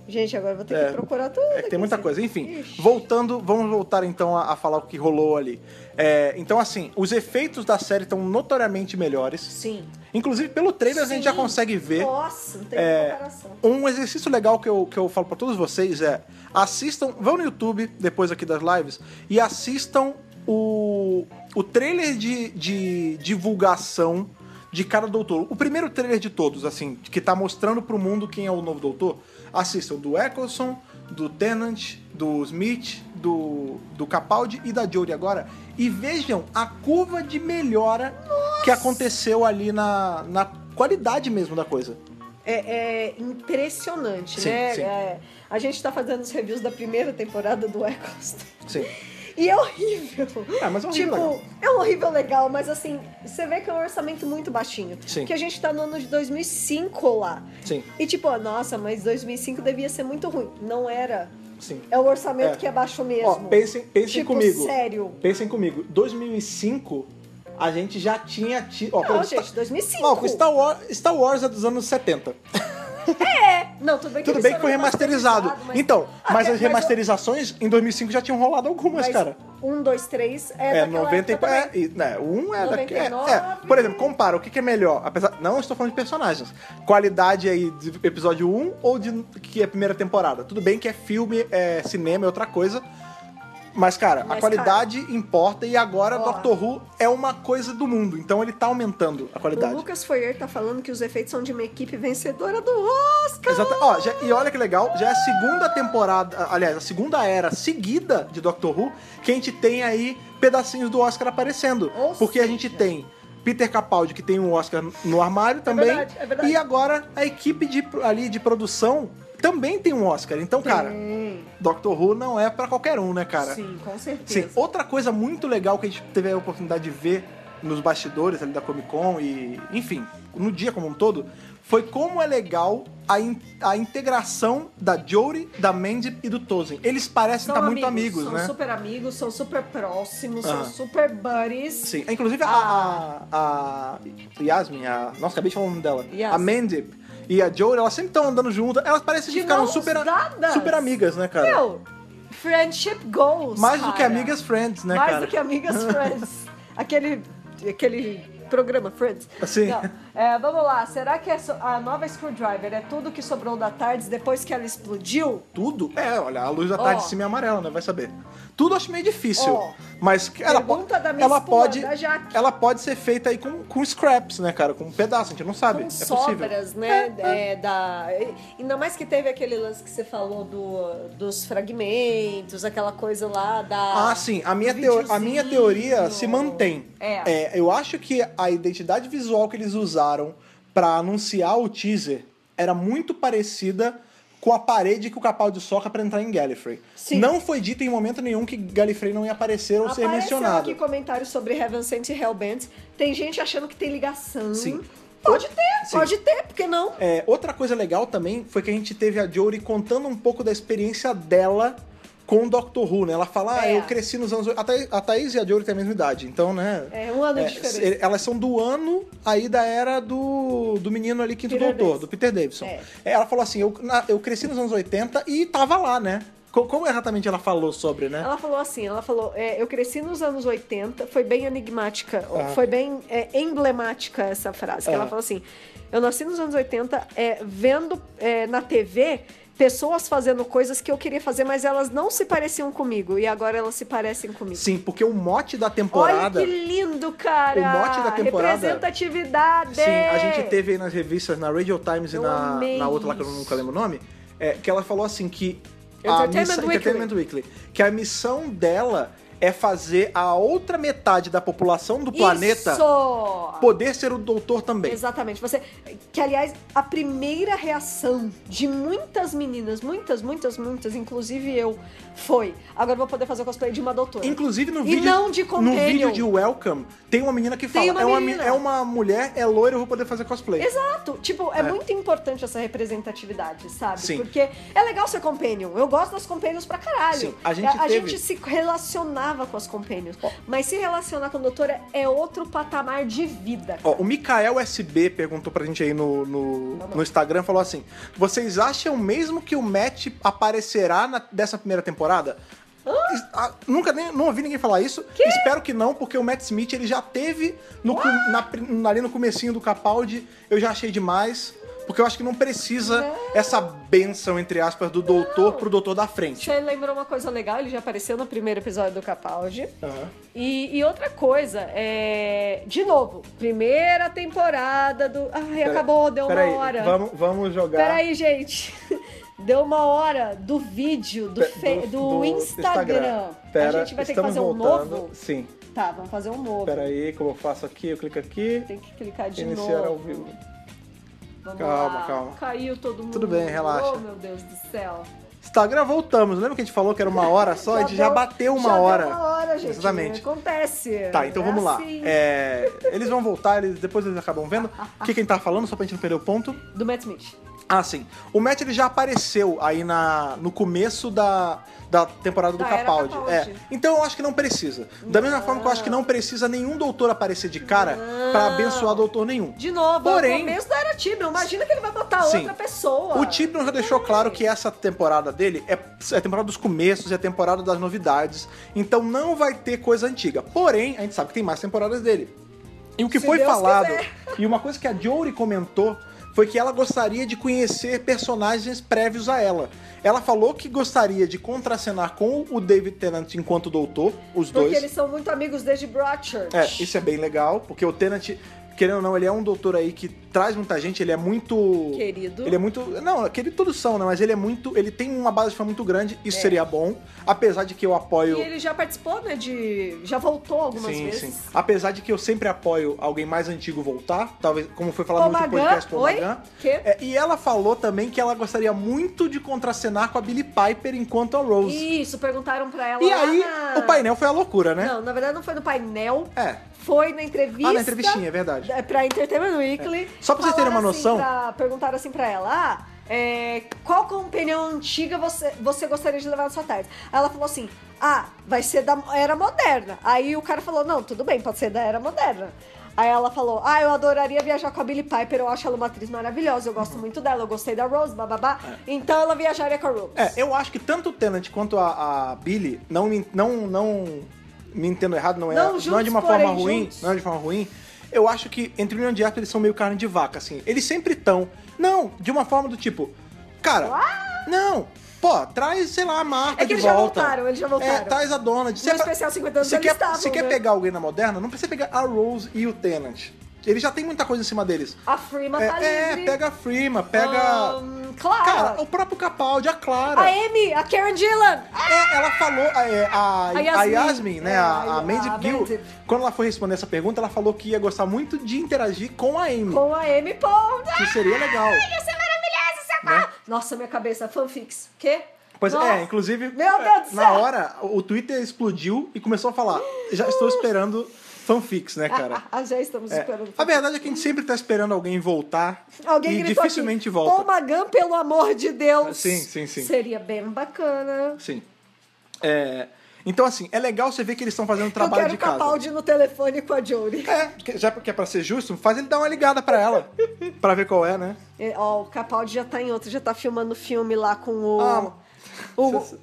Speaker 2: Gente, agora eu vou ter
Speaker 1: É,
Speaker 2: que procurar tudo.
Speaker 1: É que tem muita
Speaker 2: aqui. assim.
Speaker 1: coisa. Enfim,
Speaker 2: Ixi.
Speaker 1: voltando, vamos voltar então a, a falar o que rolou ali. É, então, assim, os efeitos da série estão notoriamente melhores.
Speaker 2: Sim.
Speaker 1: Inclusive, pelo trailer a gente
Speaker 2: Sim.
Speaker 1: já consegue ver.
Speaker 2: Nossa, não tem
Speaker 1: É,
Speaker 2: comparação.
Speaker 1: Um exercício legal que eu, que eu falo pra todos vocês é: assistam, vão no YouTube depois aqui das lives e assistam o, o trailer de, de divulgação de cada doutor. O primeiro trailer de todos, assim, que tá mostrando pro mundo quem é o novo doutor. Assistam do Eccleston, do Tennant, do Smith, do, do Capaldi e da Jodie agora. E vejam a curva de melhora que aconteceu ali na, na qualidade mesmo da coisa.
Speaker 2: É, é impressionante,
Speaker 1: Sim,
Speaker 2: né?
Speaker 1: sim.
Speaker 2: É, a gente tá fazendo os reviews da primeira temporada do Eccleston.
Speaker 1: Sim.
Speaker 2: E é horrível.
Speaker 1: Ah, mas é horrível,
Speaker 2: Tipo,
Speaker 1: legal.
Speaker 2: é um horrível legal, mas assim, você vê que é um orçamento muito baixinho.
Speaker 1: Sim.
Speaker 2: Porque a gente tá no ano de 2005 lá.
Speaker 1: Sim.
Speaker 2: E tipo, ah, nossa, mas 2005 devia ser muito ruim. Não era.
Speaker 1: Sim.
Speaker 2: É o orçamento
Speaker 1: É.
Speaker 2: que é baixo mesmo.
Speaker 1: Ó, pensem, pensem
Speaker 2: tipo,
Speaker 1: comigo.
Speaker 2: sério.
Speaker 1: Pensem comigo. 2005, a gente já tinha tido. Ó,
Speaker 2: Não,
Speaker 1: pelo
Speaker 2: gente,
Speaker 1: Star-
Speaker 2: 2005.
Speaker 1: Ó, tá- Star, War- Star Wars é dos anos 70.
Speaker 2: Não, tudo bem que
Speaker 1: Tudo
Speaker 2: eles
Speaker 1: bem que foi
Speaker 2: foram
Speaker 1: remasterizado.
Speaker 2: mas-
Speaker 1: Então,
Speaker 2: Ah,
Speaker 1: mas
Speaker 2: é,
Speaker 1: as remasterizações em 2005 já tinham rolado algumas,
Speaker 2: mas
Speaker 1: cara.
Speaker 2: Um, dois, três é,
Speaker 1: É,
Speaker 2: daquela
Speaker 1: 90 e.
Speaker 2: época também.
Speaker 1: É, e- né, um é daqui. É,
Speaker 2: 99.
Speaker 1: é. Por exemplo, compara, o que, que é melhor? Apesar, não estou falando de personagens. Qualidade aí de episódio 1 ou de que é a primeira temporada? Tudo bem que é filme, é cinema, é outra coisa. Mas, cara, a
Speaker 2: Mas,
Speaker 1: qualidade importa e agora
Speaker 2: Ó.
Speaker 1: Doctor Who é uma coisa do mundo. Então ele tá aumentando a
Speaker 2: O
Speaker 1: qualidade.
Speaker 2: Lucas Foyer tá falando que os efeitos são de uma equipe vencedora do Oscar.
Speaker 1: Exata, ó, já- e olha que legal, já é a segunda temporada, aliás, a segunda era seguida de Doctor Who, que a gente tem aí pedacinhos do Oscar aparecendo.
Speaker 2: Ou
Speaker 1: porque a
Speaker 2: seja.
Speaker 1: gente tem Peter Capaldi, que tem um Oscar no armário também.
Speaker 2: verdade, é verdade.
Speaker 1: E agora a equipe de, pro- ali de produção também tem um Oscar. Então, cara,
Speaker 6: Tem.
Speaker 1: Doctor Who não é pra qualquer um, né, cara?
Speaker 6: Sim, com
Speaker 1: Sim,
Speaker 6: certeza.
Speaker 1: outra coisa muito legal que a gente teve a oportunidade de ver nos bastidores ali da Comic Con e, enfim, no dia como um todo, foi como é legal a, in- a integração da Jory, da Mandy e do Tozen. Eles parecem estar muito amigos,
Speaker 2: são
Speaker 1: né?
Speaker 2: super amigos, são super próximos,
Speaker 1: Aham.
Speaker 2: são super buddies.
Speaker 1: Sim, é, inclusive a,
Speaker 2: Ah.
Speaker 1: a, a Yasmin, a... nossa, acabei de falar o nome dela.
Speaker 6: Yas.
Speaker 1: A Mandy e a Jory, elas sempre estão andando juntas. Elas parecem que
Speaker 2: De
Speaker 1: ficaram
Speaker 2: mãos
Speaker 1: super,
Speaker 2: dadas.
Speaker 1: super amigas, né, cara?
Speaker 2: Meu, friendship goals.
Speaker 1: Mais do que
Speaker 2: cara.
Speaker 1: amigas friends, né,
Speaker 2: Mais
Speaker 1: cara?
Speaker 2: do que amigas friends. Aquele, aquele programa Friends.
Speaker 1: Sim.
Speaker 2: Não, é, vamos lá, será que essa- a nova Screwdriver é tudo que sobrou da tarde depois que ela explodiu?
Speaker 1: Tudo? É, olha, a luz da tarde
Speaker 2: Ó.
Speaker 1: de cima é amarela, né? Vai saber. Tudo eu acho meio difícil.
Speaker 2: Ó.
Speaker 1: Mas que ela, po-
Speaker 2: Pergunta da minha
Speaker 1: ela
Speaker 2: esposa,
Speaker 1: pode.
Speaker 2: da Jaque.
Speaker 1: Ela pode ser feita aí com, com scraps, né, cara? Com um pedaço, a gente não sabe. é
Speaker 2: Com
Speaker 1: possível.
Speaker 2: sobras, né? é, da... Ainda mais que teve aquele lance que você falou do, dos fragmentos, aquela coisa lá da.
Speaker 1: Ah, sim. A minha, teo- a minha
Speaker 2: videozinho.
Speaker 1: teoria se mantém.
Speaker 2: É.
Speaker 1: eu acho que a identidade visual que eles usaram pra anunciar o teaser era muito parecida com a parede que o Capaldi soca pra entrar em Gallifrey.
Speaker 2: Sim.
Speaker 1: Não foi dito em momento nenhum que Gallifrey não ia aparecer ou ser
Speaker 2: Apareceu
Speaker 1: mencionado.
Speaker 2: aqui comentários sobre Heaven Sent e Hellbent. Tem gente achando que tem ligação.
Speaker 1: Sim.
Speaker 2: Pode ter,
Speaker 1: Sim.
Speaker 2: pode ter, porque não?
Speaker 1: É, outra coisa legal também foi que a gente teve a Jory contando um pouco da experiência dela com o Doctor Who, né? Ela fala, ah,
Speaker 2: É.
Speaker 1: eu cresci nos anos... oi-" A Thaís, a Thaís e a Jory têm a mesma idade, então, né?
Speaker 2: É, um ano
Speaker 1: É,
Speaker 2: de diferença.
Speaker 1: se- elas são do ano aí da era do, do menino ali, Quinto
Speaker 2: Peter
Speaker 1: Doutor,
Speaker 2: Davidson.
Speaker 1: do Peter Davidson.
Speaker 2: É.
Speaker 1: É, Ela falou assim, eu, na- eu cresci nos anos 80 e tava lá, né? Co- Como exatamente ela falou sobre, né?
Speaker 2: Ela falou assim, ela falou, é, eu cresci nos anos 80, foi bem enigmática,
Speaker 1: Ah.
Speaker 2: foi bem é, emblemática essa frase, que
Speaker 1: Ah.
Speaker 2: ela falou assim, eu nasci nos anos 80 é, vendo é, na TV pessoas fazendo coisas que eu queria fazer, mas elas não se pareciam comigo, e agora elas se parecem comigo.
Speaker 1: Sim, porque o mote da
Speaker 2: Olha
Speaker 1: temporada...
Speaker 2: que lindo, cara!
Speaker 1: O mote da temporada-
Speaker 2: Representatividade!
Speaker 1: Sim, a gente teve aí nas revistas, na Radio Times e
Speaker 2: Eu
Speaker 1: na,
Speaker 2: amei
Speaker 1: na outra lá que eu
Speaker 2: isso.
Speaker 1: nunca lembro o nome, é, que ela falou assim que a
Speaker 2: Entertainment
Speaker 1: missão,
Speaker 2: Weekly.
Speaker 1: Entertainment Weekly, que a missão dela é fazer a outra metade da população do planeta
Speaker 2: Isso!
Speaker 1: poder ser o doutor também.
Speaker 2: Exatamente. Você. Que, aliás, a primeira reação de muitas meninas, muitas, muitas, muitas, inclusive eu, foi: agora eu vou poder fazer o cosplay de uma doutora.
Speaker 1: Inclusive no
Speaker 2: E
Speaker 1: vídeo,
Speaker 2: não de
Speaker 1: no
Speaker 2: companion.
Speaker 1: vídeo de Welcome, tem uma menina que fala,
Speaker 2: Tem uma
Speaker 1: é, uma,
Speaker 2: menina.
Speaker 1: me- é uma mulher, é loira, eu vou poder fazer cosplay.
Speaker 2: Exato. Tipo, é, muito importante essa representatividade, sabe?
Speaker 1: Sim.
Speaker 2: Porque é legal ser companion. Eu gosto das companions pra caralho.
Speaker 1: Sim, a gente
Speaker 2: É, a
Speaker 1: teve-
Speaker 2: gente se relacionava com as companions. Mas se relacionar com a doutora é outro patamar de vida.
Speaker 1: Ó, o Mikael SB perguntou pra gente aí no, no, no Instagram, falou assim: vocês acham mesmo que o Matt aparecerá na, dessa primeira temporada? Es- ah, nunca nem, não ouvi ninguém falar isso. Espero que não, porque o Matt Smith ele já teve no, cu- na pri- ali no comecinho do Capaldi, eu já achei demais. Porque eu acho que não precisa essa benção, entre aspas, do doutor pro doutor da frente.
Speaker 2: Você lembrou uma coisa legal? Ele já apareceu no primeiro episódio do Capaldi.
Speaker 1: Aham.
Speaker 2: E, e outra coisa, é. De novo, primeira temporada do. Ai, acabou, deu
Speaker 1: Peraí,
Speaker 2: uma hora.
Speaker 1: Vamos, vamos jogar.
Speaker 2: Peraí, gente. Deu uma hora do vídeo, do,
Speaker 1: pe-
Speaker 2: fe- do, Instagram.
Speaker 1: Pera,
Speaker 2: A gente vai ter que
Speaker 1: estamos
Speaker 2: fazer um
Speaker 1: voltando.
Speaker 2: novo?
Speaker 1: Sim.
Speaker 2: Tá, vamos fazer um novo.
Speaker 1: Pera aí, como eu faço aqui? Eu clico aqui.
Speaker 2: Tem que clicar de
Speaker 1: iniciar
Speaker 2: novo.
Speaker 1: ao vivo.
Speaker 2: Vamos
Speaker 1: Calma,
Speaker 2: lá.
Speaker 1: calma.
Speaker 2: Caiu todo mundo.
Speaker 1: Tudo bem, relaxa.
Speaker 2: Oh, meu Deus do céu.
Speaker 1: Instagram, voltamos. Lembra que a gente falou que era uma hora só? a gente já
Speaker 2: deu-
Speaker 1: bateu uma
Speaker 2: já deu
Speaker 1: hora.
Speaker 2: uma hora, gente.
Speaker 1: Exatamente.
Speaker 2: Acontece.
Speaker 1: Tá, então
Speaker 2: É
Speaker 1: vamos lá.
Speaker 2: assim.
Speaker 1: É, eles vão voltar, eles, depois eles acabam vendo. O que, que a gente tá falando, só pra gente não perder o ponto.
Speaker 2: Do Matt Smith.
Speaker 1: Ah, sim. O Matt ele já apareceu aí na, no começo da, da temporada do
Speaker 2: Da era
Speaker 1: Capaldi.
Speaker 2: Capaldi.
Speaker 1: É. Então eu acho que não precisa. Da mesma forma que eu acho que não precisa nenhum doutor aparecer de cara pra abençoar doutor nenhum.
Speaker 2: De novo,
Speaker 1: Porém-
Speaker 2: é o começo da era Tibion. Imagina que ele vai botar
Speaker 1: Sim.
Speaker 2: outra pessoa.
Speaker 1: O Tibion já deixou claro que essa temporada dele é, é a temporada dos começos, é a temporada das novidades. Então não vai ter coisa antiga. Porém, a gente sabe que tem mais temporadas dele. E o que
Speaker 2: Se
Speaker 1: foi
Speaker 2: Deus
Speaker 1: falado,
Speaker 2: quiser.
Speaker 1: e uma coisa que a Jory comentou, foi que ela gostaria de conhecer personagens prévios a ela. Ela falou que gostaria de contracenar com o David Tennant enquanto doutor, os
Speaker 2: Porque
Speaker 1: dois.
Speaker 2: eles são muito amigos desde Broadchurch.
Speaker 1: É, isso é bem legal, porque o Tenant, querendo ou não, ele é um doutor aí que traz muita gente, ele é muito.
Speaker 2: Querido.
Speaker 1: Ele é muito. Não, querido todos são, né? Mas ele é muito. Ele tem uma base de fã muito grande, isso seria bom. Apesar de que eu apoio.
Speaker 2: É. E ele já participou, né? De. Já voltou algumas
Speaker 1: sim,
Speaker 2: vezes.
Speaker 1: sim. Apesar de que eu sempre apoio alguém mais antigo voltar, talvez, como foi falado no último
Speaker 2: Pomagan?
Speaker 1: podcast do
Speaker 2: Oi?
Speaker 1: Omagan.
Speaker 2: Quê?
Speaker 1: É, e ela falou também que ela gostaria muito de contracenar com a Billie Piper enquanto a Rose.
Speaker 2: Isso, perguntaram pra ela.
Speaker 1: E,
Speaker 2: lá
Speaker 1: aí,
Speaker 2: na-
Speaker 1: o painel foi a loucura, né?
Speaker 2: Não, na verdade não foi no painel.
Speaker 1: É.
Speaker 2: Foi na entrevista.
Speaker 1: Ah, na entrevistinha, é verdade.
Speaker 2: É, Pra Entertainment Weekly.
Speaker 1: É. Só pra vocês terem uma
Speaker 2: Falaram assim
Speaker 1: noção-
Speaker 2: pra- perguntaram assim pra ela: ah, é, qual companion antiga você, você gostaria de levar na sua tarde? Aí Ela falou assim: ah, vai ser da era moderna. Aí o cara falou: não, tudo bem, pode ser da era moderna. Aí ela falou: Ah, eu adoraria viajar com a Billie Piper, eu acho ela uma atriz maravilhosa, eu gosto muito dela, eu gostei da Rose, bababá. Então ela viajaria com a Rose.
Speaker 1: É, eu acho que tanto o Tenant quanto a, a Billy, não, me- não, não me entendo errado, não é,
Speaker 2: Não
Speaker 1: não, é
Speaker 2: juntos,
Speaker 1: de uma
Speaker 2: porém,
Speaker 1: forma ruim,
Speaker 2: juntos.
Speaker 1: não é de forma ruim. Eu acho que entre o Leon e Arthur eles são meio carne de vaca, assim. Eles sempre estão. Não, de uma forma do tipo, cara, não, pô, traz, sei lá, a marca
Speaker 2: É que
Speaker 1: de
Speaker 2: eles já
Speaker 1: volta.
Speaker 2: voltaram, eles já voltaram.
Speaker 1: É, traz a Donald.
Speaker 2: No especial 50 anos
Speaker 1: você
Speaker 2: eles
Speaker 1: quer,
Speaker 2: estavam,
Speaker 1: você quer
Speaker 2: né?
Speaker 1: pegar alguém na moderna, não precisa pegar a Rose e o Tenant. Eles já tem muita coisa em cima deles.
Speaker 2: A Freema tá
Speaker 1: É, é,
Speaker 2: livre. Oh, ah.
Speaker 1: pega a Freema, pega.
Speaker 2: Ahn, Clara.
Speaker 1: Cara, o próprio Capaldi, a Clara.
Speaker 2: A Amy, a Karen Gillan.
Speaker 1: É, ela falou, é, a,
Speaker 2: A
Speaker 1: a
Speaker 2: Yasmin.
Speaker 1: Yasmin, né,
Speaker 2: É,
Speaker 1: a,
Speaker 2: a-
Speaker 1: a Mandy
Speaker 2: a
Speaker 1: Gill,
Speaker 2: Mandy.
Speaker 1: quando ela foi responder essa pergunta, ela falou que ia gostar muito de interagir com a Amy,
Speaker 2: Com a Amy Pond.
Speaker 1: que seria legal.
Speaker 2: Ia ser maravilhosa essa
Speaker 1: Né?
Speaker 2: Nossa, minha cabeça, fanfics. Quê?
Speaker 1: Pois
Speaker 2: Nossa.
Speaker 1: é, inclusive,
Speaker 2: Meu
Speaker 1: é,
Speaker 2: Deus do
Speaker 1: na
Speaker 2: céu.
Speaker 1: hora, o Twitter explodiu e começou a falar, já estou esperando fanfics, né, cara?
Speaker 2: Ah, já estamos
Speaker 1: É,
Speaker 2: esperando.
Speaker 1: a verdade é que a gente sempre tá esperando alguém voltar
Speaker 2: Alguém
Speaker 1: e
Speaker 2: gritou
Speaker 1: dificilmente
Speaker 2: aqui,
Speaker 1: volta.
Speaker 2: "Paul Magan, pelo amor de Deus.
Speaker 1: Sim, sim, sim.
Speaker 2: Seria bem bacana.
Speaker 1: Sim. É, então, assim, é legal você ver que eles estão fazendo trabalho
Speaker 2: Eu quero
Speaker 1: de casa.
Speaker 2: Capaldi no telefone com a Jodie.
Speaker 1: É, que- já porque é pra ser justo, faz ele dar uma ligada pra ela. pra ver qual é, né?
Speaker 2: É, Ó, o Capaldi já tá em outro, já tá filmando filme lá com o.
Speaker 1: Ah,
Speaker 2: o-
Speaker 1: você-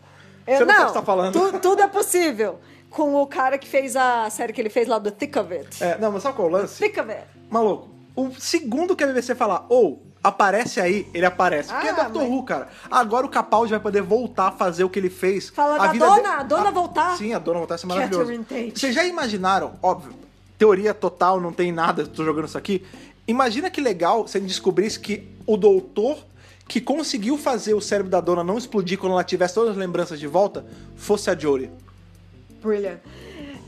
Speaker 2: Eu-
Speaker 1: você não sabe o que tá falando.
Speaker 2: tu- tudo é possível. Com o cara que fez a série que ele fez lá do Thick of It.
Speaker 1: É, não, mas sabe qual é o lance?
Speaker 2: Thick of It.
Speaker 1: Maluco, o segundo que a BBC falar, ou aparece aí, ele aparece. Porque é
Speaker 2: Ah,
Speaker 1: Dr.
Speaker 2: mas-
Speaker 1: Who, cara. Agora o Capaldi vai poder voltar a fazer o que ele fez.
Speaker 2: Fala
Speaker 1: a
Speaker 2: da
Speaker 1: vida
Speaker 2: dona,
Speaker 1: de-
Speaker 2: a dona voltar.
Speaker 1: Sim, a dona voltar, isso é
Speaker 2: Catherine
Speaker 1: maravilhoso.
Speaker 2: Tate.
Speaker 1: Vocês já imaginaram, óbvio, teoria total, não tem nada, tô jogando isso aqui. Imagina que legal se ele descobrisse que o doutor que conseguiu fazer o cérebro da dona não explodir quando ela tivesse todas as lembranças de volta fosse a Jory.
Speaker 2: Brilliant.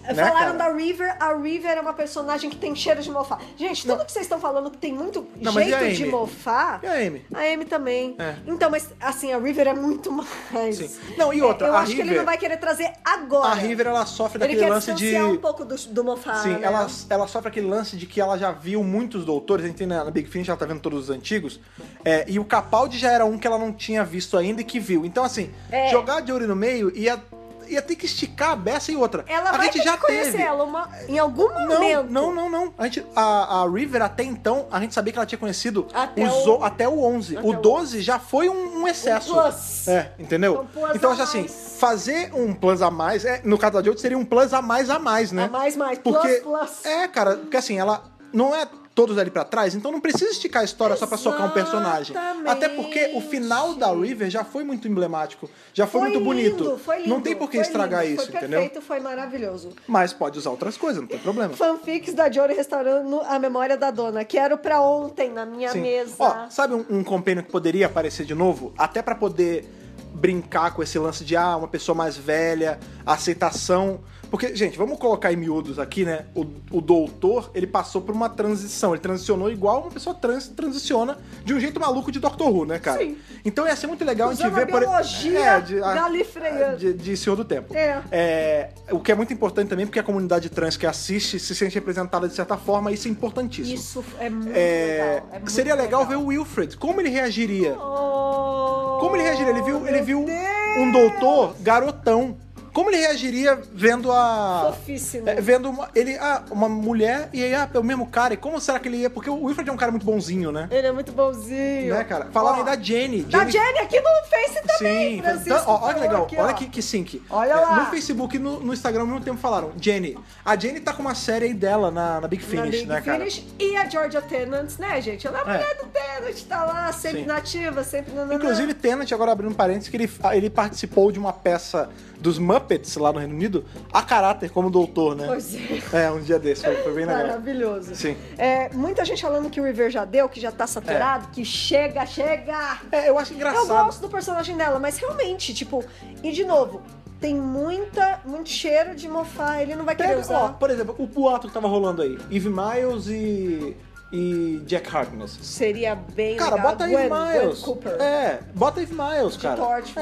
Speaker 1: Né,
Speaker 2: Falaram
Speaker 1: cara?
Speaker 2: da River, a River é uma personagem que tem cheiro de mofar. Gente, tudo que vocês estão falando que tem muito
Speaker 1: Não, mas e a
Speaker 2: jeito de
Speaker 1: Amy?
Speaker 2: mofar.
Speaker 1: E a Amy?
Speaker 2: A Amy também.
Speaker 1: É.
Speaker 2: Então, mas assim, a River é muito mais.
Speaker 1: Sim. Não, e outra,
Speaker 2: É, Eu
Speaker 1: a
Speaker 2: acho que ele
Speaker 1: River-
Speaker 2: não vai querer trazer agora.
Speaker 1: A River, ela sofre
Speaker 2: Ele
Speaker 1: daquele
Speaker 2: quer
Speaker 1: lance de...
Speaker 2: distanciar um pouco do, do mofar.
Speaker 1: Sim,
Speaker 2: né?
Speaker 1: ela, ela sofre aquele lance de que ela já viu muitos doutores, a gente tem na na Big Finish, ela tá vendo todos os antigos, é, e o Capaldi já era um que ela não tinha visto ainda e que viu. Então, assim,
Speaker 2: É.
Speaker 1: jogar de ouro no meio ia, ia ter que esticar a beça e outra.
Speaker 2: Ela
Speaker 1: a
Speaker 2: vai
Speaker 1: gente
Speaker 2: ter
Speaker 1: já
Speaker 2: que conhecer
Speaker 1: teve.
Speaker 2: ela uma- em algum
Speaker 1: Não,
Speaker 2: momento.
Speaker 1: não, não, não. A, gente, a, a River, até então, a gente sabia que ela tinha conhecido
Speaker 2: Até
Speaker 1: os
Speaker 2: o-
Speaker 1: o- até o 11.
Speaker 2: até
Speaker 1: o
Speaker 2: o
Speaker 1: 12 já foi um, um excesso.
Speaker 2: Um plus.
Speaker 1: É, entendeu?
Speaker 2: Um plus
Speaker 1: então, eu
Speaker 2: a
Speaker 1: acho assim,
Speaker 2: mais.
Speaker 1: fazer um plus a mais, é, no caso da Jodie, seria um plus a mais a mais, né?
Speaker 2: A mais, mais. Plus,
Speaker 1: Porque,
Speaker 2: plus.
Speaker 1: É, cara, porque assim, ela não é todos ali pra trás, então não precisa esticar a história só pra socar um personagem.
Speaker 2: Exatamente.
Speaker 1: Até porque o final da River já foi muito emblemático, já foi, muito
Speaker 2: lindo,
Speaker 1: bonito.
Speaker 2: Foi lindo,
Speaker 1: não tem por que
Speaker 2: foi
Speaker 1: estragar
Speaker 2: lindo,
Speaker 1: isso,
Speaker 2: foi
Speaker 1: entendeu?
Speaker 2: Perfeito, foi maravilhoso.
Speaker 1: Mas pode usar outras coisas, não tem problema.
Speaker 2: Fanfics da Jory restaurando a memória da dona. Quero pra ontem na minha
Speaker 1: Sim.
Speaker 2: mesa.
Speaker 1: Ó, sabe um, um companion que poderia aparecer de novo? Até pra poder brincar com esse lance de ah, uma pessoa mais velha, aceitação. Porque, gente, vamos colocar em miúdos aqui, né? O, o doutor, ele passou por uma transição. Ele transicionou igual uma pessoa trans transiciona de um jeito maluco de Doctor Who, né, cara?
Speaker 2: Sim.
Speaker 1: Então ia ser muito legal a
Speaker 2: Usando
Speaker 1: gente ver...
Speaker 2: a biologia
Speaker 1: é, de, a-
Speaker 2: galifreyana.
Speaker 1: de, de Senhor do Tempo.
Speaker 2: É.
Speaker 1: É, O que é muito importante também, porque a comunidade trans que assiste se sente representada de certa forma. Isso é importantíssimo.
Speaker 2: Isso é muito
Speaker 1: É,
Speaker 2: legal. é muito
Speaker 1: seria legal, ver o Wilfred, como ele reagiria.
Speaker 2: Oh,
Speaker 1: Como ele reagiria? Ele viu, ele
Speaker 2: meu
Speaker 1: viu
Speaker 2: Deus.
Speaker 1: um doutor garotão. Como ele reagiria vendo a.
Speaker 2: Fofíssimo.
Speaker 1: é, vendo uma, ele, ah, uma mulher e aí ah, é o mesmo cara. E como será que ele ia? Porque o Wilfred é um cara muito bonzinho, né?
Speaker 2: Ele é muito bonzinho.
Speaker 1: Né, cara? Falaram
Speaker 2: Ó,
Speaker 1: aí da Jenny.
Speaker 2: Da Jenny aqui no Face também,
Speaker 1: Sim,
Speaker 2: Francisco.
Speaker 1: então, ó, olha que
Speaker 2: falou
Speaker 1: legal,
Speaker 2: aqui,
Speaker 1: olha
Speaker 2: ó.
Speaker 1: que, que sync.
Speaker 2: Olha
Speaker 1: É,
Speaker 2: lá.
Speaker 1: No Facebook e no, no Instagram ao mesmo tempo falaram, Jenny. A Jenny tá com uma série aí dela na, na Big Finish,
Speaker 2: na Big
Speaker 1: né, cara?
Speaker 2: Finish e a Georgia Tennant, né, gente? Ela é a
Speaker 1: É.
Speaker 2: mulher do Tennant, tá lá, sempre
Speaker 1: Sim.
Speaker 2: nativa, sempre... nananã.
Speaker 1: Inclusive, Tennant, agora abrindo parênteses, que ele, ele participou de uma peça dos Muppets lá no Reino Unido a caráter como doutor, né?
Speaker 2: Pois é.
Speaker 1: É, um dia desse, foi, foi bem legal.
Speaker 2: Maravilhoso.
Speaker 1: Sim.
Speaker 2: É, muita gente falando que o River já deu, que já tá saturado, que chega, chega!
Speaker 1: É, eu acho
Speaker 2: Eu
Speaker 1: É. engraçado.
Speaker 2: gosto do personagem dela, mas realmente, tipo, e de novo, tem muita, muito cheiro de mofar, ele não vai querer
Speaker 1: Pega, ó,
Speaker 2: usar.
Speaker 1: por exemplo, o boato que tava rolando aí. Eve Miles e, e Jack Harkness.
Speaker 2: Seria bem
Speaker 1: Cara,
Speaker 2: legal.
Speaker 1: bota Eve
Speaker 2: Gwen, Gwen
Speaker 1: Miles.
Speaker 2: Cooper.
Speaker 1: É, bota Eve Miles, cara.
Speaker 2: Torchwood.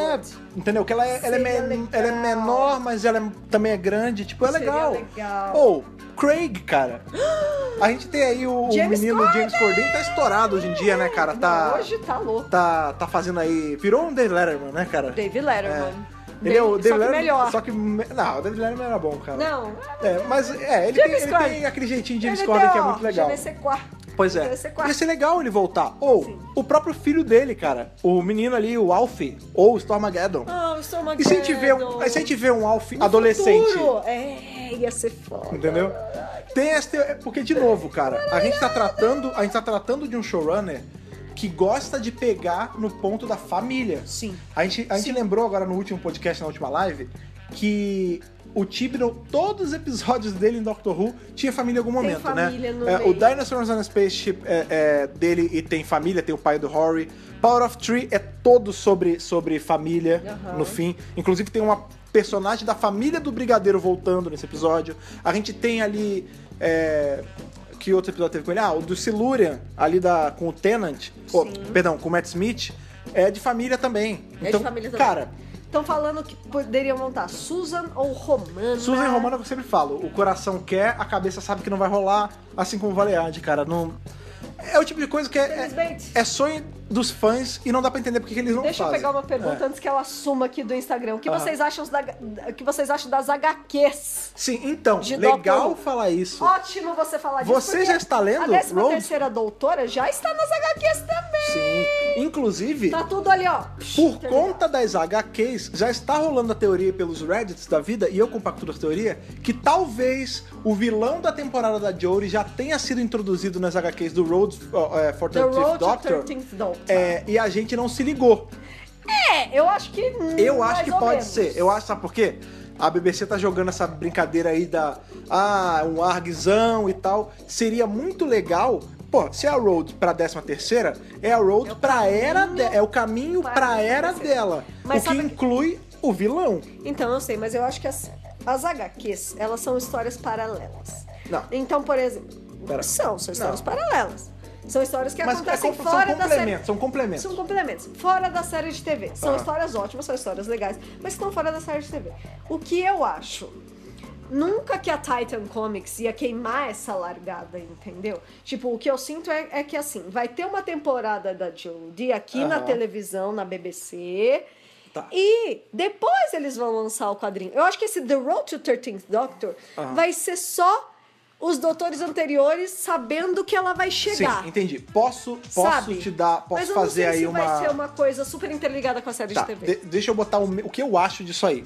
Speaker 1: É, entendeu? Que ela é, ela é
Speaker 2: Seria
Speaker 1: men-
Speaker 2: legal.
Speaker 1: ela é menor, mas ela é- também é grande. Tipo, é
Speaker 2: Seria
Speaker 1: legal.
Speaker 2: legal.
Speaker 1: Ou Craig, cara. A gente tem aí o, o
Speaker 2: James
Speaker 1: menino James Corden, tá estourado hoje em dia, né, cara? Tá,
Speaker 2: Não, hoje tá louco.
Speaker 1: tá, tá fazendo aí. Virou um Dave Letterman, né, cara?
Speaker 2: David Letterman.
Speaker 1: Ele é o
Speaker 2: Bem- só
Speaker 1: David
Speaker 2: que
Speaker 1: Letterman.
Speaker 2: melhor.
Speaker 1: Só que. me- Não, o David Letterman era bom, cara.
Speaker 2: Não.
Speaker 1: É, mas é, ele, tem,
Speaker 2: James
Speaker 1: ele
Speaker 2: Corden.
Speaker 1: tem aquele jeitinho de James
Speaker 2: ele
Speaker 1: Corden
Speaker 2: tem,
Speaker 1: que é
Speaker 2: ó,
Speaker 1: muito legal.
Speaker 2: GVC4.
Speaker 1: Pois é.
Speaker 2: Ia ser quatro.
Speaker 1: Ia ser legal ele voltar. Ou o próprio filho dele, cara. O menino ali, o Alf. Ou o Stormageddon.
Speaker 2: Ah, eu sou uma
Speaker 1: e se a gente vê um,
Speaker 2: girl.
Speaker 1: e se a gente vê um Alf
Speaker 2: No
Speaker 1: adolescente?
Speaker 2: futuro, É, ia ser foda.
Speaker 1: Entendeu? Tem essa teo- é Porque, de novo, cara, a gente tá tratando. A gente tá tratando de um showrunner que gosta de pegar no ponto da família.
Speaker 2: Sim.
Speaker 1: A gente, a gente lembrou agora no último podcast, na última live, que o Tibnall, todos os episódios dele em Doctor Who, tinha família em algum
Speaker 2: Tem
Speaker 1: momento,
Speaker 2: família
Speaker 1: né?
Speaker 2: no
Speaker 1: É,
Speaker 2: meio.
Speaker 1: o Dinosaurs on a Spaceship é, é dele e tem família, tem o pai do Rory. Power of Three é todo sobre, sobre família
Speaker 2: Aham.
Speaker 1: no fim. Inclusive tem uma personagem da família do Brigadeiro voltando nesse episódio. A gente tem ali. é, que outro episódio teve com ele? Ah, o do Silurian, ali da, com o Tenant. Ou, perdão, com o Matt Smith. É de família também.
Speaker 2: É de família também.
Speaker 1: Então, Cara,
Speaker 2: Estão falando que poderiam montar Susan ou Romana.
Speaker 1: Susan e Romana, eu sempre falo, o coração quer, a cabeça sabe que não vai rolar, assim como Valeade, cara. Não... É o tipo de coisa que é, é,
Speaker 2: Infelizmente.
Speaker 1: é sonho dos fãs e não dá pra entender porque que eles não
Speaker 2: Deixa eu
Speaker 1: fazem.
Speaker 2: pegar uma pergunta
Speaker 1: É.
Speaker 2: antes que ela suma aqui do Instagram. O que,
Speaker 1: Ah.
Speaker 2: vocês, acham da, o que vocês acham das HQs?
Speaker 1: Sim, então,
Speaker 2: De
Speaker 1: legal
Speaker 2: Doctor Who.
Speaker 1: falar isso.
Speaker 2: Ótimo você falar disso.
Speaker 1: Você
Speaker 2: porque
Speaker 1: já está lendo,
Speaker 2: A 13
Speaker 1: Rose?
Speaker 2: terceira doutora já está nas HQs também.
Speaker 1: Sim. Inclusive,
Speaker 2: Tá tudo ali, ó.
Speaker 1: por
Speaker 2: Tá
Speaker 1: conta das HQs, já está rolando a teoria pelos Reddits da vida, e eu compacto a teoria, que talvez o vilão da temporada da Jory já tenha sido introduzido nas HQs do Road uh, eh, for
Speaker 2: The
Speaker 1: 13th
Speaker 2: Road to
Speaker 1: Doctor.
Speaker 2: 13th Doctor.
Speaker 1: eh, e a gente não se ligou.
Speaker 2: É, eu acho que. hum,
Speaker 1: Eu acho
Speaker 2: mais
Speaker 1: que
Speaker 2: ou
Speaker 1: pode
Speaker 2: menos.
Speaker 1: ser. Eu acho, sabe por quê? A BBC tá jogando essa brincadeira aí da. Ah, um arguizão e tal. Seria muito legal. Pô, se é a Road pra 13 terceira, é a Road
Speaker 2: É o
Speaker 1: pra era
Speaker 2: caminho
Speaker 1: dela. É o caminho
Speaker 2: para
Speaker 1: pra
Speaker 2: a
Speaker 1: era
Speaker 2: 13ª.
Speaker 1: dela.
Speaker 2: Mas
Speaker 1: o que
Speaker 2: sabe-
Speaker 1: inclui o vilão.
Speaker 2: Então, eu sei, mas eu acho que as, as HQs, elas são histórias paralelas.
Speaker 1: Não.
Speaker 2: Então, por exemplo.
Speaker 1: Pera.
Speaker 2: São, são histórias
Speaker 1: Não.
Speaker 2: paralelas. São histórias que
Speaker 1: Mas é
Speaker 2: acontecem
Speaker 1: com- são
Speaker 2: fora da série.
Speaker 1: complementos, são complementos.
Speaker 2: São complementos. Fora da série de TV. São
Speaker 1: Tá.
Speaker 2: histórias ótimas, são histórias legais, mas estão fora da série de TV. O que eu acho? Nunca que a Titan Comics ia queimar essa largada, entendeu? Tipo, o que eu sinto é, é que assim, vai ter uma temporada da Jodie aqui na
Speaker 1: Aham.
Speaker 2: televisão, na BBC.
Speaker 1: Tá.
Speaker 2: E depois eles vão lançar o quadrinho. Eu acho que esse The Road to 13th Doctor
Speaker 1: Aham.
Speaker 2: vai ser só os doutores anteriores sabendo que ela vai chegar.
Speaker 1: Sim, entendi. Posso, posso
Speaker 2: Sabe?
Speaker 1: te dar. Posso
Speaker 2: Mas eu não
Speaker 1: fazer
Speaker 2: sei
Speaker 1: aí
Speaker 2: se
Speaker 1: uma.
Speaker 2: vai ser uma coisa super interligada com a série
Speaker 1: Tá,
Speaker 2: de TV.
Speaker 1: de- deixa eu Uhum. botar o, me- o que eu acho disso aí.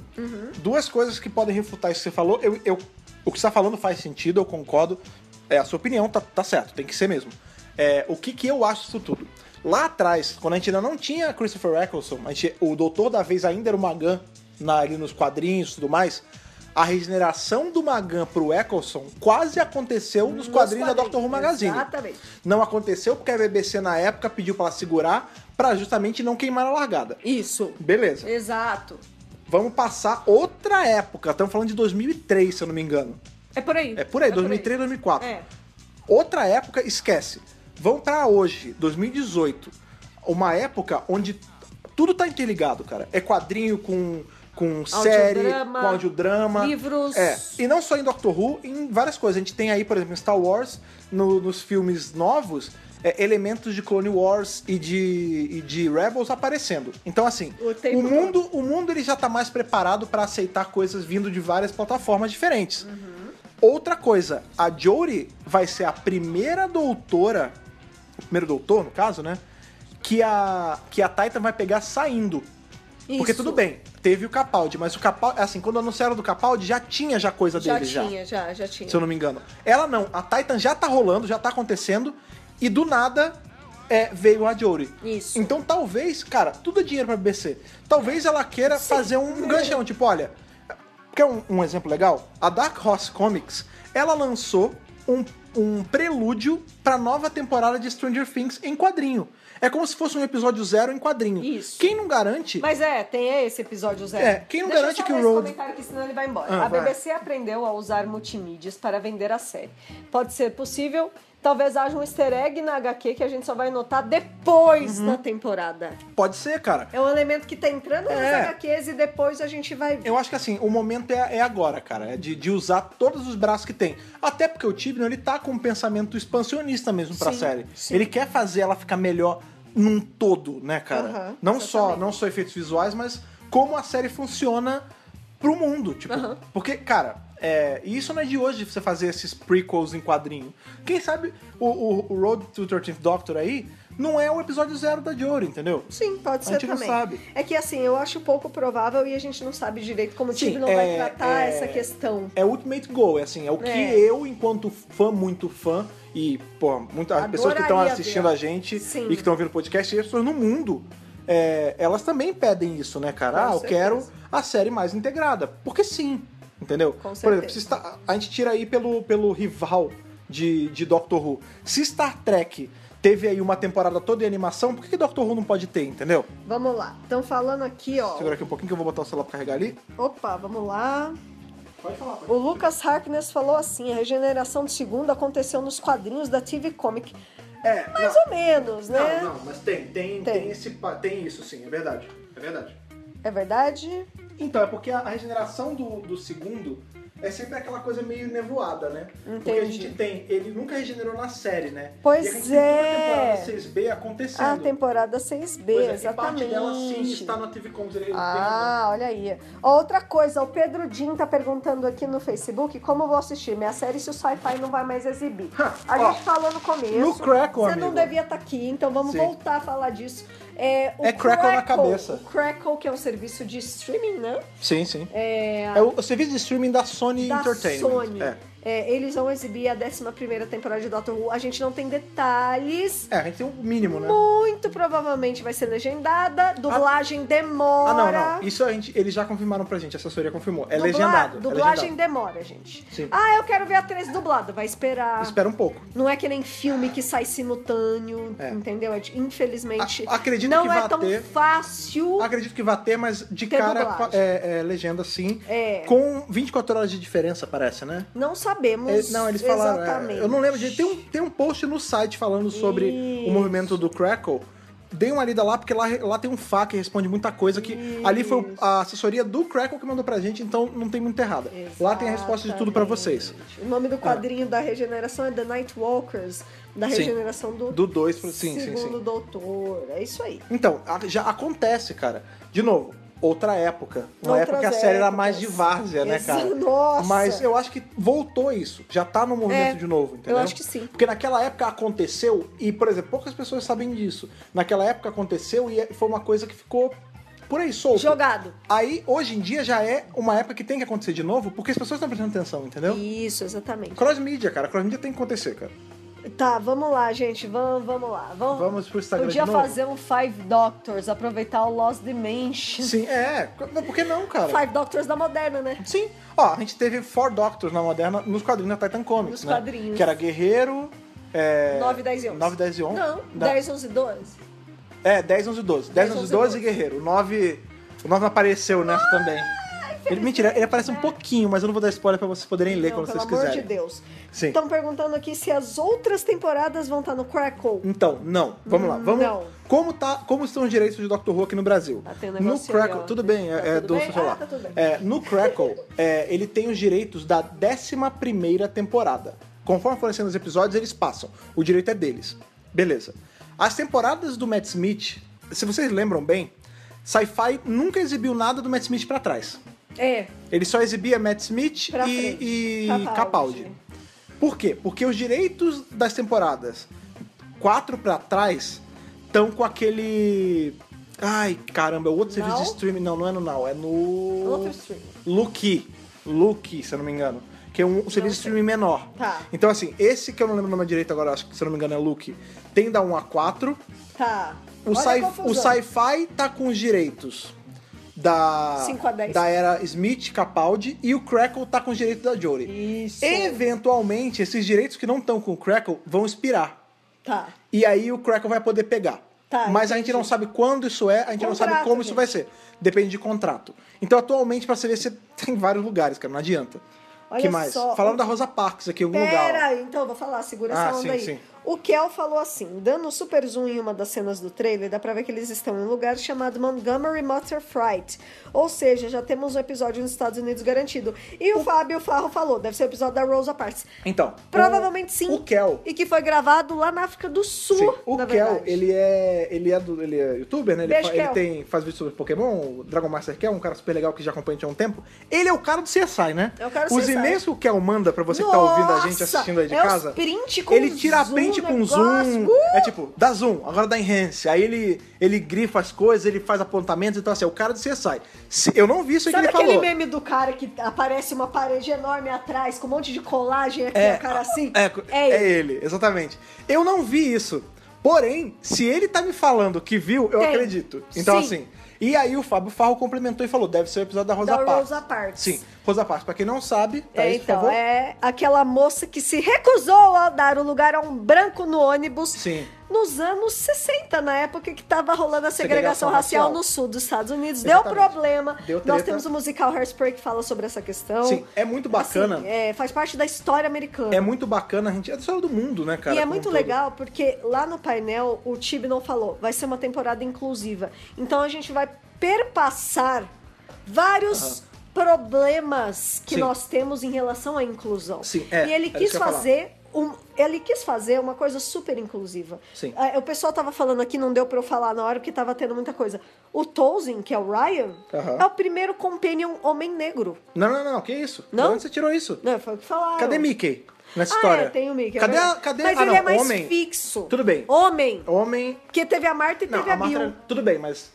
Speaker 1: Duas coisas que podem refutar isso que você falou. Eu, eu- o que você tá falando faz sentido, eu concordo. É a sua opinião, tá, tá certo, tem que ser mesmo. É, o que, que eu acho disso tudo? Lá atrás, quando a gente ainda não tinha Christopher Eccleston, a gente- o Doutor da Vez ainda era o Magan na- ali nos quadrinhos e tudo mais. A regeneração do Magan pro Eccleston quase aconteceu nos, quadrinhos, da Doctor Who Magazine.
Speaker 2: Exatamente.
Speaker 1: Não aconteceu porque a BBC na época pediu pra ela segurar pra justamente não queimar a largada.
Speaker 2: Isso.
Speaker 1: Beleza.
Speaker 2: Exato.
Speaker 1: Vamos passar outra época. Estamos falando de 2003, se eu não me engano.
Speaker 2: É por aí.
Speaker 1: É por aí, 2003, 2004.
Speaker 2: É.
Speaker 1: Outra época, esquece. Vamos pra hoje, 2018. Uma época onde tudo tá interligado, cara. É quadrinho com, com série,
Speaker 2: Audiodrama,
Speaker 1: com audiodrama.
Speaker 2: livros.
Speaker 1: É. E não só em Doctor Who, em várias coisas. A gente tem aí, por exemplo, em Star Wars, no- nos filmes novos, é, elementos de Clone Wars e de, e de Rebels aparecendo. Então, assim,
Speaker 2: O
Speaker 1: o
Speaker 2: tempo
Speaker 1: mundo, o mundo ele já tá mais preparado pra aceitar coisas vindo de várias plataformas diferentes.
Speaker 2: Uhum.
Speaker 1: Outra coisa, a Jory vai ser a primeira doutora, o primeiro doutor, no caso, né? Que a, que a Titan vai pegar saindo. Porque
Speaker 2: Isso.
Speaker 1: tudo bem, teve o Capaldi, mas o Capaldi, assim, quando anunciaram do Capaldi, já tinha já coisa
Speaker 2: Já
Speaker 1: dele já
Speaker 2: tinha, já, já tinha.
Speaker 1: se eu não me engano. Ela não, a Titan já tá rolando, já tá acontecendo, e do nada é, veio a Jory.
Speaker 2: Isso.
Speaker 1: Então talvez, cara, tudo é dinheiro pra BBC. Talvez ela queira fazer um ganchão, tipo, olha, Quer um, um exemplo legal? A Dark Horse Comics, ela lançou um, um prelúdio pra nova temporada de Stranger Things em quadrinho. É como se fosse um episódio zero em quadrinho.
Speaker 2: Isso.
Speaker 1: Quem não garante...
Speaker 2: Mas é, tem esse episódio zero.
Speaker 1: É, quem não
Speaker 2: Deixa eu
Speaker 1: garante
Speaker 2: só
Speaker 1: que o
Speaker 2: ler esse
Speaker 1: Rhodes-
Speaker 2: comentário aqui, senão ele vai embora.
Speaker 1: Ah,
Speaker 2: a
Speaker 1: vai.
Speaker 2: BBC aprendeu a usar multimídias para vender a série. Pode ser possível, talvez haja um easter egg na HQ que a gente só vai notar depois
Speaker 1: Uhum.
Speaker 2: da temporada.
Speaker 1: Pode ser, cara.
Speaker 2: É um elemento que tá entrando nas
Speaker 1: É.
Speaker 2: HQs e depois a gente vai ver.
Speaker 1: Eu acho que assim, o momento é, é agora, cara. É de, de usar todos os braços que tem. Até porque o Tibner, ele tá com um pensamento expansionista mesmo pra
Speaker 2: Sim,
Speaker 1: série.
Speaker 2: sim.
Speaker 1: Ele quer fazer ela ficar melhor num todo, né, cara?
Speaker 2: Aham,
Speaker 1: não, só,
Speaker 2: exatamente.
Speaker 1: não só efeitos visuais, mas como a série funciona pro mundo. Tipo,
Speaker 2: Aham.
Speaker 1: porque, cara, é, e isso não é de hoje você fazer esses prequels em quadrinho. Quem sabe o, o- o Road to 13th Doctor aí não é o episódio zero da Jory, entendeu?
Speaker 2: Sim, pode
Speaker 1: A
Speaker 2: ser
Speaker 1: gente não
Speaker 2: também.
Speaker 1: sabe.
Speaker 2: É que assim, eu acho pouco provável e a gente não sabe direito como o
Speaker 1: Sim,
Speaker 2: time não
Speaker 1: é-
Speaker 2: vai tratar
Speaker 1: é-
Speaker 2: essa questão.
Speaker 1: é o ultimate goal, é assim, é o que
Speaker 2: É.
Speaker 1: eu, enquanto fã, muito fã, e, pô, muitas
Speaker 2: Adoraria
Speaker 1: pessoas que estão assistindo
Speaker 2: ver.
Speaker 1: a gente
Speaker 2: Sim.
Speaker 1: e que estão ouvindo o podcast, e as pessoas no mundo, é, elas também pedem isso, né, cara?
Speaker 2: Com
Speaker 1: ah, eu
Speaker 2: certeza.
Speaker 1: quero a série mais integrada. Porque sim, entendeu?
Speaker 2: Com
Speaker 1: Por exemplo,
Speaker 2: certeza.
Speaker 1: se Star- a gente tira aí pelo, pelo rival de, de Doctor Who. Se Star Trek teve aí uma temporada toda em animação, por que, que Doctor Who não pode ter, entendeu?
Speaker 2: Vamos lá. Estão falando aqui, ó.
Speaker 1: Segura aqui um pouquinho que eu vou botar o celular pra carregar ali.
Speaker 2: Opa, vamos lá.
Speaker 1: Pode falar, pode
Speaker 2: O Lucas Harkness falou assim: a regeneração do segundo aconteceu nos quadrinhos da TV Comic.
Speaker 1: É,
Speaker 2: Mais ou menos, né?
Speaker 1: Não, não, mas tem, tem, tem.
Speaker 2: Tem.
Speaker 1: esse, pa- tem isso sim, é verdade. É verdade.
Speaker 2: É verdade?
Speaker 1: Então, é porque a a regeneração do, do segundo é sempre aquela coisa meio nevoada, né? Porque a
Speaker 2: Entendi.
Speaker 1: gente tem, ele nunca regenerou na série, né?
Speaker 2: Pois
Speaker 1: e a gente tem toda
Speaker 2: é.
Speaker 1: a temporada 6B acontecendo.
Speaker 2: A temporada 6B,
Speaker 1: Pois é, E
Speaker 2: exatamente.
Speaker 1: parte dela sim está na TV Comics. Ele ele
Speaker 2: Ah, olha aí. Ó, Outra coisa, o Pedro Din tá perguntando aqui no Facebook como eu vou assistir minha série se o Sci-Fi não vai mais exibir.
Speaker 1: Ha,
Speaker 2: A
Speaker 1: ó,
Speaker 2: gente falou no começo.
Speaker 1: no Crackle,
Speaker 2: Você
Speaker 1: amigo.
Speaker 2: não devia estar aqui, então vamos
Speaker 1: Sim.
Speaker 2: voltar a falar disso. É, o
Speaker 1: É Crackle na cabeça.
Speaker 2: O Crackle, que é um serviço de streaming, né?
Speaker 1: tem- Sim, sim. É, o, o serviço de streaming da Sony
Speaker 2: da
Speaker 1: Entertainment.
Speaker 2: Sony.
Speaker 1: É.
Speaker 2: É, eles vão exibir a 11ª temporada de Doctor Who. A gente não tem detalhes.
Speaker 1: é, a gente tem o mínimo, né?
Speaker 2: Muito provavelmente vai ser legendada. Dublagem demora.
Speaker 1: Ah, não, não. Isso a gente, eles já confirmaram pra gente, a assessoria confirmou. É
Speaker 2: Dubla-
Speaker 1: legendado. é
Speaker 2: Dublagem
Speaker 1: legendado.
Speaker 2: demora, gente.
Speaker 1: Sim.
Speaker 2: Ah, eu quero ver a 3 dublada. Vai esperar.
Speaker 1: Espera um pouco.
Speaker 2: Não é que nem filme que sai simultâneo,
Speaker 1: É.
Speaker 2: entendeu? É de- Infelizmente,
Speaker 1: A- acredito
Speaker 2: não
Speaker 1: que
Speaker 2: é
Speaker 1: vá
Speaker 2: tão
Speaker 1: ter.
Speaker 2: fácil.
Speaker 1: Acredito que vai ter, mas de
Speaker 2: Ter
Speaker 1: cara
Speaker 2: dublagem.
Speaker 1: é, é legenda sim.
Speaker 2: É.
Speaker 1: Com 24 horas de diferença, parece, né?
Speaker 2: Não sabemos
Speaker 1: É, não, eles falaram. é,
Speaker 2: exatamente.
Speaker 1: eu não lembro de. Tem um, tem um post no site falando sobre o
Speaker 2: Isso.
Speaker 1: movimento do Crackle. Dei uma lida lá, porque lá, lá tem um FAQ que responde muita coisa. que Ali foi a assessoria do Crackle que mandou pra gente, então não tem muita errada. um- Lá tem a resposta de tudo pra vocês.
Speaker 2: Exatamente. O nome do quadrinho da regeneração é The Night Walkers, da
Speaker 1: Sim.
Speaker 2: regeneração do,
Speaker 1: Do 2 pro. Sim, sim,
Speaker 2: segundo
Speaker 1: sim.
Speaker 2: doutor. É isso aí.
Speaker 1: Então, a- já acontece, cara. De novo, outra época. Uma
Speaker 2: Outras
Speaker 1: época que a série era
Speaker 2: épocas.
Speaker 1: mais de várzea, né,
Speaker 2: Exa-
Speaker 1: cara?
Speaker 2: Nossa.
Speaker 1: Mas eu acho que voltou isso. Já tá no movimento
Speaker 2: É,
Speaker 1: de novo, entendeu?
Speaker 2: eu acho que sim.
Speaker 1: Porque naquela época aconteceu, e, por exemplo, poucas pessoas sabem disso. Naquela época aconteceu e é, foi uma coisa que ficou por aí solta.
Speaker 2: Jogado.
Speaker 1: Aí, hoje em dia, já é uma época que tem que acontecer de novo, porque as pessoas estão prestando atenção, entendeu?
Speaker 2: Isso, exatamente.
Speaker 1: Cross-mídia, cara. Cross-mídia tem que acontecer, cara.
Speaker 2: Tá, vamos lá, gente. Vamos, vamos lá. Vamos,
Speaker 1: Vamos pro Instagram
Speaker 2: Podia
Speaker 1: de novo?
Speaker 2: fazer um Five Doctors, aproveitar o Lost Dimension.
Speaker 1: Sim, é. Por que não, cara?
Speaker 2: Five Doctors da moderna, né?
Speaker 1: Sim. Ó, a gente teve Four Doctors na Moderna nos quadrinhos da Titan Comics,
Speaker 2: Nos
Speaker 1: né?
Speaker 2: quadrinhos.
Speaker 1: Que era Guerreiro... É...
Speaker 2: 9, 10 e 11.
Speaker 1: 9, 10 e 11.
Speaker 2: Não,
Speaker 1: Da-
Speaker 2: 10, 11 e 12.
Speaker 1: É, 10, 11 e 12. 10, 11 e 12 e Guerreiro. O 9, o 9 apareceu
Speaker 2: Ah,
Speaker 1: nessa também. Ele, mentira, ele aparece um pouquinho, mas eu não vou dar spoiler pra vocês poderem ler
Speaker 2: é Não,
Speaker 1: quando
Speaker 2: pelo
Speaker 1: vocês
Speaker 2: amor
Speaker 1: quiserem.
Speaker 2: de Deus.
Speaker 1: Sim.
Speaker 2: Estão perguntando aqui se as outras temporadas vão estar no Crackle.
Speaker 1: Então, não. Vamos lá. Vamos.
Speaker 2: Não.
Speaker 1: Como, tá, como estão os direitos de Doctor Who aqui no Brasil?
Speaker 2: Tá tendo
Speaker 1: no
Speaker 2: negócio
Speaker 1: Crackle,
Speaker 2: aí, ó.
Speaker 1: tudo bem, é,
Speaker 2: Tá
Speaker 1: é
Speaker 2: tudo
Speaker 1: do
Speaker 2: bem?
Speaker 1: seu celular.
Speaker 2: Ah, tá tudo bem.
Speaker 1: É, no Crackle, é, ele tem os direitos da 11 temporada. Conforme forem sendo os episódios, eles passam. O direito é deles. Beleza. As temporadas do Matt Smith, se vocês lembram bem, Sci-Fi nunca exibiu nada do Matt Smith pra trás.
Speaker 2: É,
Speaker 1: Ele só exibia Matt Smith
Speaker 2: Pra
Speaker 1: e,
Speaker 2: frente.
Speaker 1: e Capaldi.
Speaker 2: Capaldi.
Speaker 1: Por quê? Porque os direitos das temporadas 4 pra trás estão com aquele. Ai, caramba, é o outro serviço de
Speaker 2: Now?
Speaker 1: streaming. Não, não é no Now, é no.
Speaker 2: outro streaming.
Speaker 1: Lucky. Lucky, se eu não me engano. Que é um, um serviço de streaming menor.
Speaker 2: Tá.
Speaker 1: Então, assim, esse que eu não lembro o nome direito agora, acho que se eu não me engano é Lucky, tem da 1 a 4.
Speaker 2: Tá.
Speaker 1: O
Speaker 2: Olha a
Speaker 1: sci- o
Speaker 2: confusão.
Speaker 1: sci-fi tá com os direitos da,
Speaker 2: 5 a 10.
Speaker 1: da era Smith, Capaldi, e o Crackle tá com os direitos da Jory.
Speaker 2: Isso.
Speaker 1: Eventualmente, esses direitos que não estão com o Crackle vão expirar.
Speaker 2: Tá.
Speaker 1: E aí o Crackle vai poder pegar.
Speaker 2: Tá,
Speaker 1: Mas a gente não sabe quando isso é, a gente não sabe
Speaker 2: Contrato,
Speaker 1: como isso
Speaker 2: gente.
Speaker 1: vai ser. Depende de contrato. Então, atualmente, pra você ver, você tem vários lugares, cara, não adianta.
Speaker 2: Olha
Speaker 1: que mais?
Speaker 2: só,
Speaker 1: Falaram
Speaker 2: o-
Speaker 1: da Rosa Parks aqui em algum
Speaker 2: Pera
Speaker 1: lugar.
Speaker 2: aí, então eu vou falar, segura
Speaker 1: Ah,
Speaker 2: essa onda
Speaker 1: sim,
Speaker 2: aí.
Speaker 1: sim.
Speaker 2: O Kel falou assim, dando um super zoom em uma das cenas do trailer, dá pra ver que eles estão em um lugar chamado Montgomery Motor Fright. Ou seja, já temos um episódio nos Estados Unidos garantido. E o, Fábio Farro falou, deve ser o episódio da Rosa Parks.
Speaker 1: Então.
Speaker 2: Provavelmente
Speaker 1: o-
Speaker 2: sim.
Speaker 1: O Kel.
Speaker 2: E que foi gravado lá na África do Sul,
Speaker 1: Sim. O
Speaker 2: na
Speaker 1: Kel,
Speaker 2: verdade.
Speaker 1: ele é, ele é do, ele é youtuber, né? Ele,
Speaker 2: Beijo,
Speaker 1: fa- ele
Speaker 2: Kel.
Speaker 1: tem faz vídeos sobre Pokémon, o Dragon Master Kel, um cara super legal que já acompanha a gente há um tempo. Ele é o cara do CSI, né?
Speaker 2: É o cara do
Speaker 1: Os
Speaker 2: CSI.
Speaker 1: e-mails que o Kel manda pra você que tá
Speaker 2: Nossa,
Speaker 1: ouvindo a gente assistindo aí de
Speaker 2: é os
Speaker 1: casa.
Speaker 2: print com
Speaker 1: ele tira
Speaker 2: zoom,
Speaker 1: print com
Speaker 2: negócio.
Speaker 1: zoom.
Speaker 2: Uh!
Speaker 1: É tipo, dá zoom, agora dá enhance. Aí ele, ele grifa as coisas, ele faz apontamentos, então assim, é o cara do CSI. Se- Eu não vi isso aí que
Speaker 2: Sabe
Speaker 1: ele
Speaker 2: aquele
Speaker 1: falou.
Speaker 2: meme do cara que aparece uma parede enorme atrás, com um monte de colagem aqui, o cara assim?
Speaker 1: É, é
Speaker 2: ele.
Speaker 1: ele, exatamente. Eu não vi isso. Porém, se ele tá me falando que viu, eu
Speaker 2: Tem.
Speaker 1: acredito. Então,
Speaker 2: Sim.
Speaker 1: assim. E aí o Fábio Farro complementou e falou: deve ser o episódio da Rosa
Speaker 2: Da
Speaker 1: Parks.
Speaker 2: Rosa Parks.
Speaker 1: Sim, Rosa Parks. Pra quem não sabe, tá
Speaker 2: É,
Speaker 1: aí, por
Speaker 2: então,
Speaker 1: favor.
Speaker 2: é aquela moça que se recusou a dar o lugar a um branco no ônibus
Speaker 1: Sim.
Speaker 2: nos anos 60, na época que tava rolando a segregação,
Speaker 1: Segregação
Speaker 2: racial,
Speaker 1: racial.
Speaker 2: no sul dos Estados Unidos. Deu
Speaker 1: Exatamente.
Speaker 2: problema.
Speaker 1: Deu
Speaker 2: Nós
Speaker 1: treta.
Speaker 2: temos o musical Hairspray que fala sobre essa questão.
Speaker 1: Sim, é muito bacana.
Speaker 2: Assim, é, faz parte da história americana.
Speaker 1: é... muito bacana, a gente. É do céu do mundo, né, cara?
Speaker 2: e é
Speaker 1: como um
Speaker 2: muito
Speaker 1: todo.
Speaker 2: legal porque lá no painel o Tibnon falou, vai ser uma temporada inclusiva. Então a gente vai perpassar vários problemas que
Speaker 1: Sim.
Speaker 2: nós temos em relação à inclusão.
Speaker 1: Sim, é,
Speaker 2: e ele
Speaker 1: era
Speaker 2: quis
Speaker 1: isso que eu ia falar.
Speaker 2: fazer um, ele quis fazer uma coisa super inclusiva.
Speaker 1: Sim.
Speaker 2: Ah, O pessoal tava falando aqui, não deu pra eu falar na hora porque tava tendo muita coisa. O Tolzien, que é o Ryan,
Speaker 1: Aham.
Speaker 2: é o primeiro companion homem negro.
Speaker 1: Não, não, não, que isso?
Speaker 2: Não?
Speaker 1: De onde você tirou isso?
Speaker 2: Não, foi o que falaram.
Speaker 1: Cadê Mickey nessa
Speaker 2: Ah,
Speaker 1: história?
Speaker 2: é, tem o Mickey. é
Speaker 1: Cadê a,
Speaker 2: verdade.
Speaker 1: cadê
Speaker 2: Mas
Speaker 1: ah,
Speaker 2: ele
Speaker 1: não,
Speaker 2: é mais
Speaker 1: homem?
Speaker 2: fixo.
Speaker 1: Tudo bem.
Speaker 2: Homem.
Speaker 1: Homem
Speaker 2: Porque teve a Marta e teve
Speaker 1: Não,
Speaker 2: a,
Speaker 1: a
Speaker 2: Bill.
Speaker 1: Marta. Tudo bem, mas.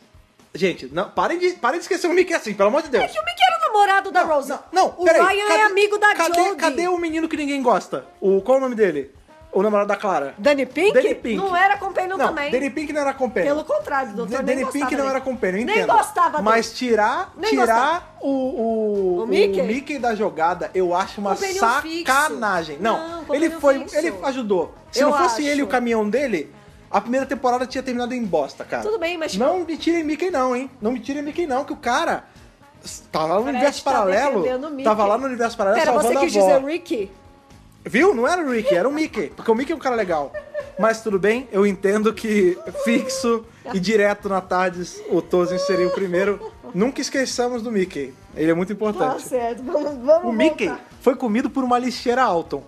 Speaker 1: Gente, não, parem, de, parem de esquecer o Mickey assim, pelo amor de Deus.
Speaker 2: Que o Mickey era namorado da Rose.
Speaker 1: Não, não
Speaker 2: o
Speaker 1: peraí,
Speaker 2: Ryan é amigo da
Speaker 1: cadê,
Speaker 2: Jodie.
Speaker 1: Cadê o menino que ninguém gosta? O, qual é o nome dele? O namorado da Clara.
Speaker 2: Danny Pink?
Speaker 1: Danny Pink.
Speaker 2: Não era companion
Speaker 1: não,
Speaker 2: também.
Speaker 1: Danny Pink não era companion.
Speaker 2: Pelo contrário, doutor.
Speaker 1: D-
Speaker 2: nem
Speaker 1: Danny
Speaker 2: gostava
Speaker 1: Pink não
Speaker 2: dele.
Speaker 1: era companion,
Speaker 2: Nem
Speaker 1: entendo.
Speaker 2: gostava dele.
Speaker 1: Mas tirar,
Speaker 2: Nem
Speaker 1: tirar o, o,
Speaker 2: O Mickey?
Speaker 1: da jogada, eu acho uma
Speaker 2: Companion
Speaker 1: sacanagem.
Speaker 2: fixo.
Speaker 1: Não,
Speaker 2: Não,
Speaker 1: ele
Speaker 2: companion
Speaker 1: foi,
Speaker 2: fixo.
Speaker 1: ele ajudou. Se
Speaker 2: Eu
Speaker 1: não fosse
Speaker 2: acho.
Speaker 1: ele e o caminhão dele, a primeira temporada tinha terminado em bosta, cara.
Speaker 2: Tudo bem, mas-
Speaker 1: Não me tirem Mickey não, hein? Não me tirem Mickey não, que o cara... Tava lá no
Speaker 2: Fred
Speaker 1: universo
Speaker 2: tá
Speaker 1: paralelo.
Speaker 2: defendendo o Mickey.
Speaker 1: Tava lá no universo paralelo
Speaker 2: Pera, você
Speaker 1: salvando a
Speaker 2: quis
Speaker 1: avó.
Speaker 2: dizer Ricky?
Speaker 1: Viu? Não era o Rick, era o Mickey. Porque o Mickey é um cara legal. Mas tudo bem, eu entendo que fixo e direto na tardes o Tozin seria o primeiro. Nunca esqueçamos do Mickey. Ele é muito
Speaker 2: Tá
Speaker 1: importante.
Speaker 2: certo, vamos, vamos
Speaker 1: o Mickey
Speaker 2: voltar.
Speaker 1: foi comido por uma lixeira Alton.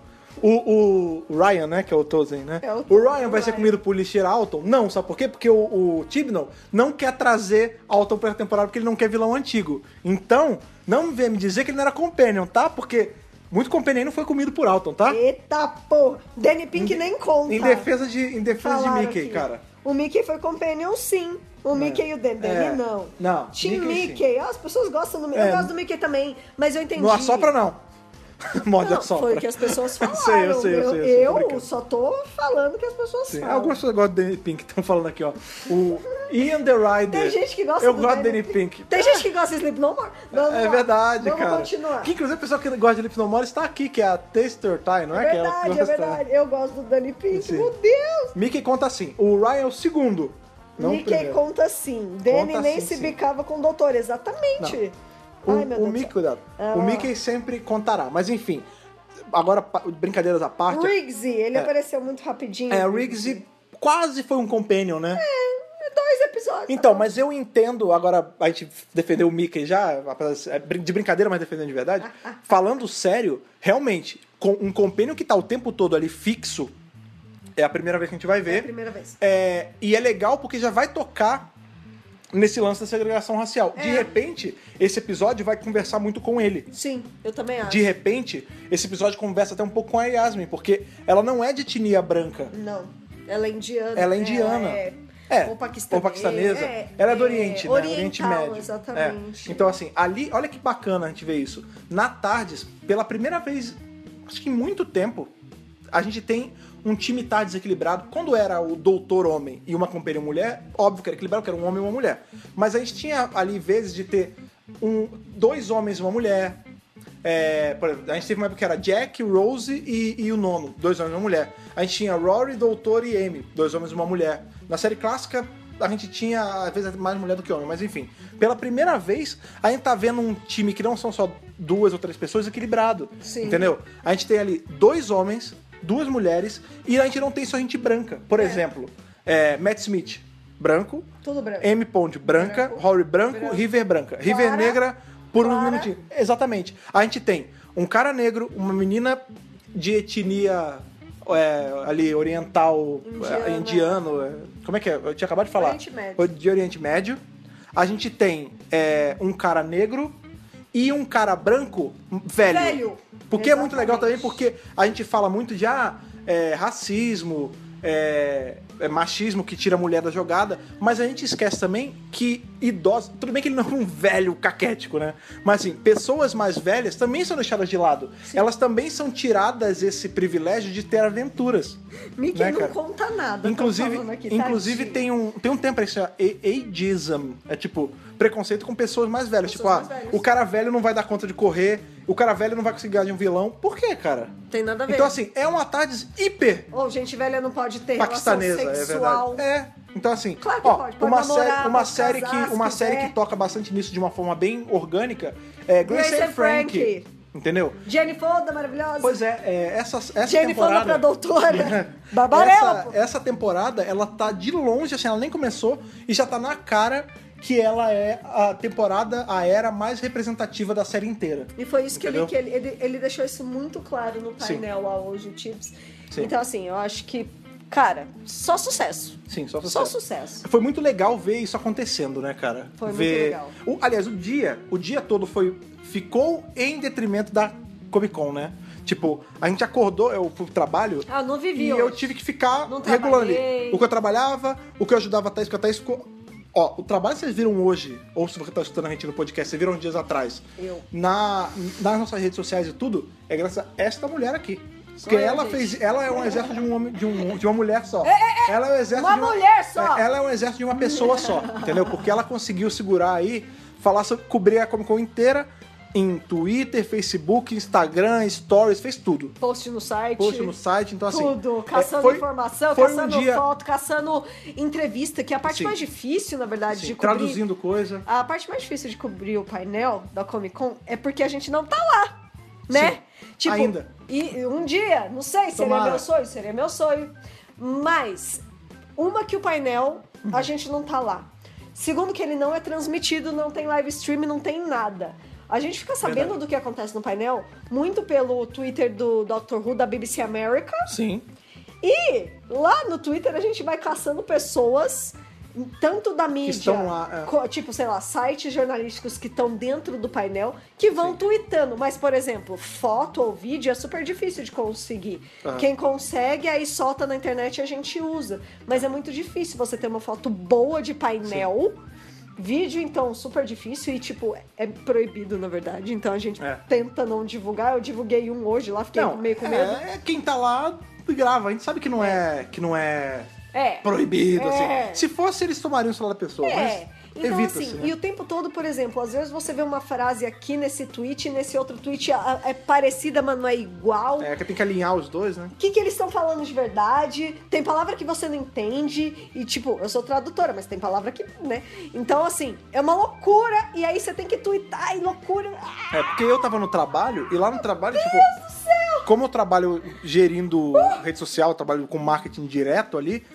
Speaker 1: O, o Ryan, né? Que é o Tozin, né?
Speaker 2: É, o
Speaker 1: o, Ryan
Speaker 2: o
Speaker 1: vai ser
Speaker 2: Ryan.
Speaker 1: comido por lixeira Alton? Não, sabe por quê? Porque o, o Tibnall não quer trazer Alton pra temporada porque ele não quer vilão antigo. Então, não venha me dizer que ele não era Companion, tá? Porque muito Companion não foi comido por Alton, tá?
Speaker 2: Eita porra. Danny Pink
Speaker 1: Em-
Speaker 2: nem conta.
Speaker 1: Em defesa de, em defesa de
Speaker 2: Falaram
Speaker 1: Mickey,
Speaker 2: aqui.
Speaker 1: cara.
Speaker 2: O Mickey foi companion, sim. O Mickey e o Danny
Speaker 1: É.
Speaker 2: não.
Speaker 1: Não,
Speaker 2: Tim
Speaker 1: Mickey, sim.
Speaker 2: Mickey. Ah, as pessoas gostam do Mickey.
Speaker 1: É.
Speaker 2: Eu gosto do Mickey também, mas eu entendi.
Speaker 1: Não assopra, não. Morde
Speaker 2: Não,
Speaker 1: assopra.
Speaker 2: foi o que as pessoas falaram.
Speaker 1: sei, eu sei, eu
Speaker 2: eu
Speaker 1: sei. Eu, sei, tô
Speaker 2: eu
Speaker 1: brincando.
Speaker 2: só tô falando que as pessoas
Speaker 1: Sim,
Speaker 2: falam.
Speaker 1: Algumas pessoas gostam do Danny Pink, estão falando aqui, ó. O Ian The Rider.
Speaker 2: Tem gente que gosta
Speaker 1: Eu
Speaker 2: do
Speaker 1: gosto do Danny Pink.
Speaker 2: Tem gente que gosta de Sleep No More. Vamos
Speaker 1: é
Speaker 2: lá,
Speaker 1: verdade,
Speaker 2: vamos
Speaker 1: cara.
Speaker 2: continuar.
Speaker 1: Que inclusive a pessoa que gosta de Lipnomore está aqui, que é a Taster Time, não é?
Speaker 2: é
Speaker 1: que ela
Speaker 2: verdade,
Speaker 1: gosta,
Speaker 2: é
Speaker 1: né?
Speaker 2: verdade. Eu gosto do Danny Pink.
Speaker 1: Sim.
Speaker 2: Meu Deus!
Speaker 1: Mickey conta assim: o Ryan é o segundo. Não o
Speaker 2: Mickey
Speaker 1: primeiro.
Speaker 2: conta sim. Danny
Speaker 1: Conta
Speaker 2: nem
Speaker 1: sim,
Speaker 2: se
Speaker 1: sim.
Speaker 2: bicava com o doutor, exatamente.
Speaker 1: O,
Speaker 2: Ai, meu
Speaker 1: o
Speaker 2: Deus. do
Speaker 1: Mickey,
Speaker 2: céu.
Speaker 1: cuidado.
Speaker 2: Ah,
Speaker 1: o
Speaker 2: lá.
Speaker 1: Mickey sempre contará. Mas enfim, agora, pa- brincadeiras à parte.
Speaker 2: Riggsy, ele
Speaker 1: É.
Speaker 2: apareceu muito rapidinho.
Speaker 1: É, Riggs quase foi um companion, né?
Speaker 2: Dois episódios.
Speaker 1: Então,
Speaker 2: tá
Speaker 1: mas eu entendo, agora a gente defendeu o Mickey já, apesar de ser- é, de brincadeira, mas defendendo de verdade. Falando sério, realmente, com um companion que tá o tempo todo ali fixo, é a primeira vez que a gente vai
Speaker 2: bom. É a
Speaker 1: ver.
Speaker 2: primeira vez.
Speaker 1: É, e é legal porque já vai tocar nesse lance da segregação racial. De
Speaker 2: É.
Speaker 1: repente, esse episódio vai conversar muito com ele.
Speaker 2: Sim, eu também acho.
Speaker 1: De repente, esse episódio conversa até um pouco com a Yasmin, porque ela não é de etnia branca.
Speaker 2: Não. Ela é indiana.
Speaker 1: Ela é indiana.
Speaker 2: Ela é...
Speaker 1: É,
Speaker 2: Ou paquistanesa.
Speaker 1: ou paquistanesa.
Speaker 2: É,
Speaker 1: ela é do
Speaker 2: é,
Speaker 1: Oriente, né?
Speaker 2: oriental,
Speaker 1: Oriente Médio.
Speaker 2: exatamente.
Speaker 1: É. Então, assim, ali, olha que bacana a gente ver isso. Na Tardes, pela primeira vez, acho que em muito tempo, a gente tem um time tá desequilibrado. Quando era o doutor homem e uma companheira mulher, óbvio que era equilibrado, que era um homem e uma mulher. Mas a gente tinha ali vezes de ter um, dois homens e uma mulher. É, por exemplo, a gente teve uma época que era Jack, Rose e, e o nono, dois homens e uma mulher. A gente tinha Rory, Doutor e Amy, dois homens e uma mulher. Na série clássica, a gente tinha, às vezes, mais mulher do que homem, mas enfim. Pela primeira vez, a gente tá vendo um time que não são só duas ou três pessoas equilibrado.
Speaker 4: Sim.
Speaker 1: Entendeu? A gente tem ali dois homens, duas mulheres, e a gente não tem só gente branca. Por exemplo, é, Matt Smith, branco.
Speaker 4: Tudo branco.
Speaker 1: M. Pond, branca.
Speaker 4: Branco.
Speaker 1: Rory, branco.
Speaker 4: Branco.
Speaker 1: River, branca. River, negra, por um
Speaker 4: Clara.
Speaker 1: minutinho. Exatamente. A gente tem um cara negro, uma menina de etnia... é, ali, oriental,
Speaker 4: Indiana.
Speaker 1: é, indiano, é, como é que é? Eu tinha acabado de falar.
Speaker 4: Oriente Médio.
Speaker 1: De Oriente Médio. A gente tem é, um cara negro e um cara branco velho.
Speaker 4: Velho.
Speaker 1: Porque é muito legal também,
Speaker 4: Exatamente.
Speaker 1: porque a gente fala muito de ah, é, racismo, é, é machismo que tira a mulher da jogada, mas a gente esquece também que idosos. Tudo bem que ele não é um velho caquético, né? Mas assim, pessoas mais velhas também são deixadas de lado. Elas também são tiradas esse privilégio de ter aventuras.
Speaker 2: Mickey
Speaker 1: Né,
Speaker 2: não
Speaker 1: cara?
Speaker 2: conta nada.
Speaker 1: Inclusive,
Speaker 2: tô falando Tá aqui,
Speaker 1: inclusive
Speaker 2: tadinho.
Speaker 1: tem um tem um tempo esse ageism, é tipo preconceito com pessoas mais velhas,
Speaker 4: Pessoas
Speaker 1: tipo,
Speaker 4: mais
Speaker 1: ah,
Speaker 4: velhas.
Speaker 1: o cara velho não vai dar conta de correr, o cara velho não vai conseguir ganhar de um vilão. Por quê, cara?
Speaker 4: Tem nada a ver.
Speaker 1: Então assim, é uma tarde hiper
Speaker 2: Ou gente velha não pode ter relação
Speaker 1: paquistanesa, é
Speaker 2: sexual.
Speaker 1: verdade. É. Então assim,
Speaker 2: Claro que
Speaker 1: ó,
Speaker 2: pode, pode
Speaker 1: uma
Speaker 2: namorar,
Speaker 1: série, uma
Speaker 2: pode
Speaker 1: série
Speaker 2: casar,
Speaker 1: que
Speaker 2: se
Speaker 1: uma série
Speaker 2: quiser.
Speaker 1: que toca bastante nisso de uma forma bem orgânica é Grace,
Speaker 2: Grace
Speaker 1: and
Speaker 2: and
Speaker 1: Frank.
Speaker 2: Frank.
Speaker 1: Entendeu?
Speaker 2: Jennifer, da maravilhosa.
Speaker 1: Pois é, é, essa, essa
Speaker 2: Jennifer
Speaker 1: temporada...
Speaker 2: pra doutora. né? Babarela,
Speaker 1: Essa, essa temporada, ela tá de longe, assim, ela nem começou e já tá na cara que ela é a temporada, a era mais representativa da série inteira.
Speaker 4: E foi isso que, ele,
Speaker 1: é. Entendeu?
Speaker 4: que ele, ele, ele deixou isso muito claro no painel lá hoje, o Tips.
Speaker 1: Sim.
Speaker 4: Então, assim, eu acho que, cara, só sucesso.
Speaker 1: Sim, só
Speaker 4: Só
Speaker 1: sucesso.
Speaker 4: sucesso.
Speaker 1: Foi muito legal ver isso acontecendo, né, cara?
Speaker 2: Foi muito
Speaker 1: ver...
Speaker 2: legal.
Speaker 1: O- aliás, o dia, o dia todo foi ficou em detrimento da Comic Con, né? Tipo, a gente acordou, eu fui pro trabalho,
Speaker 2: Ah, não vivi
Speaker 1: E
Speaker 2: hoje.
Speaker 1: eu tive que ficar
Speaker 2: Não
Speaker 1: regulando.
Speaker 2: trabalhei.
Speaker 1: O que eu trabalhava, o que eu ajudava a Thaís, porque a Thaís ficou. Ó, o trabalho que vocês viram hoje, ou se você tá escutando a gente no podcast, vocês viram uns dias atrás,
Speaker 4: Eu.
Speaker 1: na, nas nossas redes sociais e tudo, é graças a esta mulher aqui.
Speaker 2: Sou
Speaker 1: Porque
Speaker 2: eu,
Speaker 1: ela
Speaker 2: gente.
Speaker 1: fez. Ela é um exército de um homem, de, um, de uma mulher só. Ela é um exército
Speaker 2: Uma
Speaker 1: de uma
Speaker 2: mulher só!
Speaker 1: É, Ela é um exército de uma pessoa só, entendeu? Porque ela conseguiu segurar aí, falar sobre, cobrir a Comic Con inteira em Twitter, Facebook, Instagram, Stories, fez tudo
Speaker 2: Post no site.
Speaker 1: post no site, então assim.
Speaker 2: Tudo,
Speaker 1: é,
Speaker 2: caçando
Speaker 1: foi-
Speaker 2: informação,
Speaker 1: foi um
Speaker 2: caçando
Speaker 1: dia-
Speaker 2: foto, caçando entrevista, que é a parte
Speaker 1: Sim.
Speaker 2: mais difícil, na verdade,
Speaker 1: assim,
Speaker 2: de cobrir.
Speaker 1: traduzindo coisa.
Speaker 2: A parte mais difícil de cobrir o painel da Comic Con é porque a gente não tá lá, né? Tipo,
Speaker 1: ainda.
Speaker 2: E um dia, não sei, seria
Speaker 1: Tomara.
Speaker 2: meu sonho, seria meu sonho. Mas, uma que o painel, a
Speaker 1: Uhum.
Speaker 2: gente não tá lá. Segundo que ele não é transmitido, não tem live stream, não tem nada. A gente fica sabendo
Speaker 1: Verdade.
Speaker 2: do que acontece no painel muito pelo Twitter do Dr. Who da BBC America.
Speaker 1: Sim.
Speaker 2: E lá no Twitter a gente vai caçando pessoas, tanto da mídia,
Speaker 1: estão lá, é.
Speaker 2: co- tipo, sei lá, sites jornalísticos que estão dentro do painel, que vão tweetando. Mas, por exemplo, foto ou vídeo é super difícil de conseguir.
Speaker 1: Aham.
Speaker 2: Quem consegue, aí solta na internet e a gente usa. Mas é muito difícil você ter uma foto boa de painel. Vídeo, então, super difícil e, tipo, é proibido, na verdade. Então a gente
Speaker 1: É.
Speaker 2: tenta não divulgar. Eu divulguei um hoje lá, fiquei meio com medo.
Speaker 1: É, quem tá lá grava. A gente sabe que não é, que não é
Speaker 2: É.
Speaker 1: proibido.
Speaker 2: É.
Speaker 1: Assim. Se fosse, eles tomariam o celular da pessoa.
Speaker 2: É.
Speaker 1: Mas
Speaker 2: Então,
Speaker 1: evita-se.
Speaker 2: assim,
Speaker 1: né?
Speaker 2: e o tempo todo, por exemplo, às vezes você vê uma frase aqui nesse tweet, e nesse outro tweet a- é parecida, mas não é igual.
Speaker 1: É que tem que alinhar os dois, né?
Speaker 2: O que, que eles estão falando de verdade? Tem palavra que você não entende. E, tipo, eu sou tradutora, mas tem palavra que, né? Então, assim, é uma loucura. E aí você tem que twittar e loucura. Ah,
Speaker 1: É, porque eu tava no trabalho, e lá no trabalho, tipo. Como eu trabalho gerindo
Speaker 2: Uh!
Speaker 1: rede social, eu trabalho com marketing direto ali,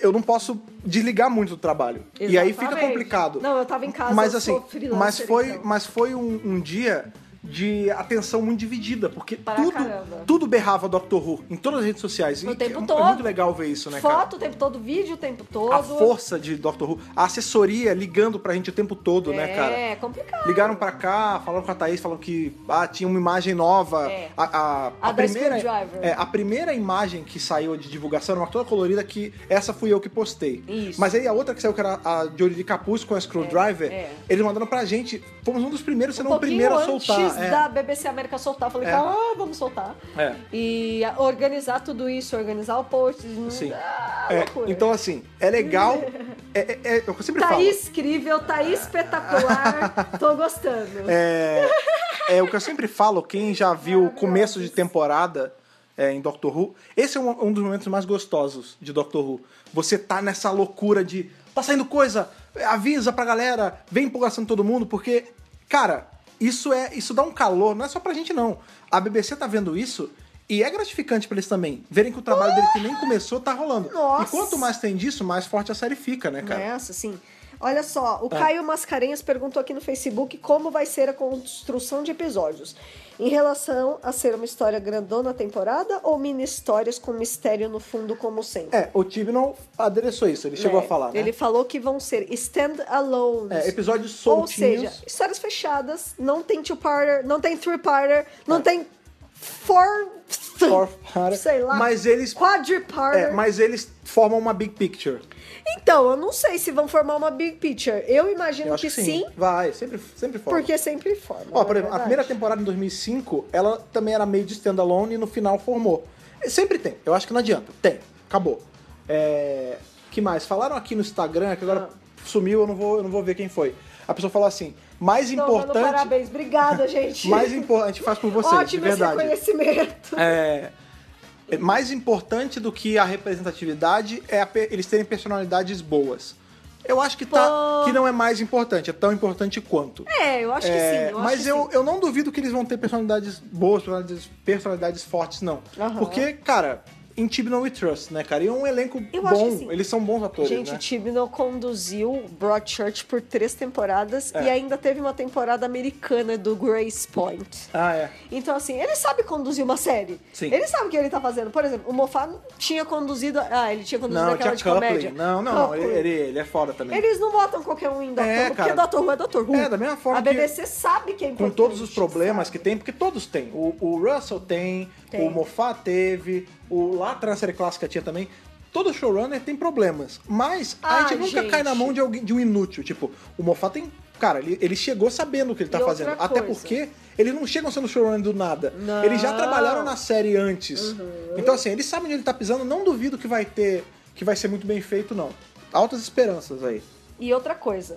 Speaker 1: eu não posso desligar muito do trabalho. E aí fica
Speaker 2: exatamente.
Speaker 1: complicado.
Speaker 2: Não, eu tava em casa.
Speaker 1: mas
Speaker 2: eu
Speaker 1: assim,
Speaker 2: sou freelancer,
Speaker 1: mas foi,
Speaker 2: então.
Speaker 1: mas foi um, um dia de atenção muito dividida, porque
Speaker 2: Pra
Speaker 1: tudo,
Speaker 2: caramba.
Speaker 1: tudo berrava Dr. Who em todas as redes sociais.
Speaker 2: O
Speaker 1: e
Speaker 2: tempo
Speaker 1: é,
Speaker 2: todo.
Speaker 1: é muito legal ver isso, né, cara?
Speaker 2: Foto o tempo todo, vídeo o tempo todo.
Speaker 1: A força de Dr. Who, a assessoria ligando pra gente o tempo todo, né, cara?
Speaker 2: É, complicado.
Speaker 1: Ligaram pra cá, falaram com a Thaís, falaram que ah, tinha uma imagem nova.
Speaker 2: É.
Speaker 1: A, a,
Speaker 2: A da
Speaker 1: primeira,
Speaker 2: Screwdriver.
Speaker 1: é, a primeira imagem que saiu de divulgação era uma toda colorida que essa fui eu que postei.
Speaker 2: Isso.
Speaker 1: Mas aí a outra que saiu, que era a de olho de capuz com a Screwdriver,
Speaker 2: É, é.
Speaker 1: eles mandaram pra gente. Fomos um dos primeiros, se
Speaker 2: Um
Speaker 1: não o
Speaker 2: pouquinho
Speaker 1: primeiro a
Speaker 2: antes
Speaker 1: soltar.
Speaker 2: antes
Speaker 1: é.
Speaker 2: da BBC América soltar. Eu falei,
Speaker 1: É.
Speaker 2: ah, vamos soltar.
Speaker 1: É.
Speaker 2: E a- organizar tudo isso, organizar o post. não-
Speaker 1: Sim.
Speaker 2: Ah,
Speaker 1: É,
Speaker 2: loucura.
Speaker 1: então, assim, é legal. É, é- é- eu sempre
Speaker 2: Tá
Speaker 1: falo.
Speaker 2: incrível, tá espetacular. Tô gostando.
Speaker 1: É, é o que eu sempre falo, quem já viu o começo de temporada é, em Doctor Who, esse é um, um dos momentos mais gostosos de Doctor Who. Você tá nessa loucura de tá saindo coisa, avisa pra galera, vem empolgação de todo mundo, porque, cara, isso é isso dá um calor, não é só pra gente não. A BBC tá vendo isso e é gratificante pra eles também, verem que o trabalho dele que nem começou tá rolando. E
Speaker 2: Nossa. É.
Speaker 1: quanto mais tem disso, mais forte a série fica, né, cara?
Speaker 2: Nossa, sim. Olha só, o
Speaker 1: É.
Speaker 2: Caio Mascarenhas perguntou aqui no Facebook como vai ser a construção de episódios. Em relação a ser uma história grandona temporada ou mini histórias com mistério no fundo, como sempre?
Speaker 1: É, o Tibnon adereçou isso, ele chegou
Speaker 2: Né?
Speaker 1: a falar, né?
Speaker 2: Ele falou que vão ser stand-alones.
Speaker 1: É, episódios
Speaker 2: Ou
Speaker 1: soltinhos.
Speaker 2: seja, histórias fechadas, não tem two-parter, não tem three-parter,
Speaker 1: É.
Speaker 2: não tem four...
Speaker 1: Thor para-
Speaker 2: Sei lá.
Speaker 1: Mas eles,
Speaker 2: Quadriparter.
Speaker 1: é, mas eles formam uma big picture.
Speaker 2: Então, eu não sei se vão formar uma big picture. Eu imagino
Speaker 1: Eu acho
Speaker 2: que,
Speaker 1: que
Speaker 2: É sim,
Speaker 1: Vai, sempre, sempre forma.
Speaker 2: porque sempre forma.
Speaker 1: Ó,
Speaker 2: não
Speaker 1: por exemplo,
Speaker 2: é
Speaker 1: a
Speaker 2: verdade?
Speaker 1: primeira temporada em 2005, ela também era meio de standalone e no final formou. E Sempre tem, eu acho que não adianta. Tem, acabou. É... que mais? Falaram aqui no Instagram, que agora
Speaker 2: Ah.
Speaker 1: sumiu, eu não, vou, eu não vou ver quem foi. A pessoa falou assim, mais
Speaker 2: Tô dando
Speaker 1: importante...
Speaker 2: parabéns, obrigada, gente.
Speaker 1: Mais importante, a gente faz por vocês,
Speaker 2: Ótimo
Speaker 1: de
Speaker 2: esse
Speaker 1: verdade.
Speaker 2: reconhecimento.
Speaker 1: É, é mais importante do que a representatividade é a pe- eles terem personalidades boas. Eu acho que, tá,
Speaker 2: Pô.
Speaker 1: que não é mais importante, é tão importante quanto.
Speaker 2: É, eu acho que
Speaker 1: É,
Speaker 2: sim. Eu
Speaker 1: mas
Speaker 2: acho que
Speaker 1: eu,
Speaker 2: sim.
Speaker 1: eu não duvido que eles vão ter personalidades boas, personalidades, personalidades fortes, não.
Speaker 2: Aham.
Speaker 1: Porque, cara, em Tibnon We Trust, né, cara? E é um elenco
Speaker 2: Eu acho que
Speaker 1: bom,
Speaker 2: sim.
Speaker 1: eles são bons atores,
Speaker 2: Gente,
Speaker 1: né?
Speaker 2: o Tibno conduziu Broadchurch por três temporadas
Speaker 1: É.
Speaker 2: e ainda teve uma temporada americana do Grace Point.
Speaker 1: Ah, é.
Speaker 2: Então, assim, ele sabe conduzir uma série.
Speaker 1: Sim.
Speaker 2: Ele sabe o que ele tá fazendo. Por exemplo, o Moffat tinha conduzido... Ah, ele tinha conduzido
Speaker 1: Não,
Speaker 2: aquela
Speaker 1: tinha
Speaker 2: de
Speaker 1: Coupling.
Speaker 2: comédia.
Speaker 1: Não, não, não.
Speaker 2: Coupling.
Speaker 1: Ele, ele, ele é fora também.
Speaker 2: Eles não botam qualquer um em Doctor
Speaker 1: É,
Speaker 2: Who, porque
Speaker 1: cara.
Speaker 2: Doctor Who é Doctor Who.
Speaker 1: É, da mesma forma
Speaker 2: A
Speaker 1: que-
Speaker 2: BBC sabe que é
Speaker 1: com
Speaker 2: importante.
Speaker 1: todos os problemas que tem, porque todos têm. O, o Russell tem,
Speaker 2: Tem.
Speaker 1: o Moffat teve, o lá atrás na série clássica tinha também. Todo showrunner tem problemas, mas a
Speaker 2: Ah,
Speaker 1: gente nunca
Speaker 2: gente.
Speaker 1: cai na mão de alguém de um inútil. Tipo, o Moffat tem. Cara, ele, ele chegou sabendo o que ele tá
Speaker 2: E outra
Speaker 1: fazendo. Até
Speaker 2: coisa.
Speaker 1: porque eles não chegam sendo showrunner do nada.
Speaker 2: Não. Uhum.
Speaker 1: Eles já trabalharam na série antes. Então, assim, eles sabem onde ele tá pisando, não duvido que vai ter. que vai ser muito bem feito, não. Altas esperanças aí.
Speaker 2: E outra coisa.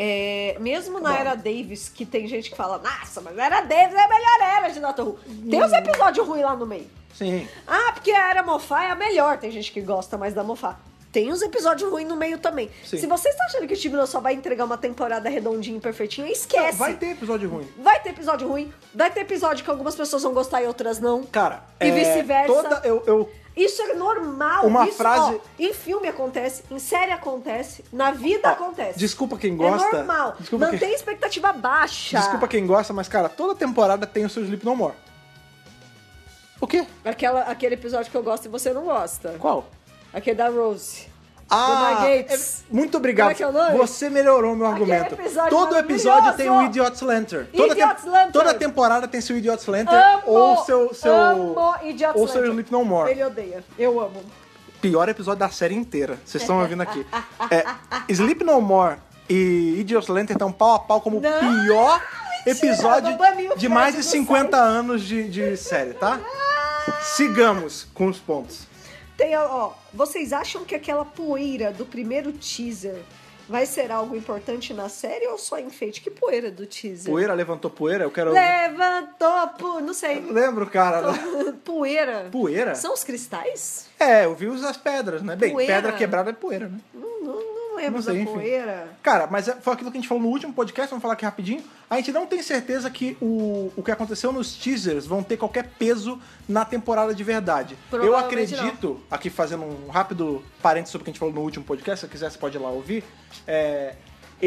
Speaker 2: é, mesmo na
Speaker 1: Bom.
Speaker 2: era Davis, que tem gente que fala, nossa, mas a era Davis é a melhor era de Doctor Who. Tem uns episódios ruins lá no meio.
Speaker 1: Sim.
Speaker 2: Ah, porque a era Mofá é a melhor. Tem gente que gosta mais da Mofá. Tem uns episódios ruins no meio também.
Speaker 1: Sim.
Speaker 2: Se você está achando que o Tibno só vai entregar uma temporada redondinha e perfeitinha, esquece.
Speaker 1: Vai ter episódio ruim.
Speaker 2: Vai ter episódio ruim, vai ter episódio que algumas pessoas vão gostar e outras não.
Speaker 1: Cara,
Speaker 2: E
Speaker 1: é,
Speaker 2: vice-versa.
Speaker 1: Toda, eu, eu
Speaker 2: Isso é normal.
Speaker 1: Uma
Speaker 2: isso,
Speaker 1: frase-
Speaker 2: ó, em filme acontece, em série acontece, na vida
Speaker 1: Ó,
Speaker 2: acontece.
Speaker 1: Desculpa quem gosta.
Speaker 2: É normal.
Speaker 1: Desculpa
Speaker 2: Mantém
Speaker 1: quem,
Speaker 2: a expectativa baixa.
Speaker 1: desculpa quem gosta, mas, cara, toda temporada tem o seu Sleep No More. O quê?
Speaker 2: Aquela, aquele episódio que eu gosto e você não gosta.
Speaker 1: Qual?
Speaker 2: Aquele da Rose.
Speaker 1: Ah,
Speaker 2: Dona Gates.
Speaker 1: é- muito obrigado.
Speaker 2: Como é que é o nome?
Speaker 1: Você melhorou meu
Speaker 2: Aquele
Speaker 1: argumento.
Speaker 2: episódio
Speaker 1: Todo episódio tem o
Speaker 2: maravilhoso.
Speaker 1: Idiot's Lantern. Toda,
Speaker 2: Idiot's Lantern.
Speaker 1: toda temporada tem seu Idiot's Lantern
Speaker 2: Amo,
Speaker 1: Então, ou seu seu
Speaker 2: amo Idiot's
Speaker 1: ou seu
Speaker 2: Lantern.
Speaker 1: Sleep No More.
Speaker 2: Ele odeia. Eu amo.
Speaker 1: Pior episódio da série inteira. Vocês estão ouvindo aqui. É, Sleep No More e Idiot's Lantern estão pau a pau como o
Speaker 2: Não,
Speaker 1: pior episódio
Speaker 2: vou banir o
Speaker 1: de
Speaker 2: Fred
Speaker 1: mais de
Speaker 2: do Ah.
Speaker 1: 50 anos de, de série, tá? Sigamos com os pontos.
Speaker 2: Tem, ó, vocês acham que aquela poeira do primeiro teaser vai ser algo importante na série ou só enfeite? Que poeira do teaser?
Speaker 1: Poeira né? levantou poeira? Eu quero.
Speaker 2: Levantou, pu... não sei.
Speaker 1: Lembro, cara.
Speaker 2: poeira.
Speaker 1: Poeira?
Speaker 2: São os cristais?
Speaker 1: É, eu vi os- as pedras, né? Bem,
Speaker 2: Poeira.
Speaker 1: pedra quebrada é poeira, né?
Speaker 2: Não, não, não lembro
Speaker 1: Não sei,
Speaker 2: da
Speaker 1: enfim.
Speaker 2: poeira.
Speaker 1: Cara, mas é- foi aquilo que a gente falou no último podcast, vamos falar aqui rapidinho. A gente não tem certeza que o, o que aconteceu nos teasers vão ter qualquer peso na temporada de verdade. Eu
Speaker 2: Provavelmente
Speaker 1: acredito, aqui fazendo um rápido parênteses sobre o que a gente falou no último podcast, se você quiser você pode ir lá ouvir. É,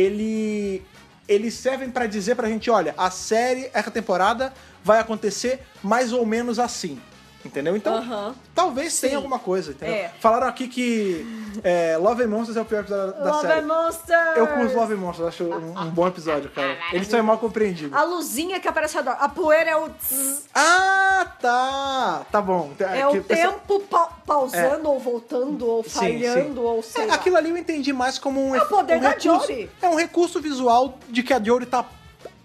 Speaker 1: ele, eles servem pra dizer pra gente, olha, a série, essa temporada vai acontecer mais ou menos assim. Entendeu? Então,
Speaker 2: Aham.
Speaker 1: talvez
Speaker 2: Sim.
Speaker 1: tenha alguma coisa, entendeu?
Speaker 2: É.
Speaker 1: Falaram aqui que é, Love and Monsters é o pior episódio da, da
Speaker 2: Love
Speaker 1: série.
Speaker 2: and Monsters!
Speaker 1: Eu curto Love and Monsters, acho um, um bom episódio, cara. Eles são mal compreendidos.
Speaker 2: A luzinha que aparece ao redor. A poeira é o... tss,
Speaker 1: Ah, tá! Tá bom.
Speaker 2: É o
Speaker 1: que pessoa-
Speaker 2: tempo pa- pausando ou voltando ou
Speaker 1: Sim, sim.
Speaker 2: falhando ou sei
Speaker 1: É,
Speaker 2: lá.
Speaker 1: aquilo ali eu entendi mais como um
Speaker 2: É o
Speaker 1: efe-
Speaker 2: poder
Speaker 1: um
Speaker 2: da
Speaker 1: recurso,
Speaker 2: Jory.
Speaker 1: É um recurso visual de que a Jory tá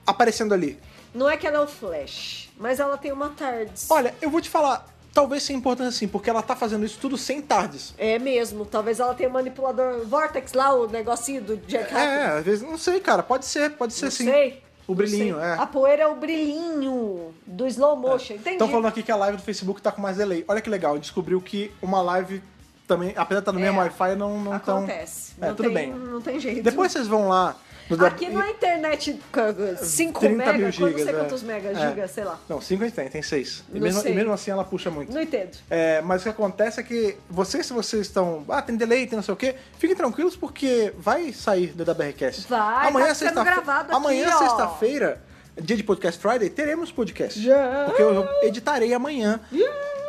Speaker 1: aparecendo ali.
Speaker 2: Não é que ela é o Flash, mas ela tem uma TARDIS.
Speaker 1: Olha, eu vou te falar, talvez seja importante assim, porque ela tá fazendo isso tudo sem tardes.
Speaker 2: É mesmo, talvez ela tenha um manipulador Vortex lá, o negocinho do Jack
Speaker 1: É,
Speaker 2: Hackney.
Speaker 1: às vezes, não sei, cara, pode ser, pode ser
Speaker 2: não
Speaker 1: sim.
Speaker 2: sei.
Speaker 1: O brilhinho,
Speaker 2: não sei.
Speaker 1: é.
Speaker 2: A poeira é o brilhinho do slow motion, entendi.
Speaker 1: Estão falando aqui que a live do Facebook tá com mais delay. Olha que legal, descobriu que uma live também, apesar de estar no
Speaker 2: É.
Speaker 1: mesmo Wi-Fi, não, não tão...
Speaker 2: Acontece.
Speaker 1: É,
Speaker 2: não
Speaker 1: tudo
Speaker 2: tem,
Speaker 1: bem.
Speaker 2: Não tem jeito.
Speaker 1: Depois vocês vão lá... No
Speaker 2: Aqui não é internet 5
Speaker 1: 30
Speaker 2: mega,
Speaker 1: mil
Speaker 2: quando não sei
Speaker 1: gigas, é.
Speaker 2: quantos megas,
Speaker 1: É.
Speaker 2: giga, sei lá.
Speaker 1: Não, 5 a gente tem, tem 6. E,
Speaker 2: Não
Speaker 1: mesmo-
Speaker 2: sei.
Speaker 1: e mesmo assim ela puxa muito.
Speaker 2: Não entendo.
Speaker 1: É, mas o que acontece é que vocês, se vocês estão. Ah, tem delay, tem não sei o quê. Fiquem tranquilos porque vai sair do DWRcast.
Speaker 2: Vai,
Speaker 1: amanhã
Speaker 2: tá
Speaker 1: é
Speaker 2: sendo
Speaker 1: sexta-fe-
Speaker 2: gravado aqui,
Speaker 1: Amanhã, é
Speaker 2: ó.
Speaker 1: sexta-feira, dia de Podcast Friday, teremos podcast.
Speaker 2: Já.
Speaker 1: Porque eu editarei amanhã.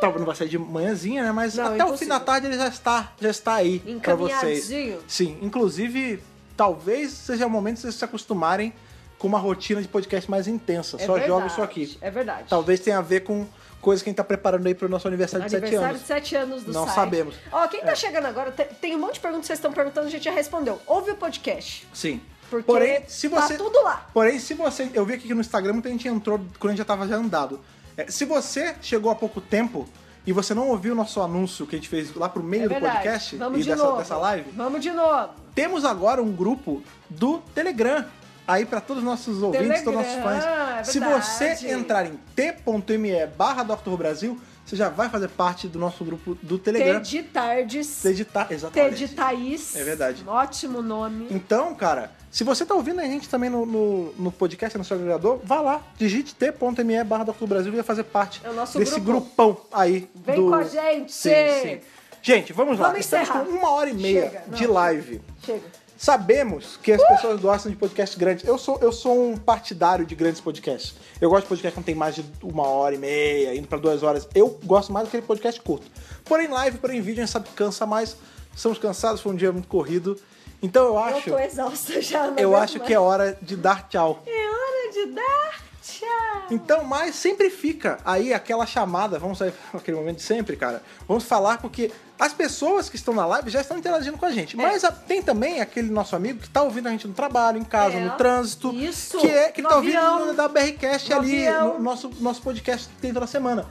Speaker 1: Talvez não vai sair de manhãzinha, né? Mas
Speaker 2: Não,
Speaker 1: até o fim
Speaker 2: impossível.
Speaker 1: da tarde ele já está, já está aí pra vocês.
Speaker 2: Encaminhadinho.
Speaker 1: Sim, inclusive, talvez seja o momento de vocês se acostumarem com uma rotina de podcast mais intensa.
Speaker 2: É
Speaker 1: Só
Speaker 2: verdade,
Speaker 1: joga isso aqui.
Speaker 2: É verdade.
Speaker 1: Talvez tenha a ver com coisa que a gente tá preparando aí pro nosso aniversário de 7
Speaker 2: Aniversário
Speaker 1: anos.
Speaker 2: de 7 anos do
Speaker 1: Não
Speaker 2: site.
Speaker 1: sabemos. É.
Speaker 2: Ó, quem tá chegando agora, te- tem um monte de perguntas que vocês estão perguntando, a gente já respondeu. Ouve o podcast.
Speaker 1: Sim.
Speaker 2: Porque
Speaker 1: porém, se
Speaker 2: tá
Speaker 1: você,
Speaker 2: tudo lá.
Speaker 1: Porém, se você. Eu vi aqui que no Instagram muita gente entrou quando a gente já tava já andado. É, se você chegou há pouco tempo e você não ouviu o nosso anúncio que a gente fez lá pro meio do
Speaker 2: É verdade.
Speaker 1: podcast
Speaker 2: Vamos
Speaker 1: e
Speaker 2: de
Speaker 1: dessa,
Speaker 2: novo.
Speaker 1: dessa live,
Speaker 2: Vamos de novo.
Speaker 1: temos agora um grupo do Telegram. Aí pra todos os nossos ouvintes, todos os nossos
Speaker 2: Telegram,
Speaker 1: fãs.
Speaker 2: é
Speaker 1: Se
Speaker 2: verdade.
Speaker 1: você entrar em t.me barra Dr. Brasil, você já vai fazer parte do nosso grupo do
Speaker 2: T
Speaker 1: Telegram.
Speaker 2: de Tardes.
Speaker 1: Você editar,
Speaker 2: T
Speaker 1: exatamente.
Speaker 2: de Thaís.
Speaker 1: né? É verdade.
Speaker 2: Ótimo nome.
Speaker 1: Então, cara, se você tá ouvindo a gente também no, no, no podcast, no seu agregador, vá lá, digite t.me barra Dr. Brasil e vai fazer parte
Speaker 2: É o nosso
Speaker 1: desse
Speaker 2: grupo.
Speaker 1: grupão aí.
Speaker 2: Vem
Speaker 1: do-
Speaker 2: com a gente!
Speaker 1: Sim, sim. Gente, vamos lá.
Speaker 2: Vamos
Speaker 1: Estamos
Speaker 2: encerrar.
Speaker 1: com uma hora e meia
Speaker 2: Chega,
Speaker 1: de
Speaker 2: não.
Speaker 1: live.
Speaker 2: Chega.
Speaker 1: Sabemos que as pessoas gostam de podcasts grandes. Eu sou, eu sou um partidário de grandes podcasts. Eu gosto de podcast que não tem mais de uma hora e meia, indo pra duas horas. Eu gosto mais daquele podcast curto. Porém, live, porém, vídeo, a gente sabe que cansa mais. Estamos cansados, foi um dia muito corrido. Então eu acho.
Speaker 2: Eu tô exausta já. não
Speaker 1: Eu
Speaker 2: aguento
Speaker 1: acho
Speaker 2: mais.
Speaker 1: que é hora de dar tchau.
Speaker 2: É hora de dar tchau.
Speaker 1: Então, mas sempre fica aí aquela chamada, vamos sair aquele momento de sempre, cara. Vamos falar porque as pessoas que estão na live já estão interagindo com a
Speaker 2: É.
Speaker 1: gente. Mas a- tem também aquele nosso amigo que tá ouvindo a gente no trabalho, em casa,
Speaker 2: É.
Speaker 1: no trânsito.
Speaker 2: Isso.
Speaker 1: Que é que
Speaker 2: No
Speaker 1: tá ouvindo
Speaker 2: avião.
Speaker 1: no- da BRCast
Speaker 2: No
Speaker 1: ali,
Speaker 2: avião.
Speaker 1: no nosso, nosso podcast que tem toda semana.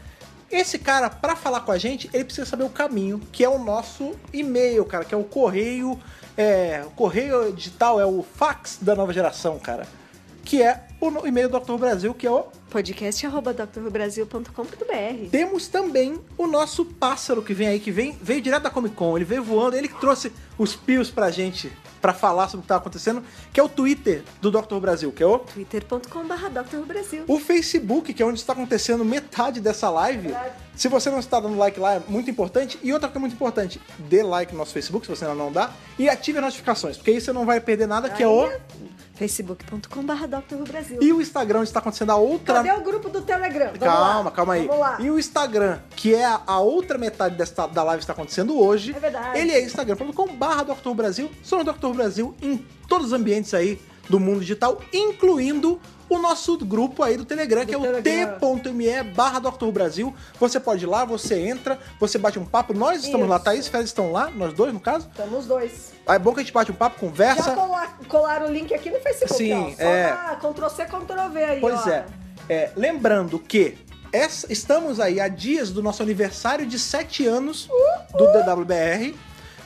Speaker 1: Esse cara, pra falar com a gente, ele precisa saber o caminho, que é o nosso e-mail, cara, que é o correio. É, o correio digital é o fax da nova geração, cara. Que é o no- e-mail do Dr. Brasil, que é o
Speaker 2: podcast.drrubrasil.com.br
Speaker 1: Temos também o nosso pássaro que vem aí, que vem, veio direto da Comic Con. Ele veio voando, ele que trouxe os pios pra gente pra falar sobre o que tá acontecendo, que é o Twitter do Dr. Brasil, que é o,
Speaker 2: twitter.com.br drrubrasil
Speaker 1: o Facebook, que é onde está acontecendo metade dessa live. Se você não está dando like lá, é muito importante. E outra coisa muito importante, dê like no nosso Facebook, se você ainda não dá, e ative as notificações, porque aí você não vai perder nada, que é o.
Speaker 2: facebook.com.br drrubrasil
Speaker 1: E o Instagram, onde está acontecendo a outra
Speaker 2: Cadê o grupo do Telegram? Vamos
Speaker 1: Calma,
Speaker 2: lá.
Speaker 1: calma aí.
Speaker 2: Vamos lá.
Speaker 1: E o Instagram, que é a a outra metade desta, da live que está acontecendo hoje.
Speaker 2: É verdade.
Speaker 1: Ele é instagram.com barra Dr. Brasil. Somos Dr. Brasil em todos os ambientes aí do mundo digital, incluindo o nosso grupo aí do Telegram, que é o
Speaker 2: Telegram.
Speaker 1: t.me barra Dr. Brasil. Você pode ir lá, você entra, você bate um papo. Nós estamos lá,
Speaker 2: Isso.
Speaker 1: Thaís e Félix estão lá, nós dois, no caso.
Speaker 2: Estamos os dois.
Speaker 1: É bom que a gente bate um papo,
Speaker 2: Já
Speaker 1: conversa.
Speaker 2: cola- colaram o link aqui no Facebook,
Speaker 1: Sim,
Speaker 2: ó. Só
Speaker 1: é.
Speaker 2: lá, Ctrl C, Ctrl V aí,
Speaker 1: Pois
Speaker 2: ó.
Speaker 1: é. É, Lembrando que essa- estamos aí a dias do nosso aniversário de 7 anos do DWBR.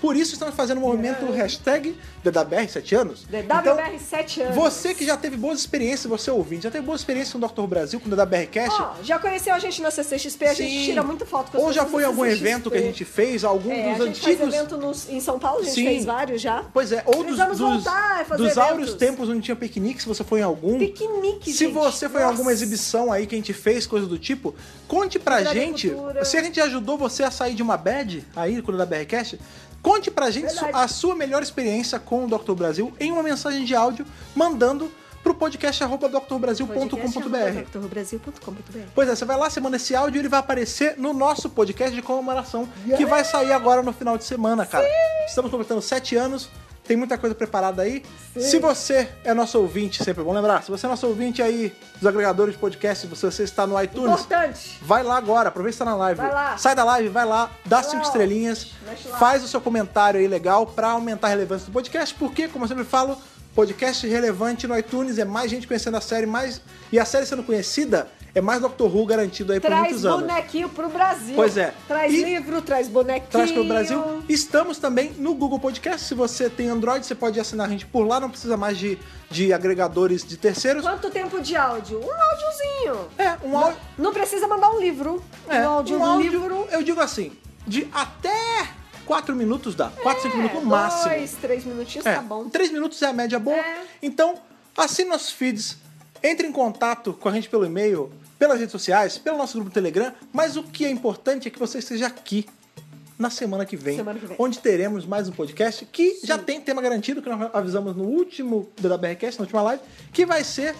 Speaker 1: Por isso estamos fazendo o movimento hashtag DWBR 7 anos.
Speaker 2: Né, DWBR 7 anos.
Speaker 1: Então, você que já teve boas experiências, você ouvinte, já teve boas experiências com o Dr. Brasil, com o DWBRcast,
Speaker 2: Ó, já conheceu a gente na CCXP, a gente
Speaker 1: Sim.
Speaker 2: tira muito foto com as
Speaker 1: ou já
Speaker 2: pessoas
Speaker 1: foi em
Speaker 2: da
Speaker 1: algum
Speaker 2: CCXP.
Speaker 1: evento que a gente fez, algum
Speaker 2: É,
Speaker 1: dos
Speaker 2: a gente
Speaker 1: antigos.
Speaker 2: faz evento nos- em São Paulo, a gente
Speaker 1: Sim.
Speaker 2: fez vários já.
Speaker 1: Pois é, ou dos,
Speaker 2: Precisamos
Speaker 1: dos,
Speaker 2: voltar a fazer
Speaker 1: dos áureos
Speaker 2: eventos.
Speaker 1: tempos onde tinha piquenique, se você foi em algum.
Speaker 2: Piquenique,
Speaker 1: Se
Speaker 2: gente.
Speaker 1: você foi em
Speaker 2: Nossa.
Speaker 1: alguma exibição aí que a gente fez, coisa do tipo, conte pra
Speaker 2: Cultura da
Speaker 1: gente
Speaker 2: cultura.
Speaker 1: se a gente ajudou você a sair de uma bad aí, quando da BRCast. Conte pra gente
Speaker 2: Verdade.
Speaker 1: su- a sua melhor experiência com o Dr. Brasil em uma mensagem de áudio mandando pro podcast arroba drbrasil.com.br.
Speaker 2: podcast.drrubrasil.com.br
Speaker 1: Pois é, você vai lá, você manda esse áudio e ele vai aparecer no nosso podcast de comemoração, que vai sair agora no final de semana, cara. Estamos completando sete anos, tem muita coisa preparada aí. Se você é nosso ouvinte, sempre é bom lembrar, se você é nosso ouvinte aí dos agregadores de podcast, se você está no iTunes,
Speaker 2: Importante.
Speaker 1: vai lá agora, aproveita que está na live.
Speaker 2: Vai lá.
Speaker 1: Sai da live, vai lá, dá
Speaker 2: Vai lá,
Speaker 1: cinco
Speaker 2: ó.
Speaker 1: estrelinhas,
Speaker 2: Mexe lá.
Speaker 1: faz o seu comentário aí legal pra aumentar a relevância do podcast, porque, como eu sempre falo, Podcast relevante no iTunes, é mais gente conhecendo a série, mais. E a série sendo conhecida, é mais Doctor Who garantido aí por
Speaker 2: Traz
Speaker 1: muitos anos.
Speaker 2: bonequinho pro Brasil.
Speaker 1: Pois é.
Speaker 2: Traz
Speaker 1: E-
Speaker 2: livro, traz bonequinho.
Speaker 1: Traz pelo Brasil. Estamos também no Google Podcast. Se você tem Android, você pode assinar a gente por lá, não precisa mais de, de agregadores de terceiros.
Speaker 2: Quanto tempo de áudio? Um áudiozinho.
Speaker 1: É, um áudio.
Speaker 2: Não precisa mandar um livro.
Speaker 1: É,
Speaker 2: um áudio, um
Speaker 1: áudio,
Speaker 2: livro.
Speaker 1: Eu digo assim, de até 4 minutos dá. 4, 5
Speaker 2: É,
Speaker 1: minutos no máximo.
Speaker 2: Dois, três minutinhos, tá bom.
Speaker 1: 3 minutos é a média boa.
Speaker 2: É.
Speaker 1: Então, assine nossos feeds, entre em contato com a gente pelo e-mail, pelas redes sociais, pelo nosso grupo do Telegram, mas o que é importante é que você esteja aqui na semana que vem,
Speaker 2: Semana que vem.
Speaker 1: onde teremos mais um podcast que já tem tema garantido, que nós avisamos no último da BRCast, na última live, que vai ser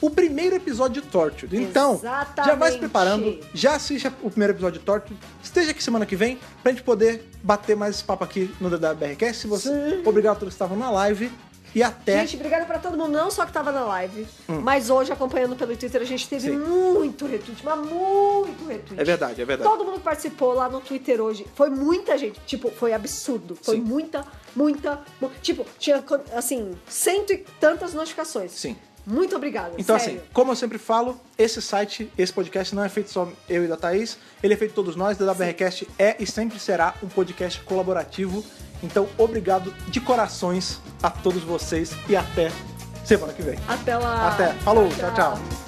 Speaker 1: o primeiro episódio de Tortured. Então, já vai se
Speaker 2: Exatamente.
Speaker 1: preparando, já assista o primeiro episódio de Torto. Esteja aqui semana que vem pra gente poder bater mais esse papo aqui no DWRcast. Se você... Obrigado a todos que estavam na live. E até. Hum.
Speaker 2: Gente, obrigada pra todo mundo, não só que tava na live, mas hoje acompanhando pelo Twitter, a gente teve
Speaker 1: Sim.
Speaker 2: muito retweet, mas muito retweet.
Speaker 1: É verdade, é verdade.
Speaker 2: Todo mundo que participou lá no Twitter hoje. Foi muita gente. Tipo, foi absurdo. Foi
Speaker 1: Sim.
Speaker 2: muita, muita. mu- Tipo, tinha, assim, cento e tantas notificações.
Speaker 1: Sim.
Speaker 2: Muito obrigada.
Speaker 1: Então,
Speaker 2: sério.
Speaker 1: assim, como eu sempre falo, esse site, esse podcast não é feito só eu e da Thaís, ele é feito de todos nós. O DWRcast é e sempre será um podcast colaborativo. Então, obrigado de corações a todos vocês e até semana que vem.
Speaker 2: Até lá. Ah,
Speaker 1: Até. Falou, tchau. tchau.